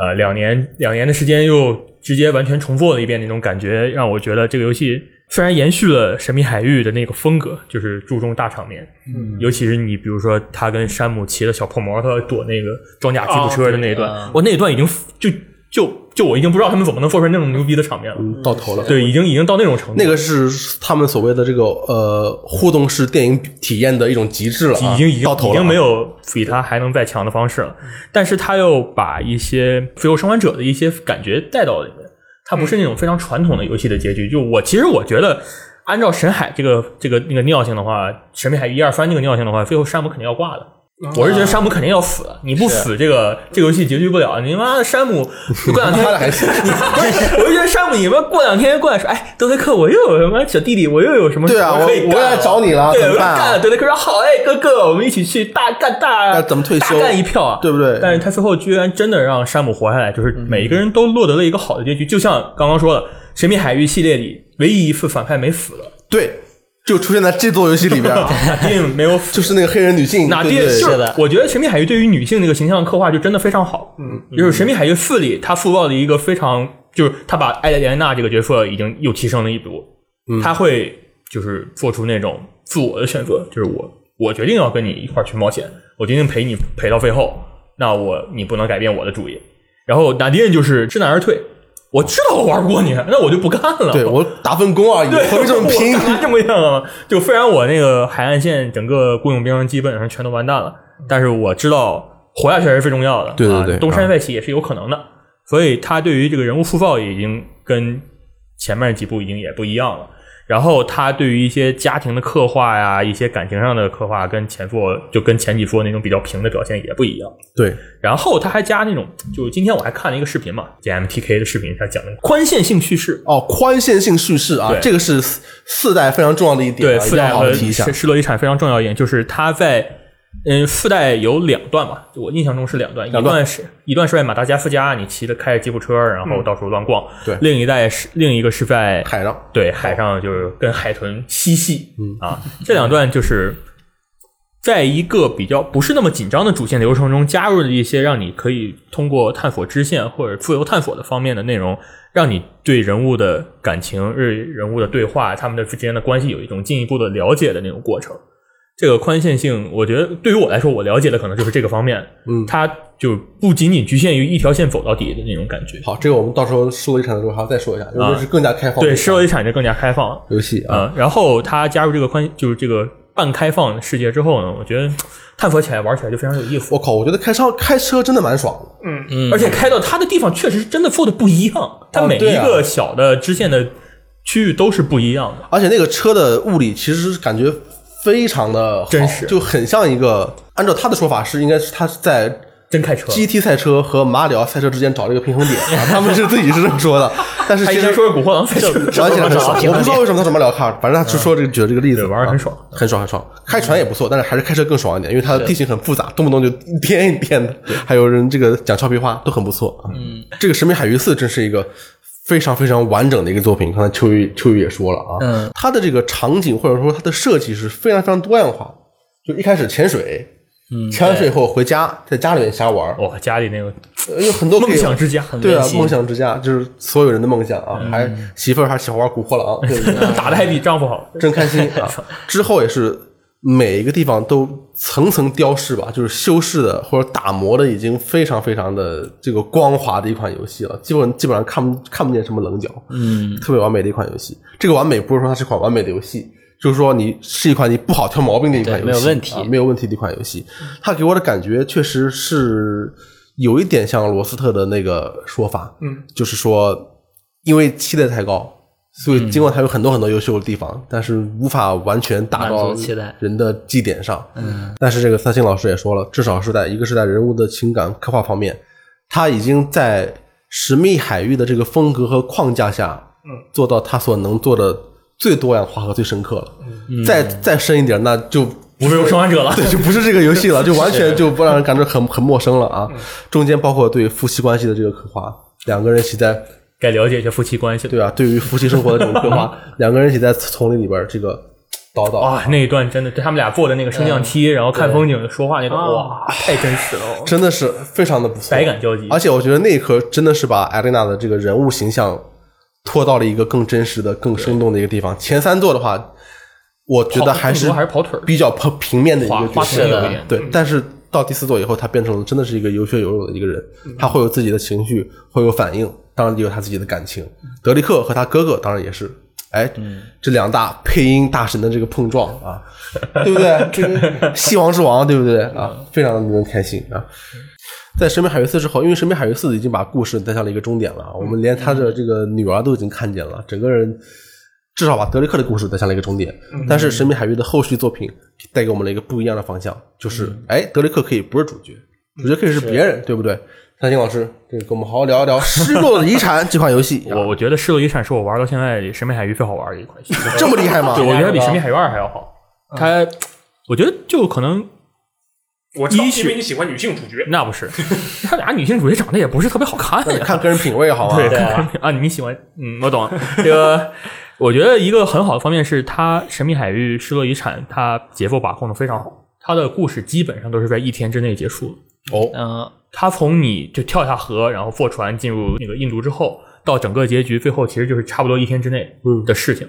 呃，两年两年的时间又直接完全重做了一遍，那种感觉让我觉得这个游戏虽然延续了《神秘海域》的那个风格，就是注重大场面，嗯，尤其是你比如说他跟山姆骑的小破摩托躲那个装甲吉普车的那一段，我那一段已经就就就我已经不知道他们怎么能做出那种牛逼的场面了，
到头了。
对，已经已经到那种程度，
那个是他们所谓的这个呃互动式电影体验的一种极致了啊、
已经已经
到头了啊、
已经没有比他还能再强的方式了。但是他又把一些《最后生还者》的一些感觉带到里面，它不是那种非常传统的游戏的结局。就我其实我觉得，按照神海这个这个那个尿性的话，神秘海一二三这个尿性的话，最后山姆肯定要挂的。
啊
我是觉得山姆肯定要死，你不死这个这个游戏结局不了。你妈的山姆，你过两天
他 俩还行，
你不是， 我就觉得山姆，你们过两天过来说，哎，德雷克，我又有什么小弟弟，我又有什么
对啊，我
可以干
我来找你了，
对，
怎
我
么
说
办、
干了
啊？
德雷克说好哎，哥哥，我们一起去大干大，
那怎么退休
大干一票啊，
对嗯不对
但是他最后居然真的让山姆活下来，就是每一个人都落得了一个好的结局，就像刚刚说的，《神秘海域》系列里唯一一次反派没 死的，
对，就出现在这座游戏里边、 啊，
哪定没有死。
就是那个黑人女性，
哪
对
定
对对
就是
的
我觉得《神秘海域》对于女性那个形象刻画就真的非常好，嗯，就是《神秘海域四》里，他塑造了一个非常，就是他把艾莲娜这个角色已经又提升了一步，
嗯
他会就是做出那种自我的选择，就是我我决定要跟你一块儿去冒险，我决定陪你陪到最后，那我你不能改变我的主意。然后哪迪恩就是知难而退，我知道我玩不过你，那我就不干了。
对我打份工啊 而已，
对，
何必这么拼？
我干这么样？就虽然我那个海岸线整个雇佣兵基本上全都完蛋了，但是我知道活下去还是最重要的。
对对对
啊东山再起也是有可能的。所以他对于这个人物塑造已经跟前面几部已经也不一样了。然后他对于一些家庭的刻画呀，一些感情上的刻画，跟前作就跟前几作那种比较平的表现也不一样。
对，
然后他还加那种，就今天我还看了一个视频嘛，GMTK 的视频，他讲的宽线性叙事，
哦，宽线性叙事啊
对，
这个是四四代非常重要的一点、啊，
对，
一
四
定要
代
好好
和
提一下
失。失落遗产非常重要一点，就是它在嗯四代有两段嘛，就我印象中是两段，
两
一
段
段是一段是在马达加斯加，你骑着开着吉普车，然后到处乱逛；
嗯对
另一代是另一个是在
海上，
对海上，就是跟海豚嬉戏、啊，这两段就是。在一个比较不是那么紧张的主线流程中，加入了一些让你可以通过探索支线或者自由探索的方面的内容，让你对人物的感情、对人物的对话、他们的之间的关系有一种进一步的了解的那种过程。这个宽限性，我觉得对于我来说，我了解的可能就是这个方面，
嗯
它就不仅仅局限于一条线走到底的那种感觉。
好，这个我们到时候失落遗产的时候还要再说一下，因为这是更加开放的
啊对，失落遗产就更加开放了。
游戏啊，
呃，然后它加入这个宽，就是这个半开放的世界之后呢，我觉得探索起来、玩起来就非常有意思。
我靠，我觉得开车开车真的蛮爽的。
嗯
而且开到它的地方确实是真的做的不一样，它
啊
每
对
一
啊
个小的支线的区域都是不一样的。
而且那个车的物理其实是感觉非常的好
真实
就很像一个，按照他的说法是，应该是他是在
真开车，
GT 赛车和马里奥赛车之间找了一个平衡点，啊、他们是自己是这么说的，但是
他
其
一
实
直。说是古惑狼赛车，
玩起来很
找
爽，
到平衡点
我不知道为什么他是马里奥卡，反正他是说这个举了这个例子，
对玩得很
啊
爽
很爽很爽。开船也不错，但是还是开车更爽一点，因为它的地形很复杂，动不动就一颠一颠的。还有人这个讲俏皮话都很不错。嗯，这个《神秘海域四》真是一个非常非常完整的一个作品。刚才秋雨秋雨也说了啊，
嗯，
它的这个场景或者说它的设计是非常非常多样化。就一开始潜水，
嗯，
潜完水以后回家，在家里面瞎玩儿，
哇，家里那个
呃有很多可以
梦想之家，
对啊
温，馨
梦想之家就是所有人的梦想啊，
嗯
还媳妇儿还喜欢玩古惑狼，对不对？
打的还比丈夫好。
真开 心啊！之后也是每一个地方都层层雕饰吧，就是修饰的或者打磨的已经非常非常的这个光滑的一款游戏了，基本基本上看不看不见什么棱角，
嗯
特别完美的一款游戏。这个完美不是说它是款完美的游戏。就是说，你是一款你不好挑毛病的一款游戏，
对没有问题
啊，没有问题的一款游戏。它给我的感觉确实是有一点像罗斯特的那个说法，
嗯，
就是说，因为期待太高，所以尽管它有很多很多优秀的地方，但是无法完全达到
满足期待
人的绩点上。嗯，但是这个三星老师也说了，至少是在一个是在人物的情感刻画方面，他已经在神秘海域的这个风格和框架下，
嗯，
做到他所能做的最多样化和最深刻了。嗯，再再深一点，那就
不是有生还者了，
对， 就不是这个游戏了，就完全就不让人感觉很很陌生了啊。
嗯
中间包括对夫妻关系的这个刻画，两个人一起在
该了解一下夫妻关系了。
对啊，对于夫妻生活的这种刻 画，两个人一起在丛林里边儿这个叨叨，
哇，那一段真的，对他们俩坐的那个升降梯，然后看风景、说话那段，哇，太真实了，
真的嗯啊是非常的不错
百。感交集。
而且我觉得那一刻真的是把艾琳娜的这个人物形象拖到了一个更真实的、更生动的一个地方。前三座的话，我觉得还是
跑更多还是跑腿儿
比较平平面的一
花
个
花
角
式
色。
有一点，
对，但是到第四座以后，他变成了真的是一个有血有肉的一个人，他会有自己的情绪，会有反应，当然也有他自己的感情。德利克和他哥哥当然也是，哎，
嗯
这两大配音大神的这个碰撞 啊，对不对？这个戏王之王，对不对
嗯
啊？非常令人开心啊！在《神秘海域四》之后，因为《神秘海域四》已经把故事带向了一个终点了，啊我们连他的这个女儿都已经看见了，整个人至少把德雷克的故事带向了一个终点。
嗯
但是《神秘海域》的后续作品带给我们了一个不一样的方向，就是
嗯
哎，德雷克可以不是主角，主角可以是别人，对不对？三星老师，这个跟我们好好聊一聊《失落的遗产》这款游戏， 啊
我我觉得《失落遗产》是我玩到现在《神秘海域》最好玩的一款游戏，
这么厉害吗
对，？我觉得比《神秘海域二》还要好。它，我觉得就可能
我知道
一是
因为你喜欢女性主角，
那不 是，他俩女性主角长得也不是特别好 看
那得
呀。
看个人品味好吗？
啊对 啊，你喜欢？嗯，我懂。这个，我觉得一个很好的方面是，它《神秘海域：失落遗产》它节奏把控的非常好，它的故事基本上都是在一天之内结束的。
哦，
嗯
他从你就跳下河，然后坐船进入那个印度之后，到整个结局最后，其实就是差不多一天之内的事情。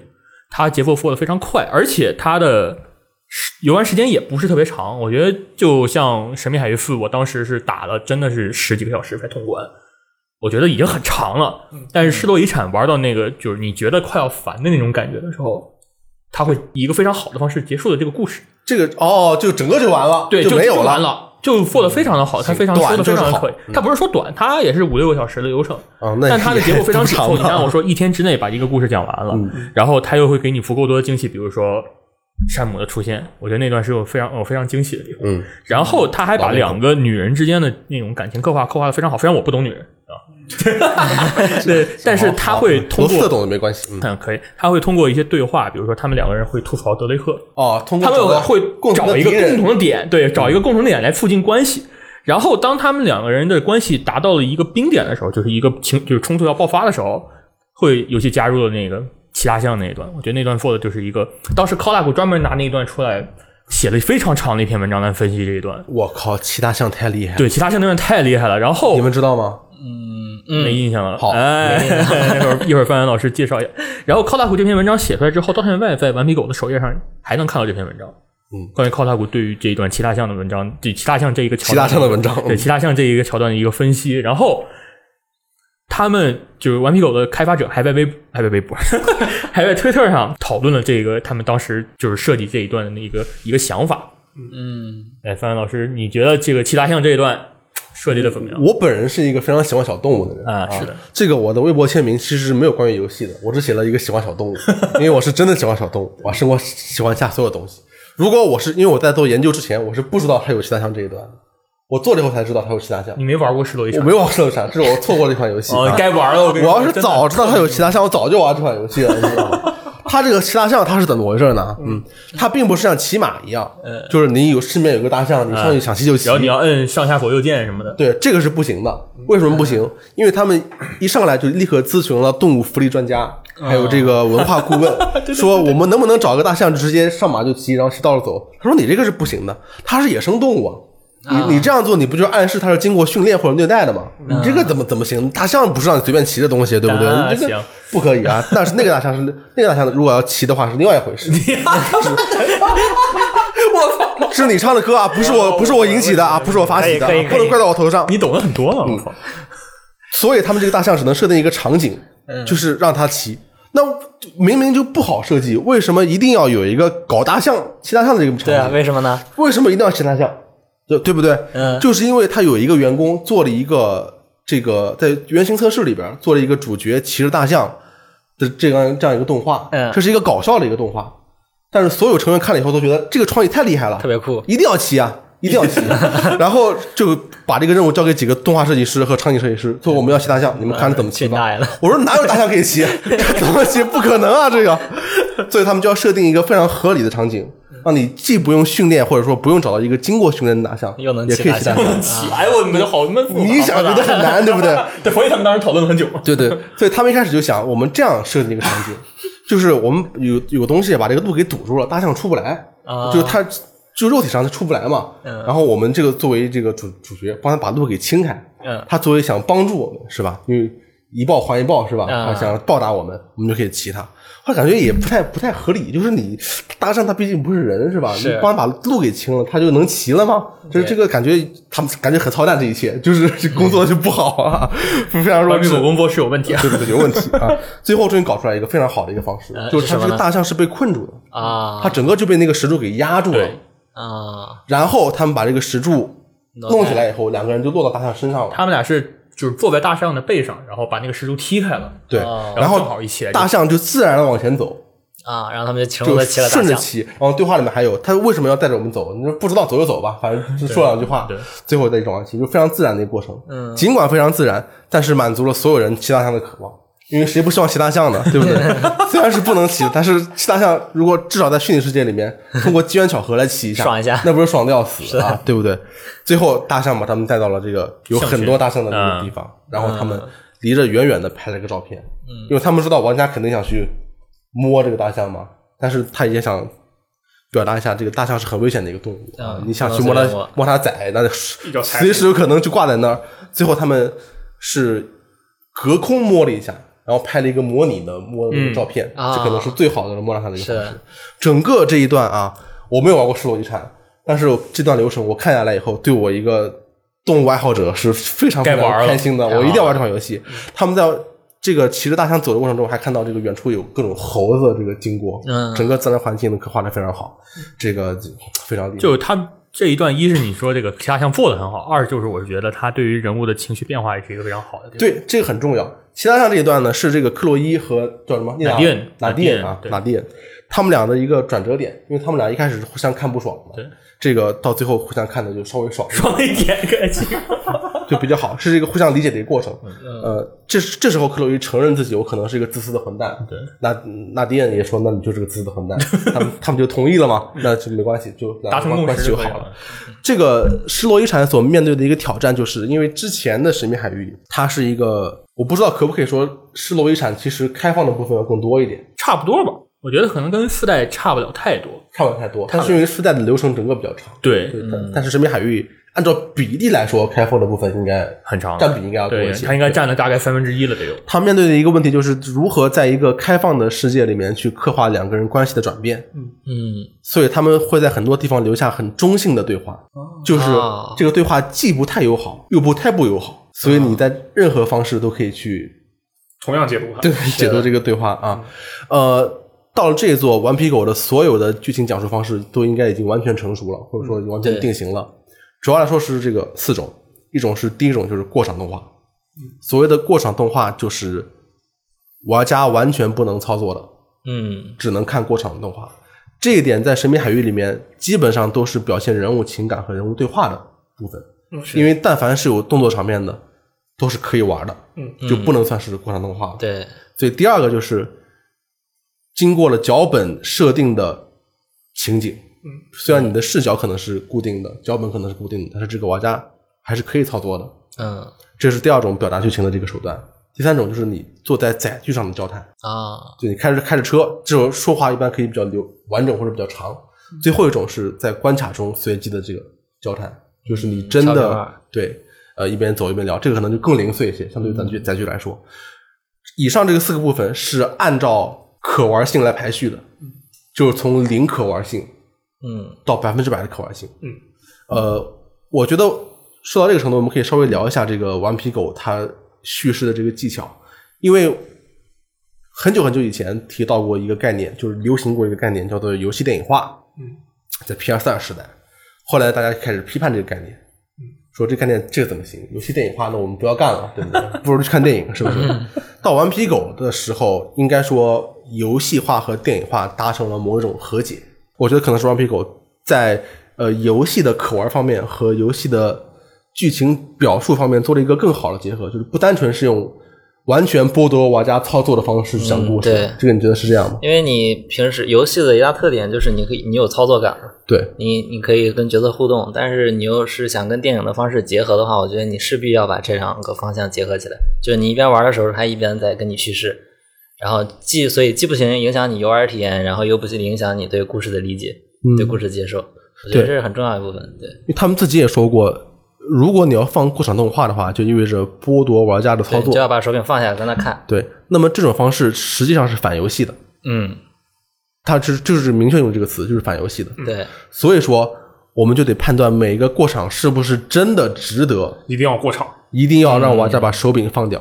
他节奏做的非常快，而且他的时游玩时间也不是特别长。我觉得就像《神秘海域四》，我当时是打了真的是十几个小时才通关，我觉得已经很长了。但是《失落遗产》玩到那个就是你觉得快要烦的那种感觉的时候，它会以一个非常好的方式结束了这个故事。
这个哦，就整个就完了，
对，
就没有
完了，就做的非常的好，它非常
短
说的非常
就是好
的可以。它不是说短，它也是五六个小时的流程，
啊。那
但它的结果非常紧
长啊嗯
凑。你看我
了，
说一天之内把一个故事讲完了，然后它又会给你足够多的惊喜，比如说。山姆的出现，我觉得那段是我非常我非常惊喜的地方。
嗯，
然后他还把两个女人之间的那种感情刻画刻画的非常好，虽然我不懂女人 啊，对，但是他会通
能四
过
懂的没关系。嗯，
嗯可以，他会通过一些对话，比如说他们两个人会吐槽德雷克，
哦，通过
他
整个
们会
共同
找
的
一个
敌人
共同的点，对，找一个共同点来促进关系。然后当他们两个人的关系达到了一个冰点的时候，就是一个情就是冲突要爆发的时候，会尤其加入了那个其他项那一段。我觉得那段做的就是一个，当时高大古专门拿那一段出来写了非常长的一篇文章来分析这一段。
我靠，其他项太厉害了，
对，其他项那段太厉害了。然后
你们知道吗？
没印象了。
嗯好
哎， 一会儿一会儿范文老师介绍一下。然后靠大谷这篇文章写出来之后，到现在在顽皮狗的首页上还能看到这篇文章。
嗯，
关于靠大谷对于这一段其他项的文章，对其他项这一个桥
其他
段
项的文章，
对
嗯
其他项这一个桥段的一个分析，然后。他们就是顽皮狗的开发者，还在微还在微博， 还在推特上讨论了这个他们当时就是设计这一段的那个一个想法。
嗯，
哎，范文老师，你觉得这个其他项这一段设计的怎么样？
我本人是一个非常喜欢小动物的人
啊是的
这个我的微博签名其实是没有关于游戏的，我只写了一个喜欢小动物，因为我是真的喜欢小动物，我生活喜欢下所有东西。如果我是因为我在做研究之前，我是不知道它有其他项这一段的，我做了以后才知道它有其他项
你。没玩过《失落遗
我
产》？
没玩过射场，这是我错过了一款游戏。
嗯哦
啊，
该玩了。我跟你
我
说
要是
真的
早知道它有其他项，我早就玩这款游戏了，你知道 吗？它这个骑大象它是怎么回事呢？嗯，它并不是像骑马一样，就是你有市面有个大象，你上去想骑就骑
嗯然，后你要摁上下左右键什么的。嗯
对，这个是不行的。为什么不行？因为他们一上来就立刻咨询了动物福利专家，
嗯
还有这个文化顾 问，说我们能不能找个大象直接上马就骑，然后骑到了走？他说你这个是不行的，它是野生动物啊。你你这样做，你不就暗示它是经过训练或者虐待的吗？你这个怎么怎么行？大象不是让你随便骑的东西，对不对？
嗯啊
你这个
行
不可以 啊！但是那个大象是那个大象，如果要骑的话是另外一回事。
我操！
是你唱的歌啊，不是我，不是我引起的啊，不是我发起的啊
可以可以，可
不
以
能怪到我头上。
你懂得很多了，我操！
所以他们这个大象只能设定一个场景，
嗯
就是让它骑。那明明就不好设计，为什么一定要有一个搞大象、骑大象的这个场景？
对啊，为什么呢？
为什么一定要骑大象？对对不对？
嗯
就是因为他有一个员工做了一个这个在原型测试里边做了一个主角骑着大象的这样这样一个动画，
嗯
这是一个搞笑的一个动画，但是所有成员看了以后都觉得这个创意太厉害了，
特别酷
一定要骑 啊，一定要骑。然后就把这个任务交给几个动画设计师和场景设计师，说我们要骑大象，你们看着怎么骑
嗯去大
吧
爷了。
我说哪有大象可以 骑？怎么骑？不可能啊，这个。所以他们就要设定一个非常合理的场景，让你既不用训练，或者说不用找到一个经过训练的大象，
又能
也
骑
可以
大
骑大
象
象。
哎呦，你们好闷死我了！
你想觉得很难，对不对？
对，所以他们当时讨论了很久。
对对，所以他们一开始就想，我们这样设定一个场景，就是我们有有东西把这个路给堵住了，大象出不来，
啊嗯
就是它就肉体上它出不来嘛。然后我们这个作为这个主主角，帮他把路给清开。
嗯
他作为想帮助我们是吧？因为一报还一报是吧？
啊
他想报答我们，我们就可以骑它。他感觉也不太不太合理，就是你搭上它毕竟不是人是吧？
是
你帮他把路给清了，它就能骑了吗？就是这个感觉，他们感觉很操蛋，这一切就是这工作就不好啊， 非常弱
关闭
智
狗。公播是有问题啊！
对对对，有问题啊！最后终于搞出来一个非常好的一个方式，
呃
就是
是
它
什么
这个
呢
大象是被困住的，
啊
它整个就被那个石柱给压住了
对。
啊，
然后他们把这个石柱
弄
弄起来以后，两个人就落到大象身上了。
他们俩是就是坐在大象的背上，然后把那个石柱踢开了，啊
对，
哦
然
正
后
好一起来
大象就自然的往前走，
啊，然后他们就成功
就
的骑了大
顺着
象，
骑。然后对话里面还有他为什么要带着我们走？你说不知道走就走吧，反正就说两句话
对对，
最后再转弯骑，就非常自然的一个过程。嗯，尽管非常自然，但是满足了所有人骑大象的渴望。因为谁不希望骑大象呢？ 对不对？虽然是不能骑，但是骑大象如果至少在虚拟世界里面，通过机缘巧合来骑一下，
爽一下
那不是爽的要死啊，对不对？最后大象把他们带到了这个有很多大象的
嗯
那个地方，然后他们离着远远的拍了个照片，因为他们知道玩家肯定想去摸这个大象嘛，但是他也想表达一下，这个大象是很危险的一个动物啊
嗯，
你想去摸
不能
它
随便摸
摸它崽，那就
脚踩
随时有可能就挂在那儿。最后他们是隔空摸了一下，然后拍了一个模拟的摸的那个照片，
啊
这可能是最好的摸大象的一个方式
是。
整个这一段啊，我没有玩过《失落遗产》，但是这段流程我看下来以后，对我一个。动物爱好者是非常非
该玩
常
了
开心的，
该玩
我一定要玩这款游戏。他们在这个骑着大象走的过程中，还看到这个远处有各种猴子这个经过，
嗯
整个自然环境都刻画的非常好，这个就非常厉害。
就是他这一段，一是你说这个下象做的很好，二就是我觉得他对于人物的情绪变化也是一个非常好的地方。
对，这个很重要。其他上这一段呢，是这个克洛伊和叫什么涅
纳迪恩
纳迪恩啊，
纳迪恩对
纳迪恩，他们俩的一个转折点，因为他们俩一开始互相看不爽嘛，
对，
这个到最后互相看的就稍微爽一点，
爽一点感情，
就比较好，是一个互相理解的一个过程。
嗯
呃，这时这时候克洛伊承认自己有可能是一个自私的混蛋，
对，
那纳迪恩也说，那你就是个自私的混 蛋，他们他们就同意了嘛，那就没关系，就
达成共识
关系就
就可以
好
了
了。这个失落遗产所面对的一个挑战，就是因为之前的《神秘海域》，它是一个，我不知道可不可以说失落遗产其实开放的部分要更多一点，
差不多吧。我觉得可能跟四代差不了太多。
差不了太多，它是因为世代的流程整个比较长，
对，
对，但但是《神秘海域》按照比例来说，开放的部分应该
很长
占比应该要多
对
一，些，
他应该占了大概三分之一了得有。
他面对的一个问题就是如何在一个开放的世界里面去刻画两个人关系的转变，
嗯，
所以他们会在很多地方留下很中性的对话，就是
哦
这个对话既不太友好，又不太不友好，所以你在任何方式都可以去
同样解读它。
对解读这个对话啊，呃。到了这一座，《顽皮狗》的所有的剧情讲述方式都应该已经完全成熟了，或者说已经完全
对
定型了。主要来说是这个四种，一种是第一种就是过场动画，所谓的过场动画就是玩家完全不能操作的，
嗯，
只能看过场动画。这一点在《神秘海域》里面基本上都是表现人物情感和人物对话的部分，
嗯
因为但凡是有动作场面的，都是可以玩的，
嗯
就不能算是过场动画了。
对，
所以第二个就是经过了脚本设定的情景，
嗯，
虽然你的视角可能是固定的，脚本可能是固定的，但是这个玩家还是可以操作的。
嗯
这是第二种表达剧情的这个手段。第三种就是你坐在载具上的交谈，
啊，
就你开着开着车，这种说话一般可以比较流完整或者比较长。最后一种是在关卡中随机的这个交谈，就是你真
嗯
的、
插话
对呃一边走一边聊，这个可能就更零碎一些，相对于咱剧载具来说。以上这个四个部分是按照可玩性来排序的，就是从零可玩性
嗯
到百分之百的可玩性。
嗯，
呃，我觉得说到这个程度，我们可以稍微聊一下这个《顽皮狗》它叙事的这个技巧，因为很久很久以前提到过一个概念，就是流行过一个概念叫做游戏电影化。
嗯，
在 PS 二时代，后来大家开始批判这个概念。说这个概念这个怎么行？游戏电影化，那我们不要干了，对不对？不如去看电影，是不 是？到《顽皮狗》的时候，应该说游戏化和电影化达成了某一种和解。我觉得可能是《顽皮狗》在呃游戏的可玩方面和游戏的剧情表述方面做了一个更好的结合，就是不单纯是用完全剥夺玩家操作的方式去讲故事。
嗯对
这个你觉得是这样吗？
因为你平时游戏的一大特点就是你可以你有操作感嘛，
对，
你你可以跟角色互动，但是你又是想跟电影的方式结合的话，我觉得你势必要把这两个方向结合起来。就你一边玩的时候，它一边在跟你叙事，然后既所以既不行影响你游玩体验，然后又不行影响你对故事的理解、对故事的接受。我
嗯
觉
对
得这是很重要一部分。对，
因为他们自己也说过。如果你要放过场动画的话，就意味着剥夺玩家的操
对你
作
就，要把手柄放下，跟他看。
对，那么这种方式实际上是反游戏的，
嗯，
它是就是明确用这个词，就是反游戏的。
对，
所以说，我们就得判断每一个过场是不是真的值得，
一定要过场。
一定要让玩家把手柄放掉。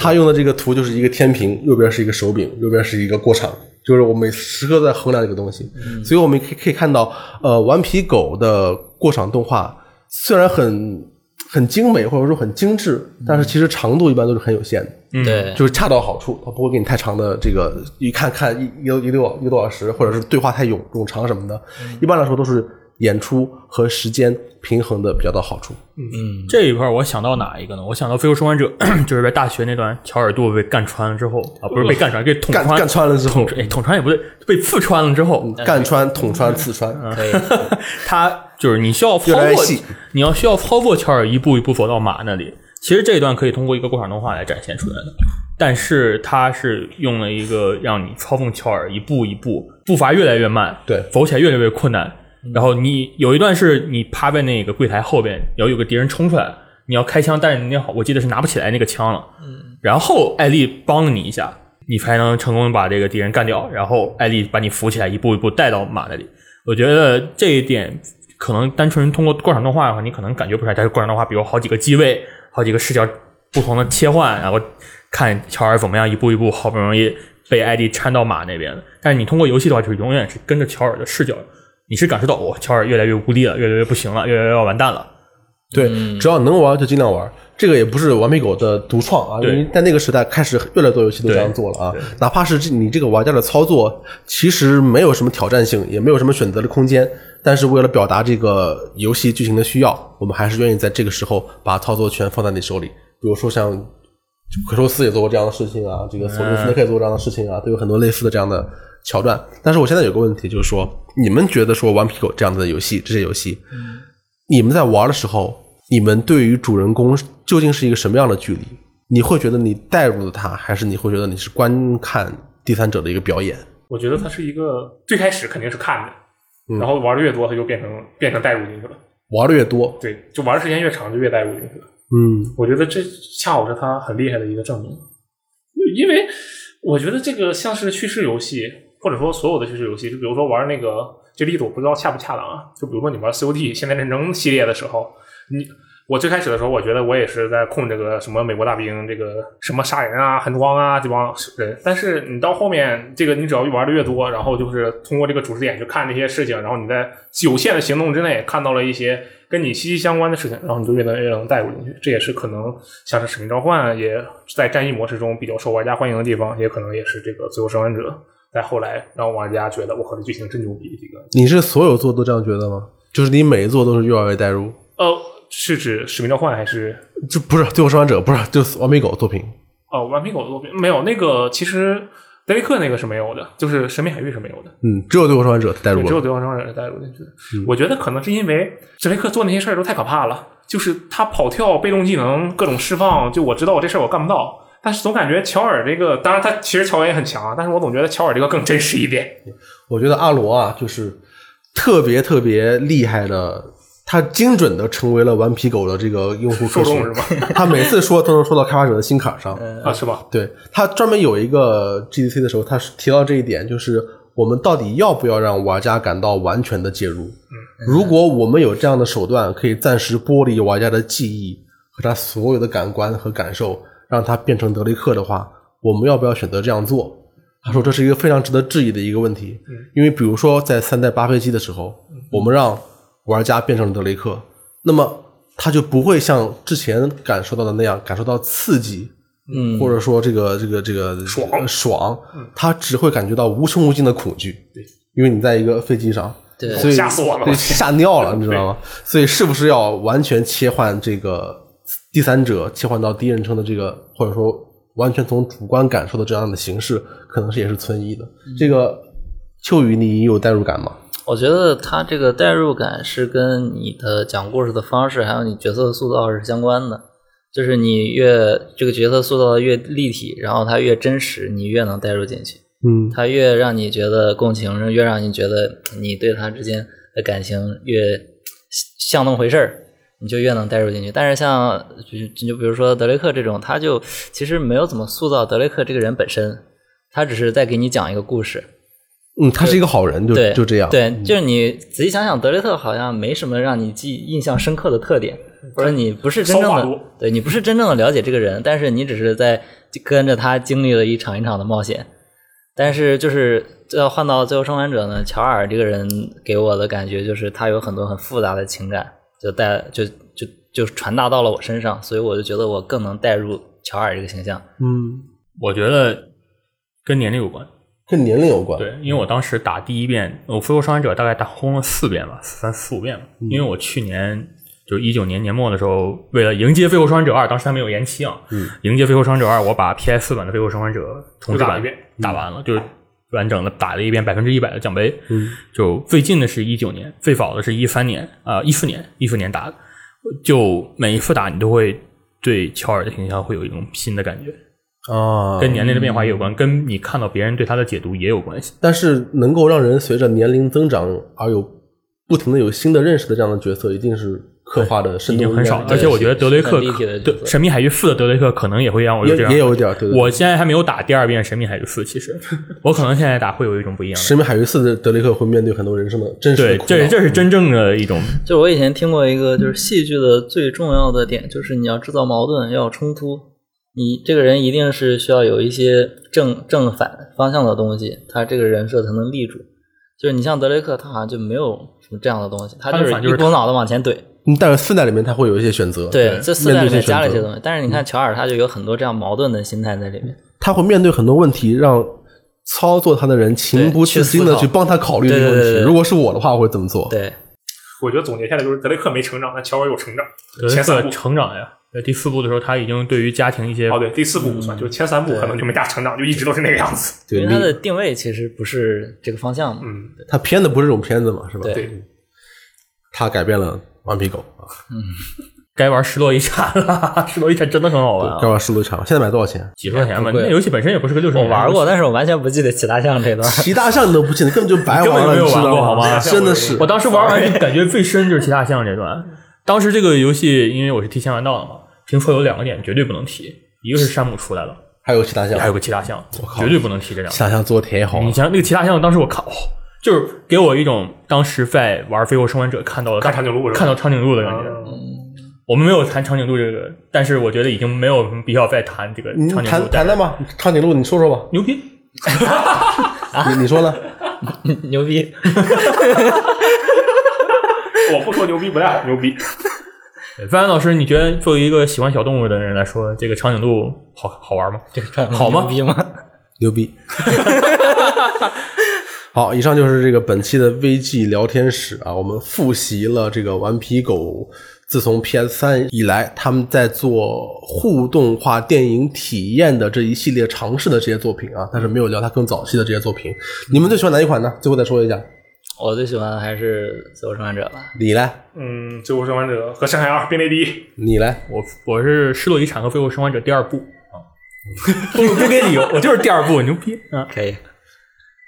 他用的这个图就是一个天平，右边是一个手柄，右边是一个过场，就是我们时刻在衡量这个东西。所以我们可以可以看到，呃，顽皮狗的过场动画虽然很很精美或者说很精致，但是其实长度一般都是很有限的。
对，
嗯就是恰到好处，它不会给你太长的这个一看看一一个一个多一个多小时，或者是对话太冗冗长什么的。一般来说都是演出和时间平衡的比较到好处。
嗯，
这一块儿我想到哪一个呢？我想到《非洲生还者》， 就是在大学那段，乔尔杜被干穿了之后啊，不是被干穿，被捅
干
穿，
干穿了之后
捅，哎，捅穿也不对，被刺穿了之后，
干穿、捅穿、刺穿，
可以。
他就是你需要
越
操
来越
作
细，
你要需要操作乔尔一步一步走到马那里。其实这一段可以通过一个过场动画来展现出来的，但是它是用了一个让你操纵乔尔一步一步，步伐越来越慢，
对
走起来越来越困难。然后你有一段是你趴在那个柜台后边，然后有个敌人冲出来，你要开枪，但是你好，我记得是拿不起来那个枪了。
嗯
然后艾丽帮了你一下，你才能成功地把这个敌人干掉。然后艾丽把你扶起来，一步一步带到马那里。我觉得这一点可能单纯通过过场动画的话，你可能感觉不出来。但是过场动画，比如好几个机位、好几个视角不同的切换，然后看乔尔怎么样一步一步，好不容易被艾迪搀到马那边。但是你通过游戏的话，就是永远是跟着乔尔的视角，你是感受到我、哦、乔尔越来越无力了，越来越不行了，越来越要完蛋了。
对，只要能玩就尽量玩。这个也不是顽皮狗的独创啊，因
对
为在那个时代开始越来越多游戏都这样做了啊。哪怕是这你这个玩家的操作其实没有什么挑战性，也没有什么选择的空间，但是为了表达这个游戏剧情的需要，我们还是愿意在这个时候把操作权放在你手里。比如说像奎托斯也做过这样的事情啊，这个索尼斯内克也做过这样的事情啊，都有很多类似的这样的桥段。但是我现在有个问题就是说，你们觉得说顽皮狗这样的游戏，这些游戏，你们在玩的时候，你们对于主人公究竟是一个什么样的距离？你会觉得你带入了他，还是你会觉得你是观看第三者的一个表演？
我觉得它是一个最开始肯定是看
嗯
的，然后玩的越多，它就变成变成代入进去了。
玩的越多，
对，就玩的时间越长，就越代入进去了。
嗯，
我觉得这恰好是他很厉害的一个证明，因为我觉得这个像是叙事游戏，或者说所有的叙事游戏，就比如说玩那个这例子我不知道恰不恰当啊，就比如说你玩 COD 现代战争系列的时候，你我最开始的时候，我觉得我也是在控这个什么美国大兵，这个什么杀人啊、横装啊这帮人，但是你到后面这个你只要玩的越多，然后就是通过这个主视点去看这些事情，然后你在有限的行动之内看到了一些跟你息息相关的事情，然后你就越能越能带入进去。这也是可能像是《使命召唤》也在战役模式中比较受玩家欢迎的地方，也可能也是这个《最后生还者》在后来让玩家觉得我靠，这剧情真牛逼！这个
你是所有作都这样觉得吗？就是你每一作都是越玩越带入？
呃，是指《使命召唤》还是
就不是《最后生还者》，不是就是《完美狗》作品，
哦，《顽皮狗》的作品没有那个，其实德雷克那个是没有的，就是《神秘海域》是没有的。
嗯，只有《最后生还者》带入
对，只有
了。
对方生人带入进去的。
嗯
我觉得可能是因为史雷克做那些事儿都太可怕了，就是他跑跳、被动技能各种释放，就我知道我这事儿我干不到。但是总感觉乔尔这个，当然他其实乔尔也很强，啊，但是我总觉得乔尔这个更真实一点。
我觉得阿罗啊，就是特别特别厉害的，他精准的成为了顽皮狗的这个用户
受
客群
众是吧？
他每次说都能说到开发者的心坎上。
嗯
啊，是吧？
对他专门有一个 GDC 的时候，他是提到这一点，就是我们到底要不要让玩家感到完全的介入？如果我们有这样的手段，可以暂时剥离玩家的记忆和他所有的感官和感受，让他变成德雷克的话，我们要不要选择这样做？他说这是一个非常值得质疑的一个问题，因为比如说在三代八飞机的时候，我们让玩家变成了德雷克，那么他就不会像之前感受到的那样感受到刺激，
嗯，
或者说这个这个这个呃
爽
爽，
嗯
他只会感觉到无穷无尽的恐惧，对，因为你在一个飞机上，
对
所以
吓死我了
对吓尿了，你知道吗？所以是不是要完全切换这个第三者，切换到第一人称的这个，或者说完全从主观感受的这样的形式，可能是也是存疑的。
嗯
这个秋雨，你有代入感吗？
我觉得他这个代入感是跟你的讲故事的方式，还有你角色的塑造是相关的。就是你越这个角色塑造的越立体，然后他越真实，你越能代入进去，
嗯，
他越让你觉得共情，越让你觉得你对他之间的感情越像那么回事儿，你就越能代入进去。但是像就就比如说德雷克这种，他就其实没有怎么塑造德雷克这个人本身，他只是在给你讲一个故事，
嗯，他是一个好人，就
对，
就这样。嗯
对，就是你仔细想想，德雷特好像没什么让你记印象深刻的特点，或者你不是真
骚
正
话
的
多，
对你不是真正的了解这个人，但是你只是在跟着他经历了一场一场的冒险。但是就是要换到最后生还者呢，乔尔这个人给我的感觉就是他有很多很复杂的情感，就带就就就传达到了我身上，所以我就觉得我更能带入乔尔这个形象。
嗯，
我觉得跟年龄有关。
跟年龄有关。
对，因
嗯
为我当时打第一遍，我《复仇生还者》大概打轰了四遍吧，三四五遍吧。
嗯
因为我去年就一九年年末的时候，为了迎接《复仇生还者二》，当时它没有延期啊，
嗯
迎接《复仇生还者二》，我把 PS 版的《复仇生还者》重
又
置
打了
版
一遍嗯
打完了，就是完整的打了一遍百分之一百的奖杯。
嗯，
就最近的是一九年，最早的是一三年，啊、一四年，一四年打的。就每一次打，你都会对乔尔的形象会有一种新的感觉，
啊，
跟年龄的变化也有关，跟你看到别人对他的解读也有关系。
但是能够让人随着年龄增长而有不停的有新的认识的这样的角色，一定是刻画的生
已
动
经
入
很
内
少了，
对
而且我觉得德雷克
很立体的角
对
色
《神秘海域四》的德雷克可能也会让我有
也
这样
也有一点儿对对对
我现在还没有打第二遍《神秘海域四》，其实我可能现在打会有一种不一样
《
的。
神秘海域四》的德雷克会面对很多人生的真实
对
的，苦
这
恼。
这是真正的一种
就我以前听过一个，就是戏剧的最重要的点，就是你要制造矛盾，要有冲突。你这个人一定是需要有一些正正反方向的东西，他这个人设才能立住。就是你像德雷克，他好像就没有什么这样的东西，他
他
就
的
是
反就
一
是
股脑的往前怼。
嗯但是四代里面他会有一些选择，
对，这四
面
代
对
里
这
面
些
加了一
选
些
择
东西，但是你看乔尔，他就有很多这样矛盾的心态在里面。
他会面对很多问题，让操作他的人情不自禁的
对去思考
去帮他考虑这个
对对
问
对
题。
对
如果是我的话，我会怎么做？
对，
我觉得总结下来就是德雷克没成长，但乔尔有成长。
德雷
前三
克
部
成长呀。在第四部的时候，他已经对于家庭一些
哦，对，第四部不
嗯
算，就是前三部可能就没大成长，就一直都是那个样子。
对，
因为他
你
的定位其实不是这个方向嘛。
嗯，
他偏的不是这种片子嘛，是吧？
对
对，
他改变了顽皮狗啊，
该玩失落遗产了。 失落遗产真的很好玩
哦
盖
啊，
瓦石路场现在买多少钱？
几十块钱吧。
不贵
那游戏本身也不是个六十。
我玩过，，但是我完全不记得骑大象这段。
骑大象你都不记得，根本就白玩了，
根
你
本就没有
知
玩
道
过好
吗？
吗
真的是
我当时玩完就感觉最深就是骑大象这段。 当时这个游戏，因为我是提前玩到的嘛，听说有两个点绝对不能提，一个是山姆出来了，
还有骑大象
还，有个骑大象，绝对不能提这两
骑
个。
大象做的忒好了啊
你，想那个骑大象，当时我看，哦，就是给我一种当时在玩《飞过生还者》看到的
看长颈鹿是吧
看到长颈鹿的感觉。
嗯
我们没有谈长颈鹿这个，但是我觉得已经没有什么必要再谈这个
你
长颈鹿
嗯谈。谈谈吧，长颈鹿，你说说吧，
牛逼，啊
你你说 呢？
牛逼！
我不说牛逼不太好，牛逼。
对范范老师，你觉得作为一个喜欢小动物的人来说，这个长颈鹿好好玩吗？
这个传闻
好吗
牛逼吗？
牛逼！ 好，以上就是这个本期的 VG 聊天室啊，我们复习了这个顽皮狗自从 PS 三以来，他们在做互动化电影体验的这一系列尝试的这些作品啊，但是没有聊它更早期的这些作品。你们最喜欢哪一款呢？最后再说一下，
我最喜欢的还是《自由生还者》吧。
你来，
嗯，最后生还者和深海二并列第一，
你来，
我我是《失落遗产》和《飞过生还者》第二部啊，我不给理由，我就是第二部，牛逼啊！
可以，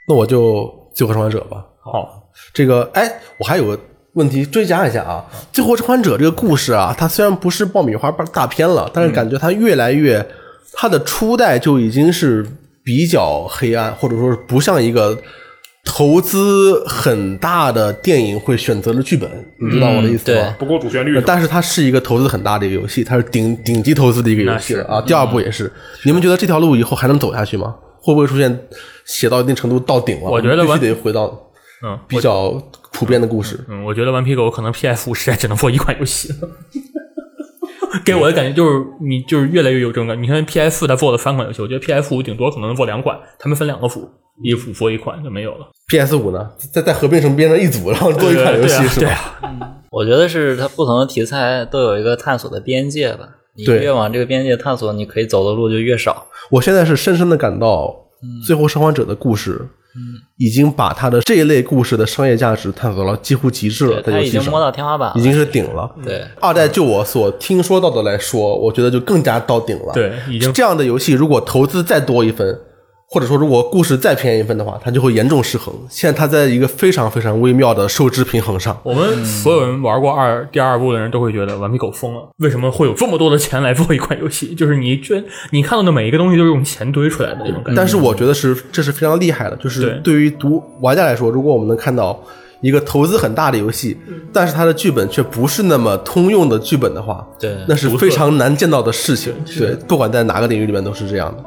那我就《最后生还者》吧。
好，
这个，哎，我还有个问题追加一下啊，《最后生还者》这个故事啊，它虽然不是爆米花大片了，但是感觉它越来越，它的初代就已经是比较黑暗，或者说是不像一个投资很大的电影会选择的剧本，你知道我的意思吗？
对
不够主旋律是吧。
呃但是它是一个投资很大的一个游戏，它是顶顶级投资的一个游戏了啊。第
嗯
二部也是，你们觉得这条路以后还能走下去吗？会不会出现写到一定程度到顶了？
我觉得
必须
完
得回到
嗯，
比较普遍的故事。
嗯，我觉得《顽皮狗》可能 PS 五时代只能做一款游戏了。给我的感觉就是，你就是越来越有这种感觉。你看 PS 四它做了三款游戏，我觉得 PS 五顶多可能能做两款，他们分两个组，一组做一款就没有了。
PS 五呢，再再合并成变成一组，然后做一款游戏、
对啊
是
对
吧？
啊
我觉得是它不同的题材都有一个探索的边界吧。你
对
越往这个边界探索，你可以走的路就越少。
我现在是深深的感到，
嗯
《最后生还者》的故事，已经把它的这一类故事的商业价值探索到几乎极致了，
对，
在
它
游
已
戏
经
上
摸到天花板了。
已经是顶了。
对，
二代就我所听说到的来说，我觉得就更加到顶了。，
对，已经
这样的游戏如果投资再多一分，或者说如果故事再偏一分的话，它就会严重失衡。现在它在一个非常非常微妙的收支平衡上。
我们所有人玩过二第二部的人都会觉得《顽皮狗》疯了，为什么会有这么多的钱来做一款游戏？就是你觉你看到的每一个东西都是用钱堆出来的那种感觉。
但是我觉得是这是非常厉害的，就是
嗯对
对于读玩家来说，如果我们能看到一个投资很大的游戏，但是它的剧本却不是那么通用的剧本的话，
对
嗯
那是非常难见到的事情。对，不管在哪个领域里面都是这样的。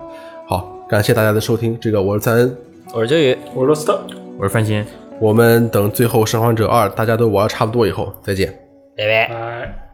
好，感谢大家的收听，这个我是赞恩。
我是秋雨，
我是罗斯特，
我是范鑫。
我们等最后《生还者二》大家都玩得差不多以后再见。
拜拜。
哎。